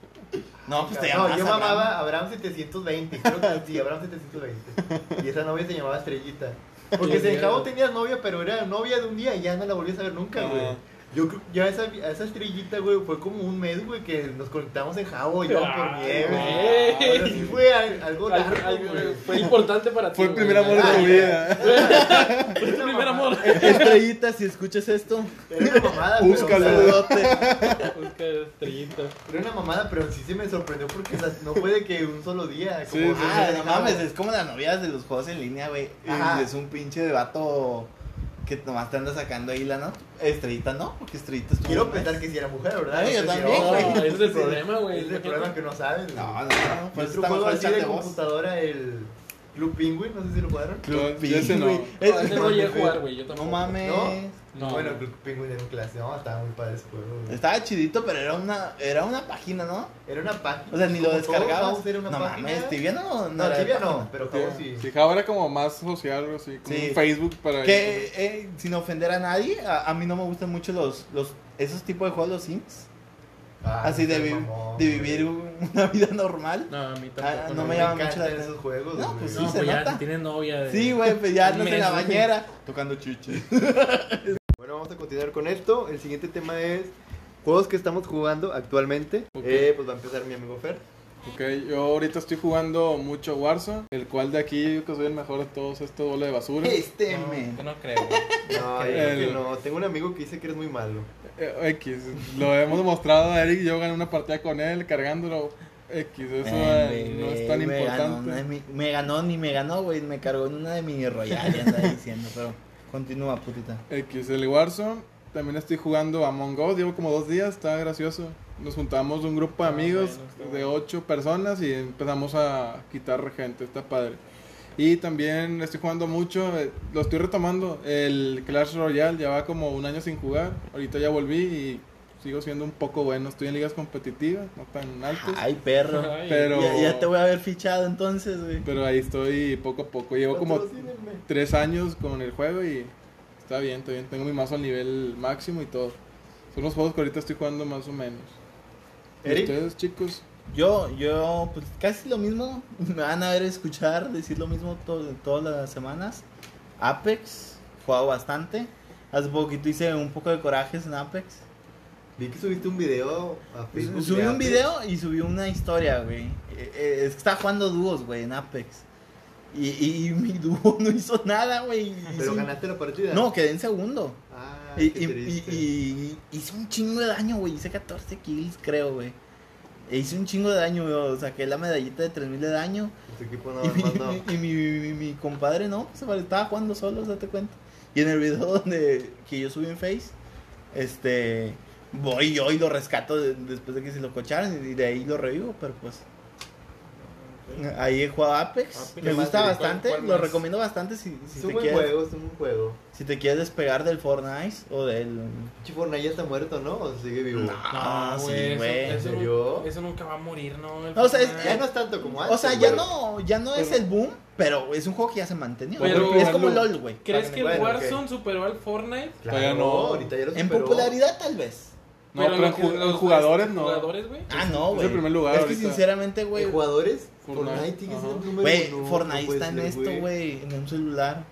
Speaker 1: No, pues te
Speaker 3: no,
Speaker 1: llamabas.
Speaker 3: yo
Speaker 1: Abraham.
Speaker 3: mamaba Abraham 720, creo que sí, Abraham 720. Y esa novia se llamaba Estrellita. Porque
Speaker 2: Qué
Speaker 3: se
Speaker 2: miedo.
Speaker 3: dejaba tenías novia, pero era novia de un día y ya no la volvías a ver nunca,
Speaker 4: Ah.
Speaker 3: güey. Yo creo ya esa, a esa estrellita, güey, fue como un mes, güey, que nos conectamos en Jabo, yo por
Speaker 2: Ah,
Speaker 3: nieve.
Speaker 2: güey.
Speaker 3: Ahora sí fue al- algo
Speaker 2: Algo-
Speaker 3: largo,
Speaker 2: algo-
Speaker 3: güey.
Speaker 2: Fue importante para ti.
Speaker 4: Fue el
Speaker 2: güey.
Speaker 4: primer amor de tu
Speaker 3: Ay,
Speaker 4: vida.
Speaker 2: Fue tu primer amor.
Speaker 1: Estrellita, si escuchas esto,
Speaker 3: Era una mamada, güey, o sea,
Speaker 4: Búscalo.
Speaker 1: saludote.
Speaker 2: Busca estrellita.
Speaker 3: Era una mamada, pero sí se me sorprendió porque o sea, no fue de que un solo día.
Speaker 4: Sí,
Speaker 3: Como,
Speaker 4: sí,
Speaker 1: Ah,
Speaker 3: de
Speaker 1: no mames, es como las novias de los juegos en línea, güey. Y
Speaker 3: Ajá.
Speaker 1: Es un pinche de vato que nomás te anda sacando ahí la no. Estrellita no, porque Estrellita estuvo.
Speaker 3: Quiero
Speaker 1: un
Speaker 3: pensar
Speaker 1: mes.
Speaker 3: que si era mujer, ¿verdad?
Speaker 1: Ay, yo
Speaker 3: Entonces,
Speaker 1: también,
Speaker 3: no,
Speaker 1: güey.
Speaker 3: no,
Speaker 2: Ese es el problema, güey.
Speaker 3: Ese es el problema que no sabes.
Speaker 1: No, no,
Speaker 3: güey.
Speaker 1: no. Pues
Speaker 3: Otro
Speaker 1: está
Speaker 3: juego
Speaker 1: mejor el
Speaker 3: así
Speaker 1: chat
Speaker 3: de
Speaker 1: de voz.
Speaker 3: computadora, el Club Penguin, no sé si lo jugaron.
Speaker 4: Yo,
Speaker 1: Sí,
Speaker 4: yo ese no.
Speaker 1: güey.
Speaker 2: No, ese no llegué a jugar, güey. Yo
Speaker 1: No
Speaker 2: tampoco.
Speaker 1: mames.
Speaker 3: ¿No?
Speaker 2: No,
Speaker 3: bueno,
Speaker 2: güey.
Speaker 3: Club Penguin era un clase, no, estaba muy padre ese juego. güey.
Speaker 1: Estaba chidito, pero era una, era una página, ¿no?
Speaker 3: Era una página.
Speaker 1: O sea, ni lo
Speaker 3: como todo,
Speaker 1: descargabas.
Speaker 3: vamos, Era una
Speaker 1: no
Speaker 3: página.
Speaker 1: mames, Tibia no, no,
Speaker 3: No,
Speaker 1: era de
Speaker 3: Tibia no,
Speaker 1: página.
Speaker 3: pero
Speaker 4: Sí,
Speaker 3: Jabo sí.
Speaker 4: sí, Java era como más social, algo así, como
Speaker 1: Sí.
Speaker 4: un Facebook para...
Speaker 1: Que, eh, sin ofender a nadie, a, a mí no me gustan mucho los, los esos tipos de juegos, los Sims.
Speaker 3: Ah,
Speaker 1: Así de,
Speaker 3: no,
Speaker 1: vi-
Speaker 3: mamón,
Speaker 1: de
Speaker 3: güey.
Speaker 1: vivir un- una vida normal.
Speaker 2: No, a mí tampoco.
Speaker 1: Ah, no
Speaker 2: no
Speaker 1: me
Speaker 3: Me
Speaker 1: llama mucho la
Speaker 3: encantan
Speaker 1: atención.
Speaker 3: esos juegos.
Speaker 1: No,
Speaker 3: güey.
Speaker 1: pues sí,
Speaker 2: No,
Speaker 1: se
Speaker 2: pues ya,
Speaker 1: nota.
Speaker 2: si tienes novia. de-
Speaker 1: Sí, güey, pues ya
Speaker 2: Un
Speaker 1: andas en
Speaker 2: mes,
Speaker 1: la
Speaker 2: güey.
Speaker 1: bañera tocando chiches.
Speaker 3: Bueno, vamos a continuar con esto. El siguiente tema es juegos que estamos jugando actualmente.
Speaker 4: Ok.
Speaker 3: Eh, pues va a empezar mi amigo Fer.
Speaker 4: Ok, yo ahorita estoy jugando mucho Warzone, el cual de aquí yo que soy el mejor de todos estos bola de basura.
Speaker 1: Este
Speaker 2: No,
Speaker 1: men.
Speaker 2: yo no creo, güey.
Speaker 3: No, yo
Speaker 4: El-
Speaker 3: creo que no. Tengo un amigo que dice que eres muy malo.
Speaker 4: Eh, X, lo hemos demostrado a Eric, yo gané una partida con él cargándolo. X, eso eh, no es tan
Speaker 1: me ganó,
Speaker 4: importante.
Speaker 1: una de mi- me ganó ni me ganó, güey. Me cargó en una de mi royal, ya andaba diciendo, pero continúa, putita.
Speaker 4: X, el Warzone. También estoy jugando Among Us, llevo como dos días, está gracioso. Nos juntamos un grupo de
Speaker 2: Ah,
Speaker 4: amigos
Speaker 2: bueno, está
Speaker 4: de
Speaker 2: bueno.
Speaker 4: ocho personas y empezamos a quitar gente, está padre. Y también estoy jugando mucho, eh, lo estoy retomando, el Clash Royale, ya va como un año sin jugar, ahorita ya volví y sigo siendo un poco bueno, estoy en ligas competitivas, no tan altas,
Speaker 1: Ay, perro.
Speaker 2: Ay,
Speaker 4: pero,
Speaker 1: Ya, ya te voy a haber fichado entonces, güey.
Speaker 4: pero ahí estoy poco a poco, llevo como
Speaker 3: Patrocínenme.
Speaker 4: tres años con el juego y está bien, está bien. Tengo mi mazo al nivel máximo y todo. Son los juegos que ahorita estoy jugando más o menos. ¿Y
Speaker 3: Eric?
Speaker 4: ustedes, chicos?
Speaker 1: Yo, yo, pues casi lo mismo. Me van a ver escuchar decir lo mismo to- todas las semanas. Apex, jugado bastante. Hace poquito hice un poco de corajes en Apex.
Speaker 3: Vi que subiste un video a Facebook.
Speaker 1: Subí
Speaker 3: de
Speaker 1: un
Speaker 3: Apex.
Speaker 1: video y subí una historia, güey. Eh, eh, Es que estaba jugando dúos, güey, en Apex. Y, y- y mi dúo no hizo nada, güey. Y
Speaker 3: Pero
Speaker 1: hizo-
Speaker 3: ganaste la partida.
Speaker 1: No, quedé en segundo.
Speaker 3: Ah,
Speaker 1: Y,
Speaker 3: qué
Speaker 1: y-
Speaker 3: triste.
Speaker 1: y- y hice un chingo de daño, güey. Hice 14 kills, creo, güey. E hice un chingo de daño, güey. Saqué la medallita de 3000 de daño.
Speaker 3: Tu Este equipo no
Speaker 1: y mi,
Speaker 3: mandó.
Speaker 1: mi- y mi, mi- mi compadre, no, se pare- estaba jugando solo, date cuenta. Y en el video donde que yo subí en Face, este. Voy yo y lo rescato de- después de que se lo cocharon y de ahí lo revivo, pero pues. Ahí he jugado Apex,
Speaker 2: Apex.
Speaker 1: me gusta
Speaker 2: ¿Cuál-
Speaker 1: bastante,
Speaker 2: cuál
Speaker 1: lo
Speaker 2: más?
Speaker 1: recomiendo bastante si, si
Speaker 3: Es
Speaker 1: te
Speaker 3: un buen
Speaker 1: quieres,
Speaker 3: juego, es un buen juego.
Speaker 1: si te quieres despegar del Fortnite o del
Speaker 3: Chifornay ya está muerto, ¿no? ¿O sigue vivo?
Speaker 1: Ah,
Speaker 2: No,
Speaker 1: sí,
Speaker 2: güey, eso-
Speaker 1: güey.
Speaker 2: Eso, nu-
Speaker 3: ¿Yo?
Speaker 2: eso nunca va a morir, ¿no? El
Speaker 1: No, o sea, es-
Speaker 2: Fortnite.
Speaker 3: Ya no es tanto como antes.
Speaker 1: O sea, ya
Speaker 3: pero-
Speaker 1: no, ya no es
Speaker 2: Pero-
Speaker 1: el boom, pero es un juego que ya se mantenió.
Speaker 2: Pero-
Speaker 1: es como LOL, güey.
Speaker 2: ¿Crees que el
Speaker 3: Bueno, ok.
Speaker 2: Warzone superó al Fortnite?
Speaker 3: Claro,
Speaker 4: Todavía no.
Speaker 3: ahorita ya lo
Speaker 1: En
Speaker 3: superó.
Speaker 1: popularidad tal vez.
Speaker 4: No, pero en
Speaker 2: lo que-
Speaker 4: ju- en
Speaker 2: los
Speaker 4: jugadores no.
Speaker 2: jugadores, güey.
Speaker 1: Ah, no,
Speaker 4: el
Speaker 1: güey.
Speaker 4: primer lugar
Speaker 1: Es que
Speaker 4: ahorita.
Speaker 1: sinceramente, güey.
Speaker 3: En jugadores,
Speaker 4: Fortnite.
Speaker 3: Fortnite sigue siendo
Speaker 4: Ajá.
Speaker 3: el número
Speaker 1: Güey,
Speaker 3: uno,
Speaker 1: Fortnite
Speaker 4: pues,
Speaker 3: no
Speaker 1: está en
Speaker 3: puede ser,
Speaker 1: esto, güey, en un celular.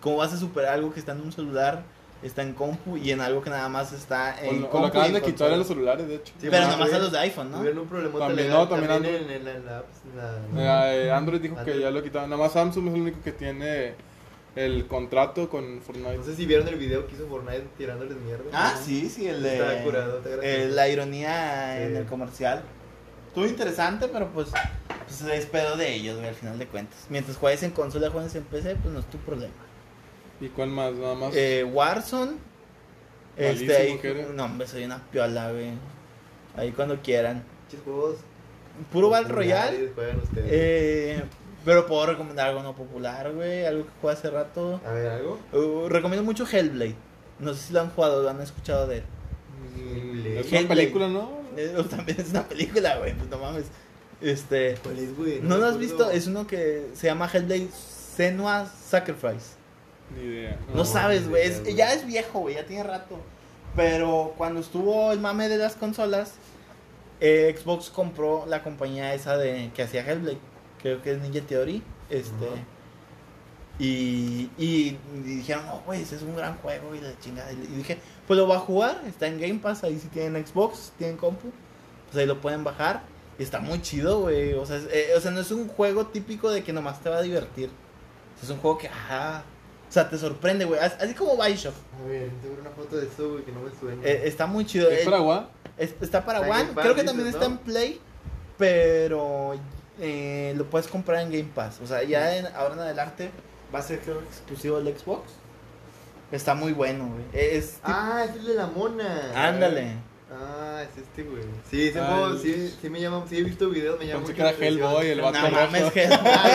Speaker 1: ¿Cómo vas a superar algo que está en un celular, está en compu y en algo que nada más está
Speaker 4: O
Speaker 1: en
Speaker 4: lo- o
Speaker 1: compu?
Speaker 4: lo
Speaker 1: y
Speaker 4: acaban
Speaker 1: en
Speaker 4: de quitar a
Speaker 1: Eh, consola?
Speaker 4: los celulares, de
Speaker 3: Sí,
Speaker 4: hecho.
Speaker 1: Pero nada
Speaker 3: nomás
Speaker 1: más a los de iPhone, ¿no?
Speaker 3: Tuvieron un problemota
Speaker 4: También,
Speaker 3: legal
Speaker 4: no, también
Speaker 3: también en,
Speaker 4: Android.
Speaker 3: en, en la, pues, en la-
Speaker 4: Eh, eh, Android dijo que
Speaker 3: Android.
Speaker 4: ya lo quitaron. Nada más Samsung es el único que tiene el contrato con
Speaker 3: No
Speaker 4: Fortnite.
Speaker 3: sé si vieron el video que hizo Fortnite tirándoles mierda.
Speaker 1: Ah, sí, sí, el de.
Speaker 3: Está curado, está gracioso.
Speaker 1: eh, la ironía
Speaker 3: Sí.
Speaker 1: en el comercial. Estuvo interesante, pero pues. Pues es pedo de ellos, güey, al final de cuentas. Mientras juegues en consola, juegues en PC, pues no es tu problema.
Speaker 4: ¿Y cuál más? Nada más.
Speaker 1: Eh, Warzone.
Speaker 4: Malísimo
Speaker 1: Este, ahí-
Speaker 4: que era.
Speaker 1: no, hombre, soy una piola, güey. Ahí cuando quieran.
Speaker 3: Pinches juegos.
Speaker 1: Puro Battle
Speaker 3: populares
Speaker 1: Royale.
Speaker 3: Juegan ustedes.
Speaker 1: eh, pero puedo recomendar algo no popular, güey. Algo que jugué hace rato.
Speaker 3: A ver, ¿algo?
Speaker 1: Uh, recomiendo mucho Hellblade. No sé si lo han jugado, lo han escuchado de él.
Speaker 4: Mm,
Speaker 3: Hellblade.
Speaker 4: es una película, ¿no?
Speaker 1: Eh, o también es una película, güey. Pues no mames. Este.
Speaker 3: ¿Cuál es, güey?
Speaker 1: ¿No
Speaker 3: me
Speaker 1: lo has
Speaker 3: acuerdo.
Speaker 1: visto? Es uno que se llama Hellblade Senua Sacrifice.
Speaker 4: Ni idea.
Speaker 1: No,
Speaker 3: No,
Speaker 1: sabes,
Speaker 3: ni
Speaker 1: güey.
Speaker 3: idea,
Speaker 1: es-
Speaker 3: güey.
Speaker 1: ya es viejo, güey. Ya tiene rato. Pero cuando estuvo el mame de las consolas, eh, Xbox compró la compañía esa de que hacía Hellblade. Creo que es Ninja Theory. Este.
Speaker 3: Ajá.
Speaker 1: Y, y, y dijeron, no, güey, ese es un gran juego y la chingada. Y, y dije, pues lo va a jugar, está en Game Pass, ahí si tienen Xbox, tienen compu, pues ahí lo pueden bajar. Y está muy chido, güey. O, sea, es- eh, o sea, no es un juego típico de que nomás te va a divertir. Es un juego que, ajá. O sea, te sorprende, güey. As- Así como Bioshock.
Speaker 3: A ver, tengo una foto de eso, güey, que no me suena.
Speaker 1: Eh, está muy chido.
Speaker 4: ¿Es
Speaker 1: Eh,
Speaker 4: Paraguay?
Speaker 1: es- está para
Speaker 3: Está en
Speaker 1: One.
Speaker 3: Game Pass,
Speaker 1: Creo que también
Speaker 3: dices,
Speaker 1: está
Speaker 3: ¿no?
Speaker 1: en Play. Pero eh, lo puedes comprar en Game Pass. O sea, ya en, ahora en adelante va a ser creo, exclusivo del Xbox. Está muy bueno, güey. E, Es tipo-
Speaker 3: Ah, es el de la mona.
Speaker 1: ándale.
Speaker 3: Ah, es este, güey. Sí, ese
Speaker 4: Ah,
Speaker 3: juego,
Speaker 4: el-
Speaker 3: sí, sí me llama, sí he visto videos, me llama
Speaker 4: Pensé que
Speaker 3: mucho
Speaker 4: era
Speaker 3: la atención. Ah,
Speaker 4: Hellboy, el
Speaker 1: No
Speaker 4: vato
Speaker 1: mames,
Speaker 4: rojo.
Speaker 1: que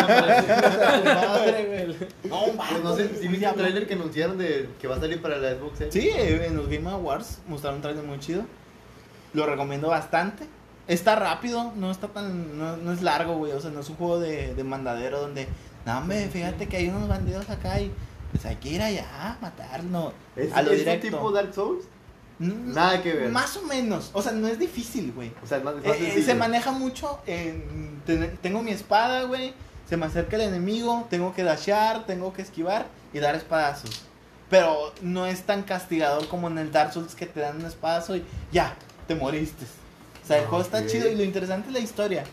Speaker 3: Madre,
Speaker 1: madre, güey. No,
Speaker 3: Pues no sé, si viste el trailer que anunciaron de que va a salir para la Xbox Series.
Speaker 1: Sí, eh, en los Game Awards mostraron un trailer muy chido. Lo recomiendo bastante. Está rápido, no está tan. No, no es largo, güey. O sea, no es un juego de, de mandadero donde. No, hombre, fíjate que hay unos bandidos acá y. Pues hay que ir allá a matarnos.
Speaker 3: ¿Es,
Speaker 1: a lo
Speaker 3: es un
Speaker 1: directo.
Speaker 3: tipo Dark Souls?
Speaker 1: Mm,
Speaker 3: Nada que ver.
Speaker 1: Más o menos. O sea, no es difícil, güey.
Speaker 3: O sea, es más, es
Speaker 1: Eh,
Speaker 3: más
Speaker 1: eh,
Speaker 3: sencillo.
Speaker 1: se maneja mucho en. ten- tengo mi espada, güey. Se me acerca el enemigo. Tengo que dashear, tengo que esquivar y dar espadazos. Pero no es tan castigador como en el Dark Souls que te dan un espadazo y ya, te moriste. O sea, el juego está
Speaker 3: Ok.
Speaker 1: chido y lo interesante es la historia.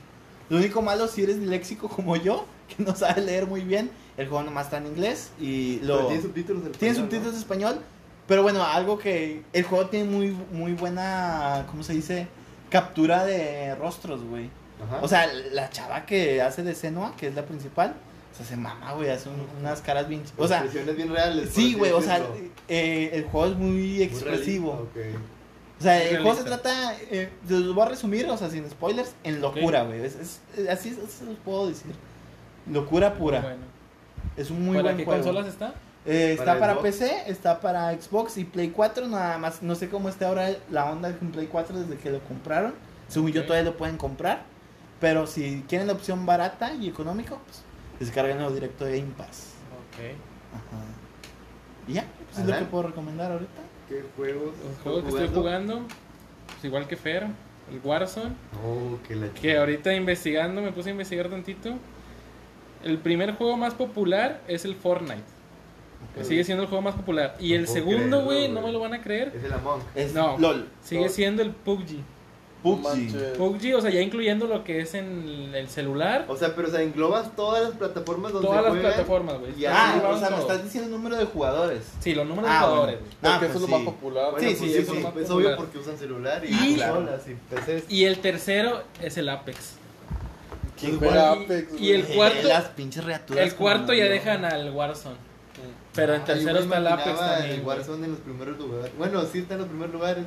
Speaker 1: Lo único malo si eres léxico como yo, que no sabe leer muy bien, el juego nomás está en inglés y
Speaker 3: Pero
Speaker 1: lo...
Speaker 3: tiene subtítulos. en
Speaker 1: Tiene
Speaker 3: español,
Speaker 1: subtítulos en español, pero bueno, algo que el juego tiene muy, muy buena, ¿cómo se dice? Captura de rostros, güey.
Speaker 3: ¿no? Ajá.
Speaker 1: O sea, la chava que hace de Senua, que es la principal, o sea, se mama, güey, hace un- unas caras bien... ch- O sea,
Speaker 3: Expresiones bien reales. por
Speaker 1: sí,
Speaker 3: así
Speaker 1: güey, o sea,
Speaker 3: decirlo. Muy
Speaker 1: eh, el juego es muy expresivo.
Speaker 3: realista, ok.
Speaker 1: O sea,
Speaker 2: Muy
Speaker 1: el juego se
Speaker 2: realista.
Speaker 1: trata, eh, se los voy a resumir, o sea, sin spoilers, en locura, güey. Es- es- eh, así es- así se los puedo decir. Locura pura.
Speaker 2: Bueno.
Speaker 1: Es un muy
Speaker 2: ¿Para
Speaker 1: buen
Speaker 2: qué
Speaker 1: juego.
Speaker 2: consolas está?
Speaker 1: Eh, está
Speaker 3: Para
Speaker 1: para
Speaker 3: Xbox.
Speaker 1: PC, está para Xbox y Play 4, nada más. No sé cómo esté ahora la onda con Play 4 desde que lo compraron. Según yo
Speaker 2: Ok.
Speaker 1: todavía lo pueden comprar. Pero si quieren la opción barata y económica, pues descarguenlo directo de Game Pass.
Speaker 2: Ok.
Speaker 1: Ajá. Y ya, pues es lo
Speaker 3: Alan.
Speaker 1: que puedo recomendar ahorita.
Speaker 3: ¿Qué juegos?
Speaker 2: Los
Speaker 3: estás
Speaker 2: juegos que estoy jugando, pues igual que Fer, el Warzone,
Speaker 3: No, que Oh, la
Speaker 2: que ahorita investigando, me puse a investigar tantito. El primer juego más popular es el Fortnite.
Speaker 3: Ok.
Speaker 2: Sigue siendo el juego más popular. Y
Speaker 3: No
Speaker 2: el
Speaker 3: puedo
Speaker 2: segundo,
Speaker 3: creerlo,
Speaker 2: güey, no
Speaker 3: güey.
Speaker 2: me lo van a creer.
Speaker 3: Es el Among.
Speaker 1: Es
Speaker 2: No.
Speaker 1: LOL.
Speaker 2: Sigue siendo el PUBG.
Speaker 1: Pupsi.
Speaker 2: PUBG, o sea, ya incluyendo lo que es en el celular.
Speaker 3: O sea, pero o sea, englobas todas las plataformas donde
Speaker 2: Todas las
Speaker 3: juegan.
Speaker 2: plataformas, güey.
Speaker 3: Y
Speaker 2: Ahí
Speaker 1: Ah,
Speaker 2: van
Speaker 1: o sea, me
Speaker 2: todos.
Speaker 1: estás diciendo el número de jugadores.
Speaker 2: Sí, los números de
Speaker 1: Ah, bueno.
Speaker 2: jugadores, güey.
Speaker 4: Porque
Speaker 1: Ah, pues
Speaker 4: eso es
Speaker 1: sí.
Speaker 4: lo más popular.
Speaker 3: Bueno,
Speaker 1: Sí,
Speaker 3: pues
Speaker 1: sí,
Speaker 3: eso
Speaker 2: sí.
Speaker 3: es
Speaker 2: Más
Speaker 3: obvio
Speaker 2: popular.
Speaker 3: porque usan celular y
Speaker 2: Y-
Speaker 3: consolas y PCs.
Speaker 2: Y el tercero es el Apex.
Speaker 1: ¿Quién
Speaker 4: Pero
Speaker 1: juega?
Speaker 4: Apex,
Speaker 2: y el
Speaker 4: güey.
Speaker 2: cuarto-
Speaker 1: Eh, Las pinches reaturas.
Speaker 2: El cuarto
Speaker 1: como
Speaker 2: ya
Speaker 1: yo.
Speaker 2: dejan al Warzone.
Speaker 4: Sí.
Speaker 2: Pero en
Speaker 3: Ah,
Speaker 2: tercero
Speaker 3: yo me
Speaker 2: está el Apex
Speaker 3: imaginaba
Speaker 2: también.
Speaker 3: El
Speaker 2: güey.
Speaker 3: Warzone en los primeros lugares. Bueno, sí está en los primeros lugares.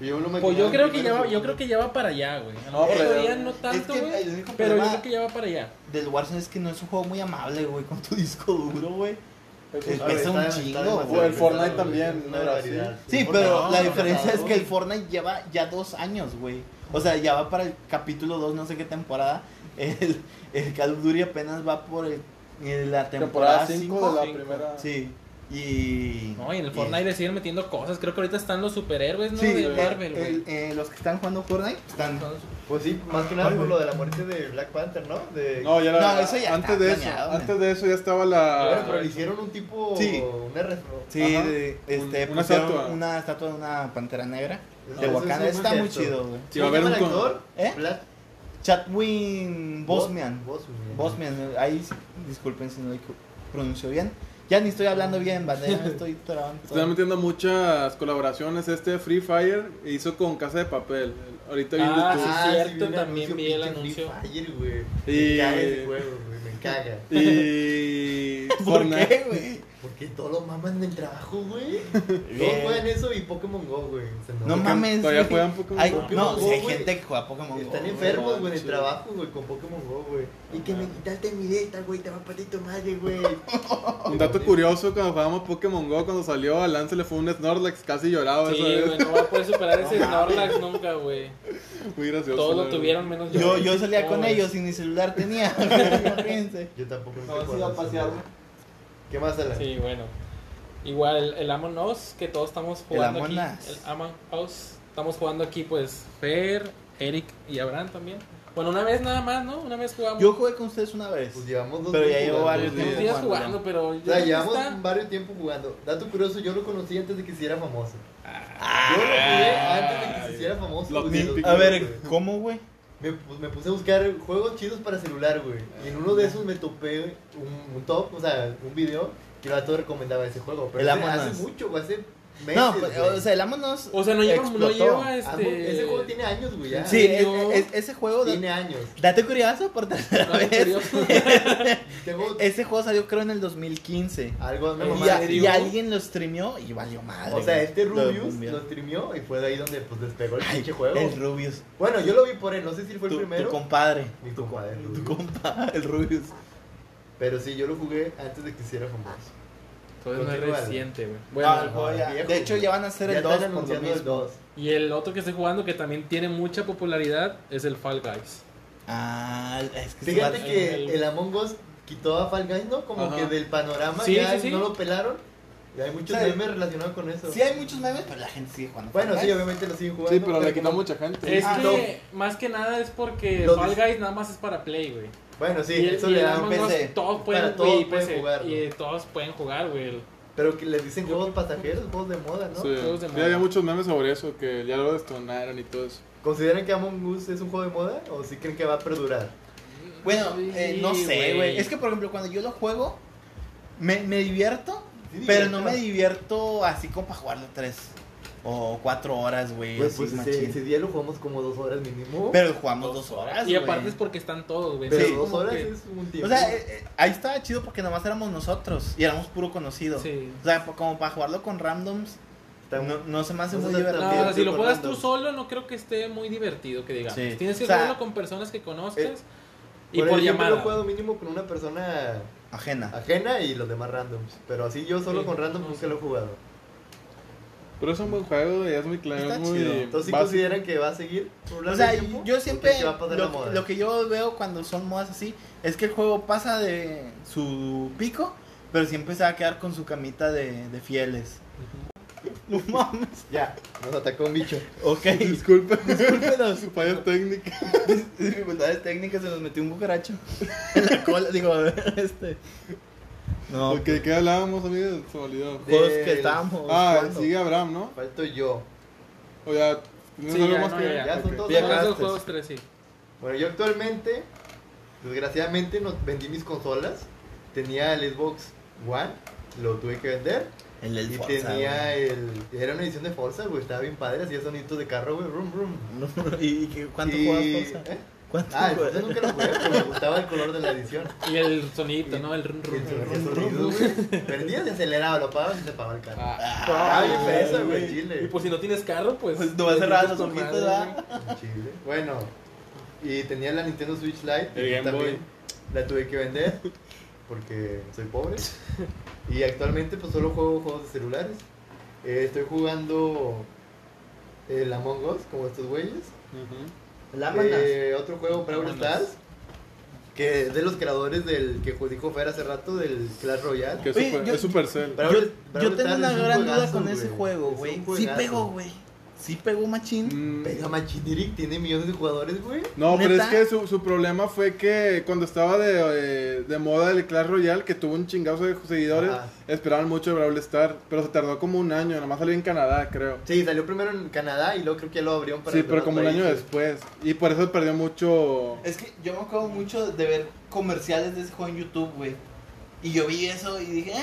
Speaker 3: Yo lo
Speaker 2: Pues yo
Speaker 3: imaginaba
Speaker 2: creo
Speaker 3: en
Speaker 2: que ya
Speaker 3: primeros
Speaker 2: va, yo creo
Speaker 3: lugares.
Speaker 2: que ya va para allá, güey. A lo
Speaker 4: No,
Speaker 2: mejor
Speaker 4: pero-
Speaker 2: todavía no tanto,
Speaker 1: es que
Speaker 2: güey.
Speaker 1: el único
Speaker 2: Pero yo
Speaker 1: problema
Speaker 2: creo que ya va para allá.
Speaker 1: del Warzone es que no es un juego muy amable, güey, con tu disco duro, güey.
Speaker 4: Eso es-
Speaker 1: Pesa
Speaker 3: Está-
Speaker 1: un
Speaker 3: está
Speaker 1: chingo,
Speaker 3: demasiado
Speaker 1: güey. O
Speaker 4: el Fortnite
Speaker 3: pesado, güey.
Speaker 4: también,
Speaker 3: Una
Speaker 4: ¿no?
Speaker 3: barbaridad.
Speaker 1: Sí,
Speaker 3: El
Speaker 1: pero
Speaker 3: Fortnite,
Speaker 1: la
Speaker 3: no,
Speaker 1: diferencia es
Speaker 3: no,
Speaker 1: que el Fortnite lleva ya dos años, güey. O sea, ya va para el capítulo 2, no sé qué temporada. El, el Call of Duty apenas va por el, en la temporada
Speaker 4: Temporada 5 de
Speaker 1: 5.
Speaker 4: la
Speaker 2: cinco.
Speaker 4: primera.
Speaker 1: Sí. Y.
Speaker 2: No, y en el Fortnite le siguen metiendo cosas. Creo que ahorita están los superhéroes, ¿no?
Speaker 1: Sí,
Speaker 2: de
Speaker 1: el-
Speaker 2: Marvel, güey.
Speaker 1: el- eh, los que están jugando Fortnite están.
Speaker 3: Pues sí, más que nada por lo de la muerte de Black Panther, ¿no? De...
Speaker 4: No, ya la-
Speaker 1: No, eso ya
Speaker 4: antes
Speaker 1: está
Speaker 4: de
Speaker 1: planeado,
Speaker 4: eso,
Speaker 1: güey.
Speaker 4: antes de eso ya estaba
Speaker 3: Bueno,
Speaker 4: la
Speaker 3: pero le hicieron un tipo.
Speaker 1: Sí.
Speaker 3: Una refro.
Speaker 1: Sí,
Speaker 4: Ajá.
Speaker 1: de- este,
Speaker 4: Un- una
Speaker 1: pusieron
Speaker 4: estatua.
Speaker 1: una estatua de una pantera negra
Speaker 3: Eso-
Speaker 1: de
Speaker 3: eso es
Speaker 1: Wakanda.
Speaker 3: un
Speaker 1: está
Speaker 3: buen
Speaker 1: muy
Speaker 3: gesto.
Speaker 1: chido, güey.
Speaker 4: Sí, va a haber
Speaker 3: ¿Cómo se
Speaker 4: un
Speaker 3: llama el actor?
Speaker 1: ¿Eh?
Speaker 3: Black-
Speaker 1: Chadwin Bosman.
Speaker 3: Bosman.
Speaker 1: Bosman, ahí sí, disculpen si no lo pronuncio bien. Ya ni estoy hablando bien, bandera, me estoy trabando.
Speaker 4: Están metiendo muchas colaboraciones. Este Free Fire hizo con Casa de Papel. Ahorita vi en
Speaker 2: Ah,
Speaker 4: YouTube.
Speaker 2: sí, cierto,
Speaker 3: un
Speaker 2: también
Speaker 3: anuncio,
Speaker 2: vi el
Speaker 3: pinche
Speaker 2: anuncio.
Speaker 3: Free Fire, güey.
Speaker 4: Y-
Speaker 3: Me caga ese juego, güey. Me caga.
Speaker 4: Y.
Speaker 1: ¿Por
Speaker 4: Fortnite.
Speaker 1: qué, güey?
Speaker 3: Porque todos lo maman del trabajo, güey. Todos juegan eso y Pokémon Go, güey. O sea,
Speaker 1: No mames.
Speaker 4: Todavía
Speaker 1: güey.
Speaker 4: juegan Pokémon
Speaker 1: Ay,
Speaker 4: Go.
Speaker 1: No,
Speaker 3: Pokémon
Speaker 1: si hay
Speaker 3: Go, güey.
Speaker 1: gente que juega Pokémon Go.
Speaker 3: Están
Speaker 1: güey.
Speaker 3: enfermos, güey, en el
Speaker 4: manches.
Speaker 3: trabajo, güey, con Pokémon Go, güey. Y que me quitaste mi data, güey, te va a partir tu madre, güey.
Speaker 4: Un dato curioso: cuando jugábamos Pokémon Go, cuando salió, a Lance le fue un Snorlax. Casi lloraba.
Speaker 2: Sí,
Speaker 4: esa vez.
Speaker 2: güey, no va a poder superar ese Snorlax nunca, güey.
Speaker 4: Muy gracioso.
Speaker 2: Todos
Speaker 4: la
Speaker 2: lo
Speaker 4: verdad.
Speaker 2: tuvieron menos
Speaker 1: Yo, yo salía
Speaker 2: No,
Speaker 1: con
Speaker 2: güey.
Speaker 1: ellos y ni celular tenía. Imagínense.
Speaker 3: Yo tampoco me
Speaker 1: No, sí iba a pasearme.
Speaker 3: ¿Qué más, Alan?
Speaker 2: Sí, bueno. Igual el Among Us, que todos estamos jugando
Speaker 1: Among
Speaker 2: aquí.
Speaker 1: Us.
Speaker 2: El Among Us. Estamos jugando aquí, pues, Fer, Eric y Abraham también. Bueno, una vez nada más, ¿no? Una vez jugamos.
Speaker 1: Yo jugué con ustedes una vez.
Speaker 3: Pues llevamos dos
Speaker 1: Pero ya
Speaker 3: días
Speaker 1: llevo
Speaker 3: jugando,
Speaker 1: varios
Speaker 3: güey.
Speaker 2: Unos
Speaker 1: días.
Speaker 2: días
Speaker 1: jugando,
Speaker 2: jugando, pero...
Speaker 3: O sea,
Speaker 2: ya
Speaker 3: llevamos
Speaker 2: está.
Speaker 3: varios tiempo jugando. Dato curioso, yo lo conocí antes de que se hiciera famoso. Yo lo jugué antes de que se hiciera famoso.
Speaker 4: Lo
Speaker 3: güey,
Speaker 1: Ni-
Speaker 3: de los
Speaker 1: a
Speaker 3: juegos,
Speaker 1: ver,
Speaker 3: güey.
Speaker 1: ¿cómo, güey?
Speaker 3: Me, pu- me puse a buscar juegos chidos para celular, güey. Y en uno de esos me topé un, un top, o sea, un video que el vato recomendaba ese juego. Pero
Speaker 1: El
Speaker 3: hace,
Speaker 1: Among
Speaker 3: hace
Speaker 1: Us.
Speaker 3: mucho, güey, hace meses.
Speaker 1: No,
Speaker 3: güey.
Speaker 1: pues, o sea, el Amonos.
Speaker 2: O sea, no lleva, no
Speaker 1: explotó.
Speaker 2: lleva
Speaker 3: Among-
Speaker 2: este...
Speaker 3: Ah, Ese juego tiene años, güey, ya.
Speaker 1: Sí, es-
Speaker 2: Yo-
Speaker 1: es- ese juego.
Speaker 3: Tiene
Speaker 1: da-
Speaker 3: años.
Speaker 1: Date curioso por tercera
Speaker 2: Ah, ¿en
Speaker 1: vez.
Speaker 2: serio?
Speaker 3: Tengo
Speaker 1: Ese juego salió, creo, en el 2015.
Speaker 3: algo, una
Speaker 2: ¿En
Speaker 1: Y,
Speaker 3: mamada
Speaker 1: a-
Speaker 3: así,
Speaker 2: serio?
Speaker 1: y alguien lo streaó y valió madre.
Speaker 3: O sea,
Speaker 1: güey.
Speaker 3: este
Speaker 1: Lo
Speaker 3: Rubius
Speaker 1: bombeó.
Speaker 3: lo streameó y fue de ahí donde pues despegó el
Speaker 1: Ay,
Speaker 3: pinche juego.
Speaker 1: El Rubius.
Speaker 3: Bueno, yo lo vi por él, no sé si fue el
Speaker 1: Tu, tu
Speaker 3: primero.
Speaker 1: compadre.
Speaker 3: Mi compadre,
Speaker 1: Tu
Speaker 3: Rubius.
Speaker 1: compa, el Rubius.
Speaker 3: Pero sí, yo lo jugué antes de que hiciera famoso.
Speaker 2: Entonces no es
Speaker 3: Continúa, güey.
Speaker 2: reciente, güey.
Speaker 1: Ah, el
Speaker 2: Bueno,
Speaker 1: juego ya-
Speaker 3: viejo,
Speaker 1: de hecho,
Speaker 3: güey.
Speaker 1: ya van a hacer
Speaker 3: Ya
Speaker 1: el 2
Speaker 3: están
Speaker 1: por lo
Speaker 3: anunciando el
Speaker 1: mismo.
Speaker 3: 2.
Speaker 2: y el otro que estoy jugando que también tiene mucha popularidad es el Fall Guys.
Speaker 1: Ah, es que
Speaker 3: Fíjate
Speaker 1: se va-
Speaker 3: que
Speaker 2: el-
Speaker 3: el, Among Us quitó a Fall Guys, ¿no? Como
Speaker 4: Ajá.
Speaker 3: que del panorama
Speaker 2: Sí,
Speaker 3: ya
Speaker 2: sí, sí.
Speaker 3: no lo pelaron. Y hay muchos
Speaker 1: Sí.
Speaker 3: memes relacionados con eso.
Speaker 1: Sí hay muchos memes, pero la gente sigue jugando.
Speaker 3: bueno,
Speaker 1: Fall
Speaker 3: sí,
Speaker 1: Guys.
Speaker 3: obviamente lo siguen jugando.
Speaker 4: Sí, pero le quitó
Speaker 3: como-
Speaker 4: mucha gente.
Speaker 2: Es
Speaker 3: Ah,
Speaker 2: que más que nada es porque
Speaker 3: Los
Speaker 2: Fall
Speaker 3: dis-
Speaker 2: Guys nada más es para Play, güey.
Speaker 3: Bueno, sí,
Speaker 2: y el-
Speaker 3: eso
Speaker 2: y
Speaker 3: le
Speaker 2: el
Speaker 3: da
Speaker 2: Among
Speaker 1: un
Speaker 2: Us
Speaker 1: PC.
Speaker 2: Todos
Speaker 3: Para
Speaker 2: pueden,
Speaker 3: todos
Speaker 2: güey,
Speaker 3: pueden
Speaker 2: PC,
Speaker 3: jugar, ¿no?
Speaker 2: Y todos pueden jugar, güey.
Speaker 3: Pero que les dicen juegos pasajeros, juegos de moda, ¿no?
Speaker 4: Sí.
Speaker 2: Juegos de
Speaker 4: Sí,
Speaker 2: moda.
Speaker 4: había muchos memes sobre eso que ya lo destonaron y todo eso.
Speaker 3: ¿Consideran que Among Us es un juego de moda o si creen que va a perdurar?
Speaker 1: Bueno, eh, no
Speaker 2: Sí,
Speaker 1: sé,
Speaker 2: güey.
Speaker 1: güey. Es que, por ejemplo, cuando yo lo juego, me, me divierto,
Speaker 3: Sí,
Speaker 1: pero no
Speaker 3: divierto.
Speaker 1: me divierto así como para jugarlo tres o cuatro horas, güey.
Speaker 3: Pues,
Speaker 1: así,
Speaker 3: pues ese,
Speaker 1: machín.
Speaker 3: ese día lo jugamos como dos horas mínimo.
Speaker 1: Pero jugamos dos horas,
Speaker 2: Y aparte
Speaker 1: güey.
Speaker 2: es porque están todos, güey.
Speaker 3: Pero
Speaker 1: sí,
Speaker 3: dos
Speaker 2: como
Speaker 3: horas
Speaker 2: que-
Speaker 3: es un tiempo.
Speaker 1: O sea, eh, eh, ahí estaba chido porque nomás éramos nosotros y éramos puro conocido.
Speaker 2: Sí.
Speaker 1: O sea, po- como para jugarlo con randoms,
Speaker 3: Está-
Speaker 1: no, no se me hace
Speaker 3: No
Speaker 1: muy
Speaker 3: se trata
Speaker 2: No,
Speaker 1: divertido.
Speaker 3: También
Speaker 2: ahora, si
Speaker 3: estoy
Speaker 2: lo juegas tú
Speaker 3: acordando.
Speaker 2: solo, no creo que esté muy divertido, que digamos.
Speaker 1: Sí.
Speaker 2: Tienes que
Speaker 1: O sea,
Speaker 2: jugarlo con personas que conozcas
Speaker 3: eh,
Speaker 2: y por
Speaker 3: ahí siempre lo he
Speaker 2: llamada.
Speaker 3: jugado mínimo con una persona
Speaker 1: Ajena.
Speaker 3: ajena y los demás randoms. Pero así yo solo
Speaker 2: Sí,
Speaker 3: con randoms
Speaker 2: no
Speaker 3: nunca
Speaker 2: sé.
Speaker 3: lo he jugado.
Speaker 4: Pero es un buen juego y es muy claro.
Speaker 1: Está
Speaker 4: es muy
Speaker 1: chido.
Speaker 3: Entonces, ¿sí pues,
Speaker 4: básico.
Speaker 3: consideran que va a seguir? por un
Speaker 1: O
Speaker 3: largo
Speaker 1: sea,
Speaker 3: tiempo?
Speaker 1: yo
Speaker 3: ¿O
Speaker 1: siempre
Speaker 3: creen que va a pasar la
Speaker 1: lo,
Speaker 3: moda?
Speaker 1: lo que yo veo cuando son modas así es que el juego pasa de su pico, pero siempre se va a quedar con su camita de, de fieles. No mames.
Speaker 3: Ya, nos atacó un bicho.
Speaker 1: Ok.
Speaker 4: Disculpe,
Speaker 1: Discúlpenos.
Speaker 4: fallas técnicas.
Speaker 1: Dificultades técnicas se nos metió un cucaracho en la cola. Digo, este. No,
Speaker 4: ¿De qué, qué hablábamos, amigos? Se me olvidó.
Speaker 1: juegos
Speaker 3: de-
Speaker 1: que estábamos.
Speaker 4: Ah,
Speaker 1: jugando.
Speaker 4: sigue Abraham, ¿no?
Speaker 3: Falto yo.
Speaker 4: O ya. ¿Tienes
Speaker 2: Sí,
Speaker 4: algo
Speaker 2: ya,
Speaker 4: más
Speaker 2: no,
Speaker 4: que.?
Speaker 2: ya,
Speaker 3: ya. Ya son
Speaker 4: Ok.
Speaker 3: todos.
Speaker 2: Son esos
Speaker 3: Viajaste.
Speaker 2: juegos tres, sí.
Speaker 3: Bueno, yo actualmente, desgraciadamente, no, vendí mis consolas. Tenía el Xbox One, lo tuve que vender.
Speaker 1: El del
Speaker 3: y
Speaker 1: Forza,
Speaker 3: tenía
Speaker 1: güey.
Speaker 3: el. Era una edición de Forza, güey. Estaba bien padre, hacía soniditos de carro, güey. Rum, rum.
Speaker 1: ¿Y qué- cuánto
Speaker 3: Y-
Speaker 1: jugabas Forza?
Speaker 3: ¿Eh?
Speaker 1: ¿Cuánto
Speaker 3: Ah,
Speaker 1: jugabas?
Speaker 3: entonces nunca lo jugué, pero me gustaba el color de la edición.
Speaker 2: Y el sonidito, ¿no? El rum,
Speaker 3: Y
Speaker 2: rum,
Speaker 3: el
Speaker 2: rum, rum,
Speaker 3: sonido,
Speaker 2: rum.
Speaker 3: güey. Prendías y aceleraba, lo apagabas y se apagaba el carro.
Speaker 2: Ah.
Speaker 3: Ah, bien
Speaker 1: güey,
Speaker 3: fresa, güey,
Speaker 1: güey.
Speaker 3: chile.
Speaker 2: Y pues si no tienes carro, pues.
Speaker 1: Pues no vas a cerrar los ojitos, ¿verdad?
Speaker 3: Chile. Bueno, y tenía la Nintendo Switch Lite.
Speaker 4: El
Speaker 3: y
Speaker 4: Game
Speaker 3: también
Speaker 4: Boy.
Speaker 3: La tuve que vender porque soy pobre. Y actualmente pues solo juego juegos de celulares. Eh, estoy jugando el Among Us, como estos güeyes.
Speaker 4: Ujú.
Speaker 3: Eh, otro juego, Brawl
Speaker 2: Lámanas.
Speaker 3: Stars, que es de los creadores del que dijo Fer hace rato, del Clash Royale.
Speaker 4: Que es
Speaker 1: Oye,
Speaker 4: super,
Speaker 1: yo-
Speaker 4: es Supercell.
Speaker 3: Brawl-
Speaker 1: Yo,
Speaker 3: Brawl
Speaker 1: yo tengo
Speaker 3: Stars
Speaker 1: una
Speaker 3: es un
Speaker 1: gran duda
Speaker 3: juegazo,
Speaker 1: con ese juego,
Speaker 3: Es un
Speaker 1: güey. Sí
Speaker 3: juegazo.
Speaker 1: pegó, güey. Sí pegó machín.
Speaker 4: Mm,
Speaker 3: Pero Machinirik tiene millones de jugadores, güey.
Speaker 4: No, pero es
Speaker 1: ¿Neta?
Speaker 4: que su, su problema fue que cuando estaba de, eh, de moda el Clash Royale, que tuvo un chingazo de seguidores,
Speaker 3: Ajá.
Speaker 4: esperaban mucho de Brawl Stars, pero se tardó como un año, nada más salió en Canadá, creo.
Speaker 3: Sí, salió primero en Canadá y luego creo que ya lo abrieron para
Speaker 4: sí,
Speaker 3: los
Speaker 4: pero
Speaker 3: demás
Speaker 4: como un año
Speaker 3: países.
Speaker 4: después. Y por eso perdió mucho...
Speaker 1: Es que yo me acuerdo mucho de ver comerciales de ese juego en YouTube, güey. Y yo vi eso y dije, eh,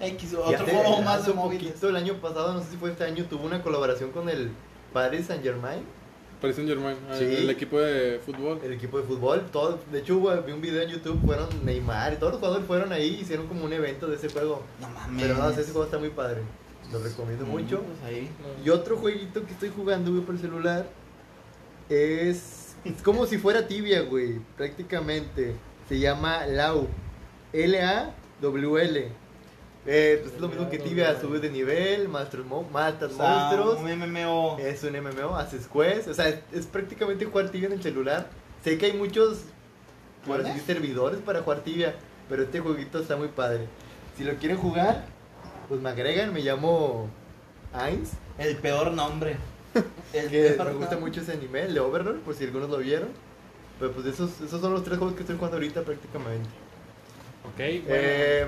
Speaker 1: X,
Speaker 3: Y
Speaker 1: otro
Speaker 3: hace-
Speaker 1: juego más
Speaker 3: hace
Speaker 1: de
Speaker 3: un
Speaker 1: móviles.
Speaker 3: poquito el año pasado, no sé si fue este año, tuvo una colaboración con el Paris Saint Germain,
Speaker 4: Paris Saint Germain,
Speaker 3: Sí.
Speaker 4: el equipo de fútbol.
Speaker 3: el equipo de fútbol. Todo, de hecho, hubo- vi un video en YouTube, fueron Neymar, y todos los jugadores fueron ahí, hicieron como un evento de ese juego.
Speaker 1: No mames.
Speaker 3: Pero no, ese juego está muy padre, lo recomiendo
Speaker 1: Mm,
Speaker 3: mucho.
Speaker 1: pues ahí.
Speaker 3: Y otro jueguito que estoy jugando, güey, por el celular es, es como si fuera tibia, güey, prácticamente. Se llama LAW. L-A-W-L. Eh, pues es lo mismo que tibia, subes de nivel, matas, mo- matas
Speaker 1: O sea,
Speaker 3: monstruos.
Speaker 1: un MMO.
Speaker 3: Es un MMO, haces quests, o sea, es, es prácticamente jugar tibia en el celular. Sé que hay muchos por así,
Speaker 1: ¿Clones?
Speaker 3: servidores para jugar tibia, pero este jueguito está muy padre. Si lo quieren jugar, pues me agregan, me llamo Ainz,
Speaker 1: El peor nombre. El
Speaker 3: que
Speaker 1: peor
Speaker 3: me gusta
Speaker 1: nombre.
Speaker 3: mucho ese anime, el de Overlord, por si algunos lo vieron. Pero pues esos, esos son los tres juegos que estoy jugando ahorita prácticamente.
Speaker 2: Ok, bueno.
Speaker 3: Eh,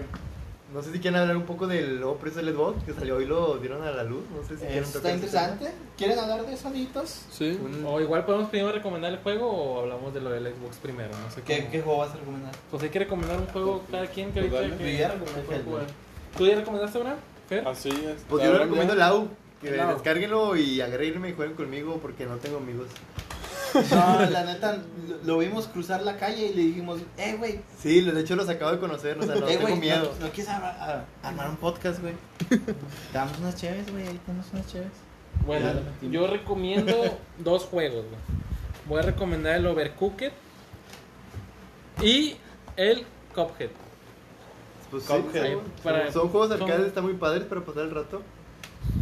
Speaker 3: no sé si quieren hablar un poco del nuevo precio del Xbox que salió hoy lo dieron a la luz. No sé si quieren
Speaker 1: Eso
Speaker 3: tocar
Speaker 1: Está
Speaker 3: ese
Speaker 1: interesante. ¿Quieren hablar de sonitos?
Speaker 4: Sí.
Speaker 3: tema. Un-
Speaker 2: O igual podemos primero recomendar el juego o hablamos de lo del Xbox primero, no sé
Speaker 1: ¿Qué,
Speaker 2: cómo.
Speaker 1: ¿Qué juego vas a recomendar?
Speaker 2: Pues hay que recomendar un juego cada quien que
Speaker 4: Pues
Speaker 2: ahorita
Speaker 4: dale.
Speaker 2: que-
Speaker 1: Yo ya recomendé
Speaker 2: que pueda
Speaker 1: el
Speaker 2: jugar.
Speaker 1: mío.
Speaker 2: ¿Tú ya recomendaste una? Fer?
Speaker 4: Así es.
Speaker 3: Pues yo lo recomiendo
Speaker 4: la...
Speaker 3: Lau. Que
Speaker 2: Lau.
Speaker 3: descárguenlo y agréguenme y jueguen conmigo porque no tengo amigos.
Speaker 1: No, la neta, lo- lo vimos cruzar la calle y le dijimos, eh, güey,
Speaker 3: Sí, de hecho los acabo de conocer, o sea, no
Speaker 1: eh,
Speaker 3: tengo
Speaker 1: güey,
Speaker 3: miedo.
Speaker 1: ¿no, no quieres armar, a- armar un podcast, güey? Damos unas chéves, güey, ahí tenemos unas chéves.
Speaker 2: Bueno,
Speaker 1: Ya lo metimos.
Speaker 2: yo recomiendo dos juegos. güey. Voy a recomendar el Overcooked y el Cuphead.
Speaker 3: Pues sí,
Speaker 4: Cuphead.
Speaker 3: sí,
Speaker 2: Para-
Speaker 3: son, son juegos
Speaker 2: son-
Speaker 3: arcades, están muy padres para pasar el rato.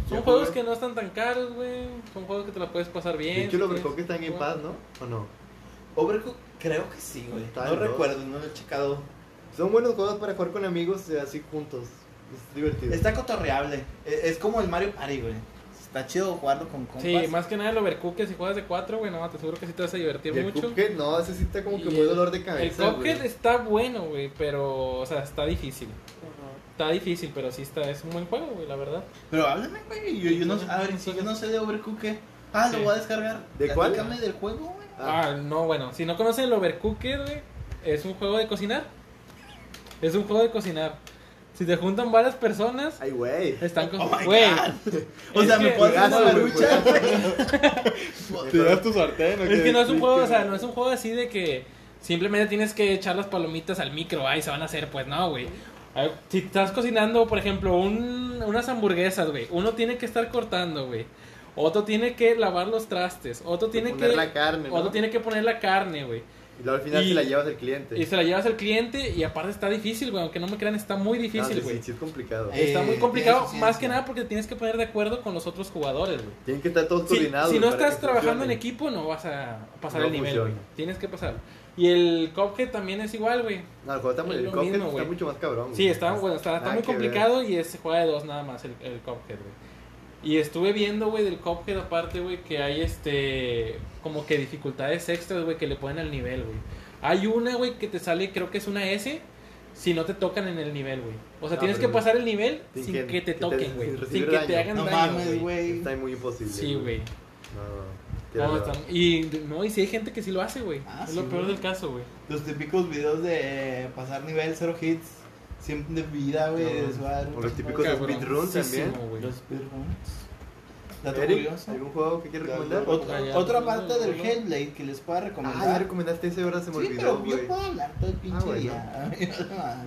Speaker 2: Son
Speaker 3: Yo
Speaker 2: juegos
Speaker 3: jugué.
Speaker 2: que no están tan caros, güey. Son juegos que te la puedes pasar bien.
Speaker 3: De hecho, lo
Speaker 2: si
Speaker 3: que
Speaker 2: quieres.
Speaker 3: están en paz, ¿no? ¿O no?
Speaker 1: Overcook, creo que sí, güey. No
Speaker 3: Tal, ¿no?
Speaker 1: recuerdo, no lo he checado.
Speaker 3: Son buenos juegos para jugar con amigos eh, así juntos. Es divertido.
Speaker 1: Está cotorreable. e- Es, como el Mario Party, güey. Está chido jugarlo con compas.
Speaker 2: Sí, más que nada el Overcooked. Si juegas de cuatro, güey, no, te aseguro que sí te vas a
Speaker 3: Y
Speaker 2: divertir
Speaker 3: el
Speaker 2: mucho.
Speaker 3: Cuphead, no, ese sí está como que
Speaker 2: Y
Speaker 3: muy dolor de
Speaker 2: El
Speaker 3: cabeza.
Speaker 2: Cuphead
Speaker 3: güey.
Speaker 2: está bueno, güey, pero, o sea, está difícil. Está difícil, pero sí está, es un buen juego, güey, la verdad.
Speaker 1: Pero háblame, güey. Yo, yo no, a ver, si yo no sé de Overcook, ¿qué? Ah, lo
Speaker 2: Sí.
Speaker 1: voy a descargar.
Speaker 3: ¿De cuál?
Speaker 1: Platícame del juego, güey.
Speaker 3: Ah,
Speaker 2: Ah, no, bueno, si no conocen el Overcooked, güey, es un juego de cocinar. Es un juego de cocinar. Si te juntan varias personas,
Speaker 3: ay, güey.
Speaker 2: están con...
Speaker 1: Oh my
Speaker 2: güey,
Speaker 1: God. O
Speaker 2: Es
Speaker 1: sea, me
Speaker 2: que-
Speaker 1: puedo hacer
Speaker 3: Juegazo,
Speaker 1: una
Speaker 3: güey,
Speaker 1: marucha,
Speaker 3: juegazo.
Speaker 4: Te das tu sartén. ¿o
Speaker 2: Es
Speaker 4: qué?
Speaker 2: que no es un
Speaker 4: Sí,
Speaker 2: juego,
Speaker 4: que-
Speaker 2: o sea, no es un juego así de que simplemente tienes que echar las palomitas al micro, ahí se van a hacer, pues no, güey. A ver, Si estás cocinando, por ejemplo, un- unas hamburguesas, güey, uno tiene que estar cortando, güey. Otro tiene que lavar los trastes, otro tiene
Speaker 3: poner
Speaker 2: que
Speaker 3: la carne, ¿no?
Speaker 2: otro tiene que poner la carne, güey.
Speaker 3: Y luego al final
Speaker 2: y-
Speaker 3: se la llevas al cliente. Ah,
Speaker 2: Y se la llevas al cliente y aparte está difícil, güey, aunque no me crean, está muy
Speaker 3: No, sí,
Speaker 2: difícil, güey.
Speaker 3: sí, sí, es complicado.
Speaker 1: Eh,
Speaker 2: Está muy
Speaker 1: tiene
Speaker 2: complicado,
Speaker 1: su
Speaker 2: más
Speaker 1: ciencia.
Speaker 2: que nada porque te tienes que poner de acuerdo con los otros jugadores, güey.
Speaker 3: Tienen que estar todos
Speaker 2: Si,
Speaker 3: coordinados.
Speaker 2: si no
Speaker 3: para que
Speaker 2: estás trabajando en
Speaker 3: funcione.
Speaker 2: equipo, no vas a pasar
Speaker 3: No
Speaker 2: el nivel, güey.
Speaker 3: funciona.
Speaker 2: Tienes que pasar. Y el Cuphead también es igual, güey.
Speaker 3: No, el juego está, muy-
Speaker 2: Es
Speaker 3: el
Speaker 2: lo
Speaker 3: Cuphead
Speaker 2: mismo,
Speaker 3: está
Speaker 2: güey.
Speaker 3: mucho más cabrón.
Speaker 2: Sí,
Speaker 3: güey.
Speaker 2: está, bueno, está, está
Speaker 3: Pues, Nada
Speaker 2: muy
Speaker 3: que ver.
Speaker 2: complicado y es juega de dos nada más el, el Cuphead, güey. Y estuve viendo, güey, del Cuphead aparte, güey, que hay este. como que dificultades extras, güey, que le ponen al nivel, güey. Hay una, güey, que te sale, creo que es una S, si no te tocan en el nivel, güey. O sea,
Speaker 3: No,
Speaker 2: tienes que
Speaker 3: Ah, pero-
Speaker 2: pasar el nivel
Speaker 3: Sin
Speaker 2: sin
Speaker 3: que-
Speaker 2: que
Speaker 3: que
Speaker 2: te
Speaker 3: te-
Speaker 2: toquen, güey. Sin
Speaker 3: sin recibir
Speaker 2: que te
Speaker 3: daño.
Speaker 2: hagan
Speaker 1: No mames,
Speaker 2: daño, güey.
Speaker 1: güey.
Speaker 3: Está muy imposible.
Speaker 2: Sí, güey.
Speaker 3: No, no, no. Tienes
Speaker 2: No,
Speaker 3: razón.
Speaker 2: están- Y no, y si hay gente que sí lo hace, güey.
Speaker 1: Ah,
Speaker 2: es
Speaker 1: sí,
Speaker 2: lo peor
Speaker 1: güey.
Speaker 2: del caso, güey.
Speaker 1: Los típicos videos de pasar nivel, cero hits, siempre de vida, güey.
Speaker 3: No,
Speaker 1: de suar,
Speaker 3: o los típicos
Speaker 1: cosas,
Speaker 3: de speedrun
Speaker 2: Cabroncísimo,
Speaker 3: también.
Speaker 2: güey.
Speaker 1: Los speedruns. Dato
Speaker 3: Eric,
Speaker 1: curioso.
Speaker 3: ¿Algún juego que quieras recomendar?
Speaker 1: Ot- Otra,
Speaker 2: Ya, ya.
Speaker 1: parte del
Speaker 2: Bueno.
Speaker 1: Hellblade que les pueda
Speaker 3: Ah, ya
Speaker 1: recomendar.
Speaker 3: recomendaste ese, ahora se me
Speaker 1: sí,
Speaker 3: olvidó,
Speaker 1: pero yo
Speaker 3: güey.
Speaker 1: puedo hablar todo el pinche
Speaker 3: Ah, bueno.
Speaker 1: día.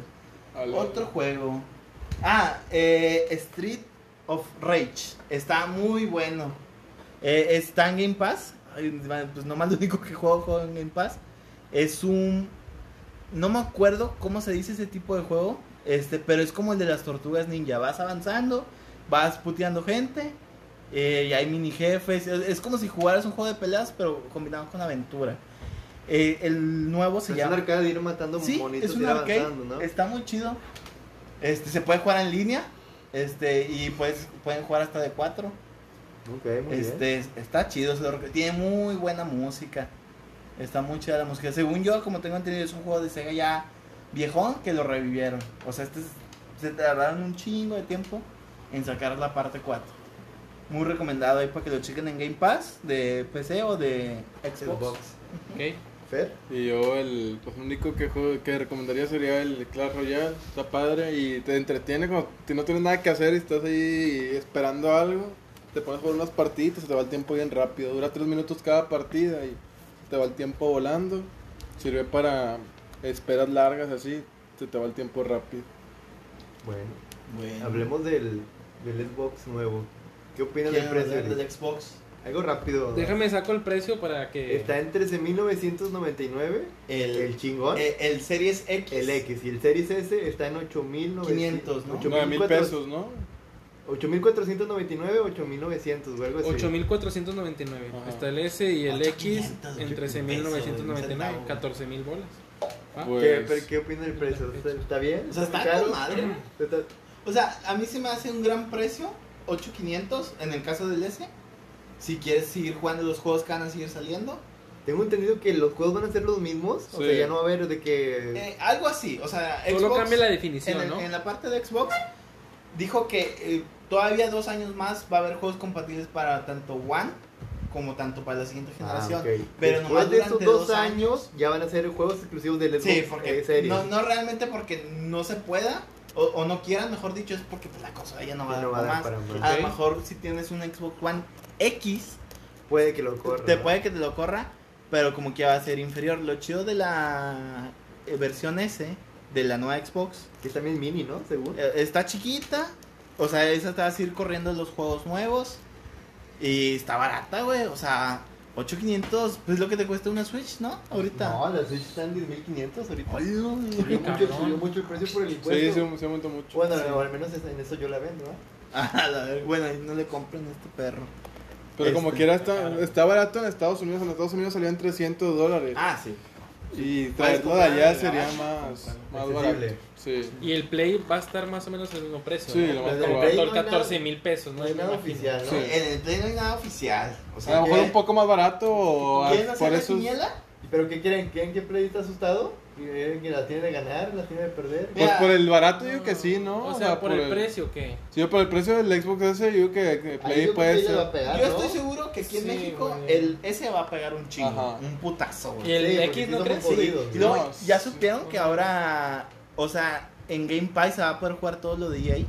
Speaker 4: Ale.
Speaker 1: Otro juego. Ah, eh, Street of Rage. Está muy bueno. Eh, está en Game Pass. Ay, Pues nomás lo único que juego, juego en Game Pass. Es un. No me acuerdo cómo se dice ese tipo de juego. Este, pero es como el de las tortugas ninja. Vas avanzando, vas puteando gente. eh, y hay mini jefes. Es, es como si jugaras un juego de peleas, pero combinado con aventura. Eh, el nuevo se
Speaker 3: Es un
Speaker 1: llama.
Speaker 3: arcade de ir matando
Speaker 1: Sí,
Speaker 3: monitos
Speaker 1: es
Speaker 3: y
Speaker 1: un
Speaker 3: ir
Speaker 1: arcade,
Speaker 3: avanzando, ¿no?
Speaker 1: está muy chido. Este, se puede jugar en línea, este, y pues pueden jugar hasta de cuatro.
Speaker 3: Ok, muy bien.
Speaker 1: Este, está chido, se lo rec- tiene muy buena música. Está muy chida la música. Según yo, como tengo entendido, es un juego de Sega ya viejón que lo revivieron. O sea, este es- se tardaron un chingo de tiempo en sacar la parte 4. Muy recomendado ahí para que lo chequen en Game Pass de PC o de Xbox.
Speaker 3: Xbox.
Speaker 2: Ok.
Speaker 3: Fer,
Speaker 4: Y yo el pues, único que, juego- que recomendaría sería el Clash Royale. Está padre y te entretiene cuando t- no tienes nada que hacer y estás ahí esperando algo. Te pones a jugar unas partiditas, se te va el tiempo bien rápido. Dura tres minutos cada partida y se te va el tiempo volando. Sirve para esperas largas así, se te va el tiempo rápido.
Speaker 3: bueno,
Speaker 1: Bueno.
Speaker 3: hablemos del, del Xbox nuevo. ¿Qué opinas del
Speaker 1: ¿Quieren
Speaker 3: precio?
Speaker 1: hablar
Speaker 3: Eric?
Speaker 1: del Xbox.
Speaker 3: Algo rápido.
Speaker 2: Déjame saco el precio para que.
Speaker 3: Está en 13.999, el,
Speaker 1: El,
Speaker 3: chingón,
Speaker 1: Eh, el Series X.
Speaker 3: el X. Y el Series S está en 8.900.
Speaker 1: 500, ¿no?
Speaker 4: 9 mil
Speaker 3: 8,400,
Speaker 4: pesos, ¿no?
Speaker 3: 8.499, 8.900, güey, algo así.
Speaker 2: 8.499.
Speaker 4: Ajá.
Speaker 2: Está el S y el X
Speaker 1: 8,500,
Speaker 2: en
Speaker 1: pesos, güey, un
Speaker 2: 13.999.
Speaker 1: centavo.
Speaker 2: 14.000 bolas. Ah.
Speaker 3: ¿Qué,
Speaker 4: Pues,
Speaker 3: pero ¿Qué opina del precio? ¿Está, está bien?
Speaker 1: O sea, está
Speaker 3: caro?
Speaker 1: con madre.
Speaker 3: Está-
Speaker 1: O sea, a mí se me hace un gran precio, 8500 en el caso del S. Si quieres seguir jugando los juegos que van a seguir saliendo.
Speaker 3: Tengo entendido que los juegos van a ser los mismos. O
Speaker 4: Sí.
Speaker 3: sea, ya no va a haber de que.
Speaker 1: Eh, algo así, o sea, Xbox,
Speaker 2: Solo cambia la
Speaker 1: en,
Speaker 2: definición,
Speaker 1: el-
Speaker 2: ¿no?
Speaker 1: en la parte de Xbox dijo que eh, todavía dos años más va a haber juegos compatibles para tanto One como tanto para la siguiente generación.
Speaker 3: Ah, ok.
Speaker 1: Pero
Speaker 3: Después
Speaker 1: nomás
Speaker 3: de esos
Speaker 1: durante
Speaker 3: dos
Speaker 1: dos
Speaker 3: años, ya van a ser juegos exclusivos del Xbox
Speaker 1: Sí,
Speaker 3: eh,
Speaker 1: porque
Speaker 3: Series.
Speaker 1: no, no realmente porque no se pueda o, o no quieran, mejor dicho, es porque pues, la cosa ya no va Ah. a
Speaker 3: Ya
Speaker 1: dar,
Speaker 3: no va a
Speaker 1: para
Speaker 3: dar
Speaker 1: más.
Speaker 3: para más.
Speaker 1: A
Speaker 2: Ok.
Speaker 1: lo mejor si tienes un Xbox One X,
Speaker 3: Puede que lo corra.
Speaker 1: Te
Speaker 3: ¿no?
Speaker 1: puede que te lo corra, pero como que va a ser inferior. Lo chido de la eh, versión S, de la nueva Xbox,
Speaker 3: Que es también mini, ¿no? Según.
Speaker 1: eh, está chiquita. O sea, esa te va a ir corriendo los juegos nuevos. Y está barata, güey. O sea, 8500, pues lo que te cuesta una Switch, ¿no? Ahorita.
Speaker 3: No, las Switch están en 10.500 ahorita.
Speaker 1: Hola, güey.
Speaker 3: Subió mucho,
Speaker 2: cabrón.
Speaker 3: subió mucho el precio por el impuesto.
Speaker 4: sí, se, se aumentó mucho.
Speaker 3: Bueno,
Speaker 4: Sí.
Speaker 3: al menos es- en eso yo la vendo, ¿no?
Speaker 1: A la ver- bueno, ahí no le compren a este perro.
Speaker 4: Pero como
Speaker 1: Este,
Speaker 4: quiera, está,
Speaker 2: claro.
Speaker 4: está barato en Estados Unidos. En Estados Unidos salió en 300 dólares.
Speaker 1: Ah, sí.
Speaker 4: Y
Speaker 1: Puedes
Speaker 4: traerlo de allá
Speaker 1: comprar
Speaker 4: sería
Speaker 1: el
Speaker 4: más, más barato.
Speaker 3: accesible.
Speaker 4: Sí.
Speaker 2: Y el Play va a estar más o menos al mismo precio.
Speaker 4: Sí,
Speaker 2: ¿no?
Speaker 4: lo más
Speaker 2: Como
Speaker 4: probable.
Speaker 2: todo el 14 mil pesos, ¿no?
Speaker 3: No hay
Speaker 2: Me
Speaker 3: nada
Speaker 2: imagino.
Speaker 3: oficial, ¿no?
Speaker 4: Sí.
Speaker 1: En el Play no hay nada oficial. O
Speaker 4: A
Speaker 1: sea,
Speaker 4: lo mejor
Speaker 1: ¿qué?
Speaker 4: un poco más barato o a-
Speaker 1: ¿quieren
Speaker 4: por
Speaker 1: hacer la
Speaker 4: eso.
Speaker 1: quiniela?
Speaker 3: ¿Pero qué quieren? ¿Creen que Play está asustado? ¿Creen que la tiene de ganar? ¿La tiene de perder?
Speaker 4: Pues
Speaker 1: Mira.
Speaker 4: por el barato yo que sí, ¿no?
Speaker 2: O sea, por, el, precio, ¿qué?
Speaker 4: Sí, por el precio del Xbox S yo que, que
Speaker 3: Ahí yo creo que
Speaker 4: Play puede
Speaker 3: ella va a
Speaker 4: ser.
Speaker 3: pegar,
Speaker 1: Yo
Speaker 3: ¿no?
Speaker 1: estoy seguro que aquí en
Speaker 2: Sí,
Speaker 1: México
Speaker 2: güey.
Speaker 1: el ese va a pegar un chingo,
Speaker 4: Ajá.
Speaker 1: un putazo,
Speaker 2: Y
Speaker 1: güey.
Speaker 2: el
Speaker 3: Sí, porque
Speaker 2: X,
Speaker 3: sí
Speaker 2: ¿no
Speaker 3: somos
Speaker 2: crees?
Speaker 3: jodidos,
Speaker 1: Y luego,
Speaker 4: No,
Speaker 1: ya
Speaker 2: sí,
Speaker 1: supieron
Speaker 2: sí.
Speaker 1: que ahora, o sea, en Game Pass se va a poder jugar todo lo de EA.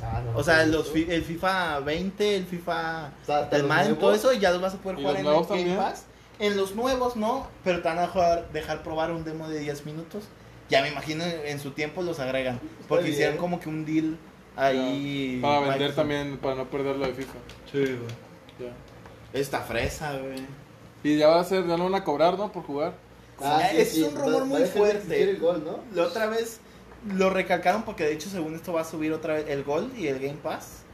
Speaker 3: Ah, no,
Speaker 1: O sea,
Speaker 3: no,
Speaker 1: los
Speaker 3: no.
Speaker 1: fi- el FIFA 20, el FIFA
Speaker 3: O sea, hasta
Speaker 1: el
Speaker 3: los
Speaker 1: Madden, todo
Speaker 3: nuevos.
Speaker 1: eso ya los vas a poder
Speaker 4: ¿Y
Speaker 1: jugar
Speaker 4: los
Speaker 1: en el Game
Speaker 4: nuevos también?
Speaker 1: Pass. En los nuevos no, pero te van a jugar- dejar probar un demo de 10 minutos. Ya me imagino en su tiempo los agregan, porque
Speaker 3: bien.
Speaker 1: hicieron como que un deal ahí
Speaker 4: Para vender
Speaker 1: Microsoft.
Speaker 4: también, para no perder lo de FIFA. Ya.
Speaker 1: Esta fresa, güey.
Speaker 4: Y ya va a ser, ya no van a cobrar, ¿no? Por jugar.
Speaker 3: Ah, sí,
Speaker 1: es
Speaker 3: sí,
Speaker 1: un
Speaker 3: va-
Speaker 1: rumor
Speaker 3: va
Speaker 1: muy
Speaker 3: a dejar de
Speaker 1: fuerte.
Speaker 3: existir el gol, ¿no?
Speaker 1: La otra vez lo recalcaron porque de hecho según esto va a subir otra vez el gol y el Game Pass.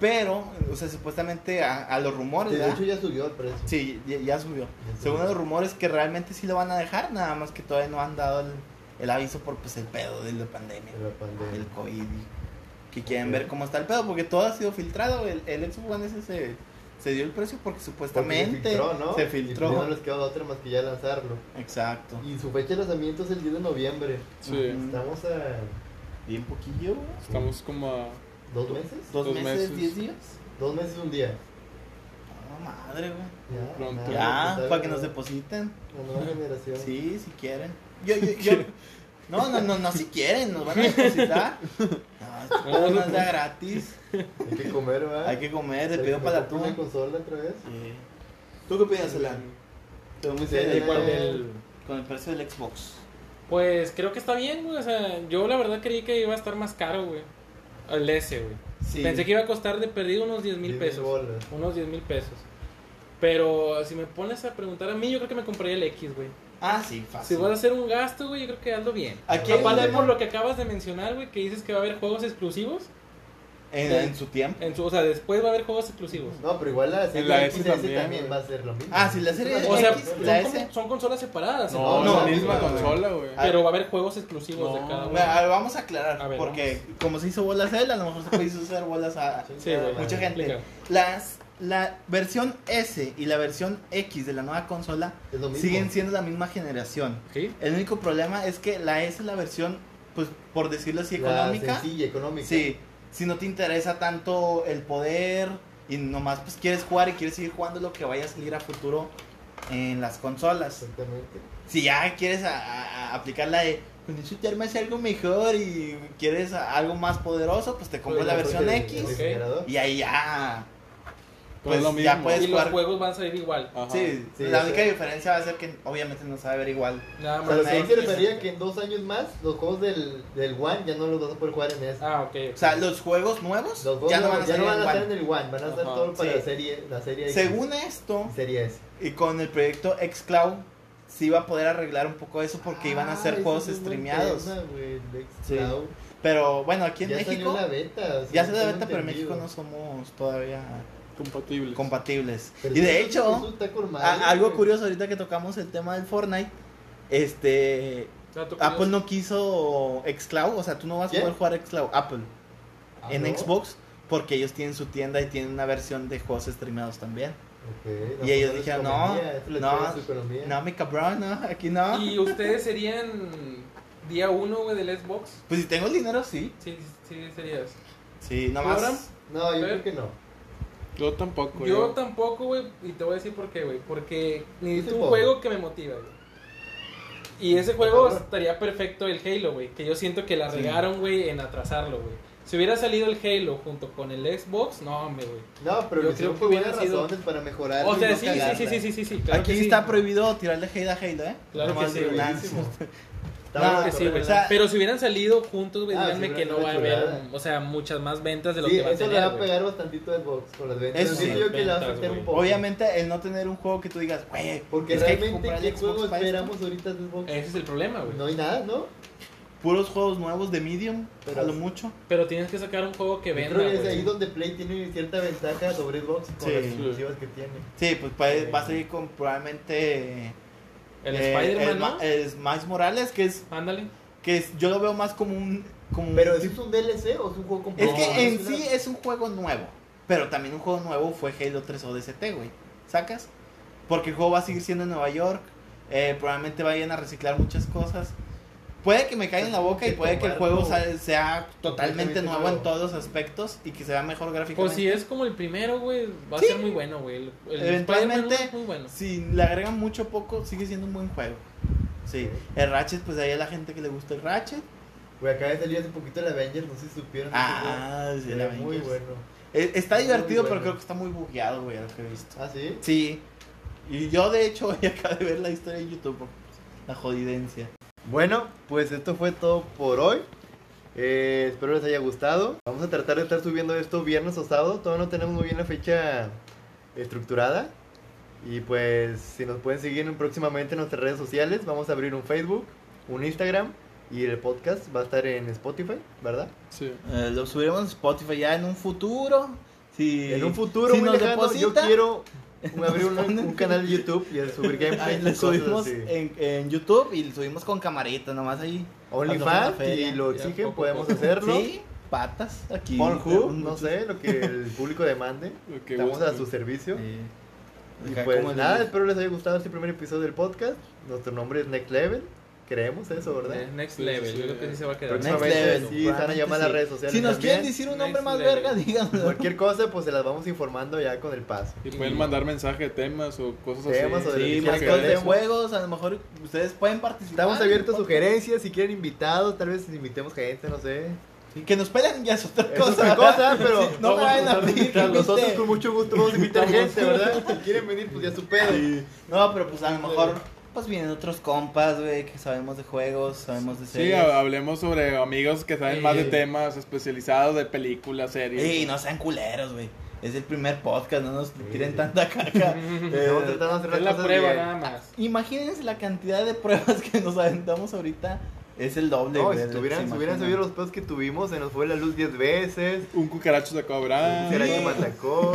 Speaker 1: Pero, o sea, supuestamente a, a los rumores,
Speaker 3: De
Speaker 1: ¿verdad?
Speaker 3: hecho ya subió el precio.
Speaker 1: Sí, ya, ya subió.
Speaker 3: subió.
Speaker 1: Según los rumores que realmente sí lo van a dejar, nada más que todavía no han dado el, el aviso por pues el pedo de la pandemia,
Speaker 3: De la pandemia.
Speaker 1: el COVID. y Que quieren ver cómo está el pedo, porque todo ha sido filtrado. El, el Xbox One S se se dio el precio porque
Speaker 3: Porque
Speaker 1: supuestamente
Speaker 3: Se filtró, ¿no?
Speaker 1: se
Speaker 3: Y
Speaker 1: filtró.
Speaker 3: pues ya no les quedaba otra más que ya lanzarlo.
Speaker 1: Exacto.
Speaker 3: Y su fecha de lanzamiento es el 10 de noviembre.
Speaker 4: Sí,
Speaker 1: Ujú.
Speaker 3: Estamos a
Speaker 1: Bien poquillo, güey.
Speaker 4: estamos como a...
Speaker 3: dos meses.
Speaker 1: Dos,
Speaker 4: Dos
Speaker 1: meses,
Speaker 4: meses.
Speaker 1: diez días.
Speaker 3: Dos meses y un día.
Speaker 1: No, madre, güey.
Speaker 3: Ya,
Speaker 4: Pronto.
Speaker 3: nada,
Speaker 1: Ya,
Speaker 3: pues,
Speaker 1: para
Speaker 3: ¿sabes?
Speaker 1: que nos depositen.
Speaker 3: La nueva generación.
Speaker 1: Sí, si quieren. Yo, yo, yo. No, no, no, no, si quieren, nos van a depositar. No, no es da gratis.
Speaker 3: Hay que comer, ¿verdad?
Speaker 1: Hay que comer, te
Speaker 3: Se
Speaker 1: pido
Speaker 3: me
Speaker 1: para la
Speaker 3: compró
Speaker 1: tuya.
Speaker 3: una consola otra vez?
Speaker 1: Sí. ¿Tú qué opinas, Alan? Te veo muy
Speaker 3: Sí, eh,
Speaker 1: serio.
Speaker 3: igual.
Speaker 2: Del-
Speaker 1: Con el precio del Xbox.
Speaker 2: Pues creo que está bien, güey. O sea, yo la verdad creí que iba a estar más caro, güey. El S, güey.
Speaker 1: Sí.
Speaker 2: Pensé que iba a costar de perdido unos 10 mil
Speaker 3: 10,000
Speaker 2: pesos.
Speaker 3: bolas.
Speaker 2: Unos 10 mil pesos. Pero si me pones a preguntar a mí, yo creo que me compraría el X, güey.
Speaker 1: Ah, sí,
Speaker 2: Si
Speaker 1: fácil.
Speaker 2: vas a hacer un gasto, güey, yo creo que hazlo bien.
Speaker 1: Aquí hay un
Speaker 2: Aparte
Speaker 1: tema-
Speaker 2: por lo que acabas de mencionar, güey, que dices que va a haber juegos exclusivos.
Speaker 1: en, en su tiempo.
Speaker 2: En su, o sea, después va a haber juegos exclusivos.
Speaker 3: No, pero igual la serie
Speaker 4: la
Speaker 3: X
Speaker 4: S
Speaker 3: también,
Speaker 4: también,
Speaker 3: va a ser lo mismo.
Speaker 1: Ah, sí, la serie
Speaker 2: O sea,
Speaker 1: X,
Speaker 2: son,
Speaker 1: la
Speaker 2: como-
Speaker 1: S.
Speaker 2: son consolas separadas.
Speaker 4: No,
Speaker 1: No,
Speaker 4: es la
Speaker 1: no,
Speaker 4: misma
Speaker 3: no,
Speaker 4: consola, güey.
Speaker 2: Pero va a haber juegos exclusivos
Speaker 4: No,
Speaker 2: de cada
Speaker 1: Bueno,
Speaker 2: uno.
Speaker 1: a ver, vamos a aclarar,
Speaker 2: A ver,
Speaker 1: porque como se hizo bolas él, a lo mejor se puede hacer bolas a
Speaker 2: Sí, güey.
Speaker 1: mucha gente.
Speaker 2: Explica.
Speaker 1: Las, la versión S y la versión X de la nueva consola
Speaker 3: Es lo mismo.
Speaker 1: siguen siendo la misma generación.
Speaker 2: ¿Sí?
Speaker 1: El único problema es que la S es la versión, pues por decirlo así,
Speaker 3: La
Speaker 1: económica.
Speaker 3: sencilla, económica.
Speaker 1: Sí, si no te interesa tanto el poder y nomás pues quieres jugar y quieres seguir jugando lo que vaya a salir a futuro en las consolas.
Speaker 3: Exactamente.
Speaker 1: Si ya quieres a- a- a aplicar la de "Pues, con eso te armas algo mejor y quieres a- algo más poderoso, pues te compras
Speaker 2: Pues
Speaker 1: la
Speaker 2: ya,
Speaker 1: versión
Speaker 3: Porque
Speaker 1: X
Speaker 3: el- el
Speaker 2: ok.
Speaker 3: generador.
Speaker 1: y ahí ya.
Speaker 4: Pero
Speaker 1: Pues
Speaker 4: es lo mismo.
Speaker 1: ya puedes-
Speaker 2: Y los
Speaker 1: jugar-
Speaker 2: juegos van a salir igual.
Speaker 4: Ajá.
Speaker 1: Sí,
Speaker 3: sí,
Speaker 1: la
Speaker 3: sí.
Speaker 1: única diferencia va a ser que obviamente no sabe ver igual.
Speaker 2: Nada
Speaker 3: O
Speaker 2: más.
Speaker 3: sea, lo que
Speaker 1: X.
Speaker 3: me refería que en dos años más los juegos del, del One ya no los vas a poder jugar en S.
Speaker 2: Ah, ok.
Speaker 1: O sea, los juegos nuevos
Speaker 3: Los juegos
Speaker 1: ya no van a
Speaker 3: ya
Speaker 1: salir en
Speaker 3: estar en
Speaker 1: One.
Speaker 3: el One, van a estar
Speaker 4: Ajá,
Speaker 3: todo para
Speaker 1: sí.
Speaker 3: la serie, la serie X.
Speaker 1: Según esto,
Speaker 3: Serie S.
Speaker 1: y con el proyecto xCloud, se iba a poder arreglar un poco eso porque iban a
Speaker 3: Ah,
Speaker 1: ser
Speaker 3: ese
Speaker 1: juegos
Speaker 3: es un buen
Speaker 1: streameados.
Speaker 3: tema, güey, el
Speaker 1: Sí.
Speaker 3: Xcloud.
Speaker 1: Pero bueno, aquí en
Speaker 3: ya
Speaker 1: México
Speaker 3: salió la beta. o sea,
Speaker 1: ya se la
Speaker 3: tengo
Speaker 1: venta, pero en
Speaker 3: entendido.
Speaker 1: México no somos todavía
Speaker 4: Compatibles.
Speaker 1: compatibles.
Speaker 3: Pero
Speaker 1: y de
Speaker 3: eso-
Speaker 1: hecho,
Speaker 3: eso está con madre,
Speaker 1: A- algo
Speaker 3: güey.
Speaker 1: curioso ahorita que tocamos el tema del Fortnite, este
Speaker 2: Dato
Speaker 3: Ah,
Speaker 1: Apple
Speaker 3: pues
Speaker 2: curioso.
Speaker 1: no quiso xCloud, o sea, tú no vas
Speaker 3: ¿Quién?
Speaker 1: a poder jugar xCloud Apple
Speaker 3: Ah,
Speaker 1: en
Speaker 3: ¿no?
Speaker 1: Xbox porque ellos tienen su tienda y tienen una versión de juegos streameados también.
Speaker 3: Ok,
Speaker 1: Y
Speaker 3: no,
Speaker 1: ellos
Speaker 3: pues
Speaker 1: dijeron,
Speaker 3: les
Speaker 1: no,
Speaker 3: convenía, eso les
Speaker 1: no,
Speaker 3: pega su economía.
Speaker 1: No, mi cabrón, no, aquí no.
Speaker 2: ¿Y ustedes serían día uno, güey, del Xbox?
Speaker 1: Pues si tengo el dinero sí.
Speaker 2: Sí, sí, serías.
Speaker 1: Sí, nomás.
Speaker 2: ¿Ahora?
Speaker 3: No, yo
Speaker 2: ¿Eh?
Speaker 3: creo que no.
Speaker 4: Yo tampoco.
Speaker 2: Yo tampoco, güey, y te voy a decir por qué, güey. Porque necesito un
Speaker 3: pobre.
Speaker 2: juego que me motiva, güey. Y ese juego
Speaker 3: Por favor.
Speaker 2: estaría perfecto el Halo, güey. Que yo siento que la
Speaker 1: Sí.
Speaker 2: regaron, güey, en atrasarlo, güey. Si hubiera salido el Halo junto con el Xbox, no, hombre, güey.
Speaker 3: No, pero
Speaker 2: Yo
Speaker 3: lo hicieron
Speaker 2: creo que
Speaker 3: por buenas
Speaker 2: hubiera sido- Oh,
Speaker 3: razones para mejorar.
Speaker 2: O
Speaker 3: y
Speaker 2: sea,
Speaker 3: no
Speaker 2: sí,
Speaker 3: cagarla.
Speaker 2: sí, sí, sí, sí, sí, sí, claro
Speaker 1: aquí
Speaker 2: que sí.
Speaker 1: está prohibido tirarle hate a Halo, ¿eh?
Speaker 2: Claro
Speaker 1: Nomás
Speaker 2: que sí,
Speaker 1: de-
Speaker 3: Buenísimo.
Speaker 2: Claro
Speaker 1: No,
Speaker 2: que sí, güey.
Speaker 1: o sea-
Speaker 2: Pero si hubieran salido juntos, güey,
Speaker 3: Ah,
Speaker 2: díganme
Speaker 3: sí,
Speaker 2: que
Speaker 3: hubiera
Speaker 2: no va a
Speaker 3: sido
Speaker 2: haber,
Speaker 3: chulada.
Speaker 2: o sea, muchas más ventas de lo
Speaker 3: Sí,
Speaker 2: que va a
Speaker 3: eso le va
Speaker 2: tener,
Speaker 3: a
Speaker 2: güey.
Speaker 3: pegar bastantito el box con las ventas.
Speaker 1: Eso
Speaker 3: Siento
Speaker 1: sí.
Speaker 3: yo que le va a
Speaker 2: Ventas,
Speaker 3: afectar
Speaker 2: güey.
Speaker 3: un poco.
Speaker 1: Obviamente el no tener un juego que tú digas, güey,
Speaker 3: Porque
Speaker 1: es que hay que
Speaker 3: realmente,
Speaker 1: comprar
Speaker 3: ¿qué
Speaker 1: el Xbox
Speaker 3: juego
Speaker 1: para esto".
Speaker 3: esperamos ahorita del box?
Speaker 2: Ese es el problema, güey.
Speaker 3: No hay nada, ¿no?
Speaker 1: puros juegos nuevos de Medium,
Speaker 3: Pero-
Speaker 1: a lo mucho.
Speaker 2: Pero tienes que sacar un juego que
Speaker 3: Yo
Speaker 2: venda,
Speaker 3: creo que es
Speaker 2: güey.
Speaker 3: ahí donde Play tiene cierta ventaja sobre Xbox con
Speaker 1: Sí.
Speaker 3: las exclusivas que tiene.
Speaker 1: Sí, pues puede- va a salir con probablemente
Speaker 2: El
Speaker 1: eh,
Speaker 2: Spider-Man,
Speaker 1: el
Speaker 2: ¿no?
Speaker 1: Ma- el Miles Morales, que es
Speaker 2: Ándale.
Speaker 1: que es- yo lo veo más como un como un-
Speaker 3: Pero
Speaker 1: es,
Speaker 3: ¿eso es un DLC o es un juego completo?
Speaker 2: No,
Speaker 1: que en
Speaker 3: Es una-
Speaker 1: sí es un juego nuevo, pero también un juego nuevo fue Halo 3 ODST, güey. ¿Sacas? Porque el juego va a seguir siendo en Nueva York, eh, probablemente vayan a reciclar muchas cosas. Puede que me caiga en la boca y puede que el juego sa- sea totalmente
Speaker 3: Completamente
Speaker 1: nuevo en
Speaker 3: nuevo.
Speaker 1: todos los aspectos y que sea mejor
Speaker 2: Pues
Speaker 1: gráficamente.
Speaker 2: si es como el primero, güey, va a ser muy bueno, güey. El- el
Speaker 1: Eventualmente-
Speaker 2: Spider-Man es muy bueno.
Speaker 1: Si le agregan mucho o poco, sigue siendo un buen juego. Sí. El Ratchet, pues ahí a la gente que le gusta el Ratchet.
Speaker 3: Güey, acaba de salir hace poquito el Avengers, no sé si supieron.
Speaker 1: Ah, sí,
Speaker 3: Ese juego.
Speaker 1: el
Speaker 3: Era muy
Speaker 1: Avengers.
Speaker 3: bueno.
Speaker 1: Eh, Está
Speaker 3: Muy
Speaker 1: divertido,
Speaker 3: bueno.
Speaker 1: pero creo que está muy bugueado, güey, a lo que he visto.
Speaker 3: ¿Ah, sí?
Speaker 1: Sí. Y yo, de hecho, hoy acabo de ver la historia en YouTube. porque, pues, La jodidencia.
Speaker 3: Bueno, pues esto fue todo por hoy. Eh, espero les haya gustado. Vamos a tratar de estar subiendo esto viernes o sábado. Todavía no tenemos muy bien la fecha estructurada. Y pues si nos pueden seguir próximamente en nuestras redes sociales, vamos a abrir un Facebook, un Instagram y el podcast va a estar en Spotify, ¿verdad?
Speaker 4: Sí.
Speaker 1: Eh, lo subiremos en Spotify ya en un futuro. Si,
Speaker 3: En un futuro
Speaker 1: si
Speaker 3: muy
Speaker 1: nos
Speaker 3: lejano, yo
Speaker 1: depositan,
Speaker 3: quiero abrir un,
Speaker 1: ponen-
Speaker 3: un canal de YouTube y el subir
Speaker 1: ahí
Speaker 3: gameplays
Speaker 1: le
Speaker 3: y cosas
Speaker 1: subimos
Speaker 3: así.
Speaker 1: en, en YouTube y lo subimos con camarita, nomás ahí.
Speaker 3: OnlyFans
Speaker 1: feria.
Speaker 3: y lo
Speaker 2: Ya
Speaker 3: exigen,
Speaker 2: poco a
Speaker 3: podemos
Speaker 2: poco.
Speaker 3: hacerlo.
Speaker 1: Sí. patas aquí.
Speaker 3: Pornhub, no sé, lo que el público demande.
Speaker 4: Lo que
Speaker 3: Estamos a
Speaker 4: gusten.
Speaker 3: su servicio.
Speaker 1: Sí.
Speaker 3: Y
Speaker 1: Acá,
Speaker 3: pues
Speaker 1: ¿cómo le
Speaker 3: nada,
Speaker 1: dices?
Speaker 3: espero les haya gustado este primer episodio del podcast. Nuestro nombre es Next Level. Creemos eso, ¿verdad?
Speaker 2: Eh, Next
Speaker 4: Sí,
Speaker 2: level,
Speaker 4: sí,
Speaker 2: yo
Speaker 4: sí.
Speaker 2: creo que sí se va a quedar.
Speaker 1: Next
Speaker 3: Próximamente,
Speaker 1: level,
Speaker 3: sí, se van a llamar
Speaker 1: probablemente
Speaker 3: las
Speaker 1: sí.
Speaker 3: redes sociales
Speaker 1: Si nos
Speaker 3: también.
Speaker 1: quieren decir un nombre
Speaker 2: Next
Speaker 1: más
Speaker 2: level.
Speaker 1: verga, díganlo.
Speaker 3: Cualquier cosa, pues se las vamos informando ya con el paso.
Speaker 4: Y pueden mandar mensaje, temas o cosas
Speaker 3: Temas o
Speaker 4: así.
Speaker 3: de-
Speaker 1: Sí,
Speaker 3: Sí,
Speaker 1: más
Speaker 3: que
Speaker 1: cosas de
Speaker 3: queremos.
Speaker 1: juegos, a lo mejor ustedes pueden participar.
Speaker 3: Estamos abiertos a
Speaker 1: ¿no?
Speaker 3: sugerencias, si quieren invitados, tal vez invitemos gente, no sé.
Speaker 1: Sí, Que nos pelan ya es otra
Speaker 3: Es
Speaker 1: cosa.
Speaker 3: otra cosa, pero
Speaker 1: No me
Speaker 3: vamos
Speaker 1: vayan a
Speaker 3: tratar de
Speaker 1: pedir que
Speaker 3: invitarlos. Nosotros
Speaker 1: invite.
Speaker 3: con mucho gusto vamos a invitar gente, ¿verdad? Si quieren venir, pues ya es su pedo.
Speaker 1: No, pero pues a lo mejor pues vienen otros compas, güey, que sabemos de juegos, sabemos de
Speaker 4: Sí,
Speaker 1: series.
Speaker 4: ha- hablemos sobre amigos que saben
Speaker 2: Sí.
Speaker 4: más de temas especializados de películas, series.
Speaker 1: Ey, no sean culeros, güey. Es el primer podcast, no nos tiren
Speaker 3: Sí.
Speaker 1: tanta caca.
Speaker 3: Estamos tratando de hacer las
Speaker 2: Es la
Speaker 3: cosas
Speaker 2: prueba
Speaker 3: bien.
Speaker 2: nada más.
Speaker 1: Imagínense la cantidad de pruebas que nos aventamos ahorita. Es el doble,
Speaker 3: No,
Speaker 1: güey.
Speaker 3: y si
Speaker 1: de lo que
Speaker 3: tuvieran,
Speaker 1: se
Speaker 3: si hubieran subido
Speaker 1: imaginan.
Speaker 3: los pedos que tuvimos, se nos fue la luz 10 veces.
Speaker 4: Un cucaracho de cobrar.
Speaker 3: Será que
Speaker 1: Sí.
Speaker 3: me atacó.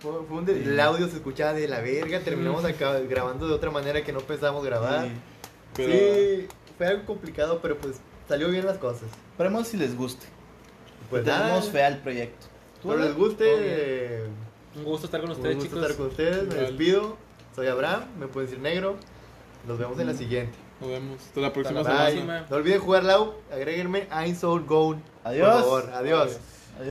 Speaker 3: Fue- fue un de- el audio se escuchaba de la verga. Terminamos acá grabando de otra manera que no pensábamos grabar.
Speaker 1: Sí.
Speaker 4: Pero
Speaker 3: Sí, fue algo complicado, pero pues salió bien las cosas.
Speaker 1: Esperemos si les guste.
Speaker 3: Pues nada,
Speaker 1: Tenemos fe al proyecto. ¿Tú,
Speaker 3: espero les
Speaker 1: Abraham?
Speaker 3: guste.
Speaker 2: Todo bien.
Speaker 3: eh,
Speaker 2: Un gusto estar con
Speaker 3: un
Speaker 2: ustedes,
Speaker 3: gusto
Speaker 2: chicos.
Speaker 3: estar con ustedes. Me
Speaker 4: Igual.
Speaker 3: despido. Soy Abraham, me pueden decir negro. Nos vemos en la siguiente.
Speaker 4: nos vemos. Hasta la próxima
Speaker 2: Hasta
Speaker 3: Bye.
Speaker 2: la
Speaker 4: semana.
Speaker 2: próxima.
Speaker 3: No olviden jugar la U. Agréguenme I'm Soul Gone.
Speaker 1: Adiós.
Speaker 3: Por favor, adiós.
Speaker 2: Adiós.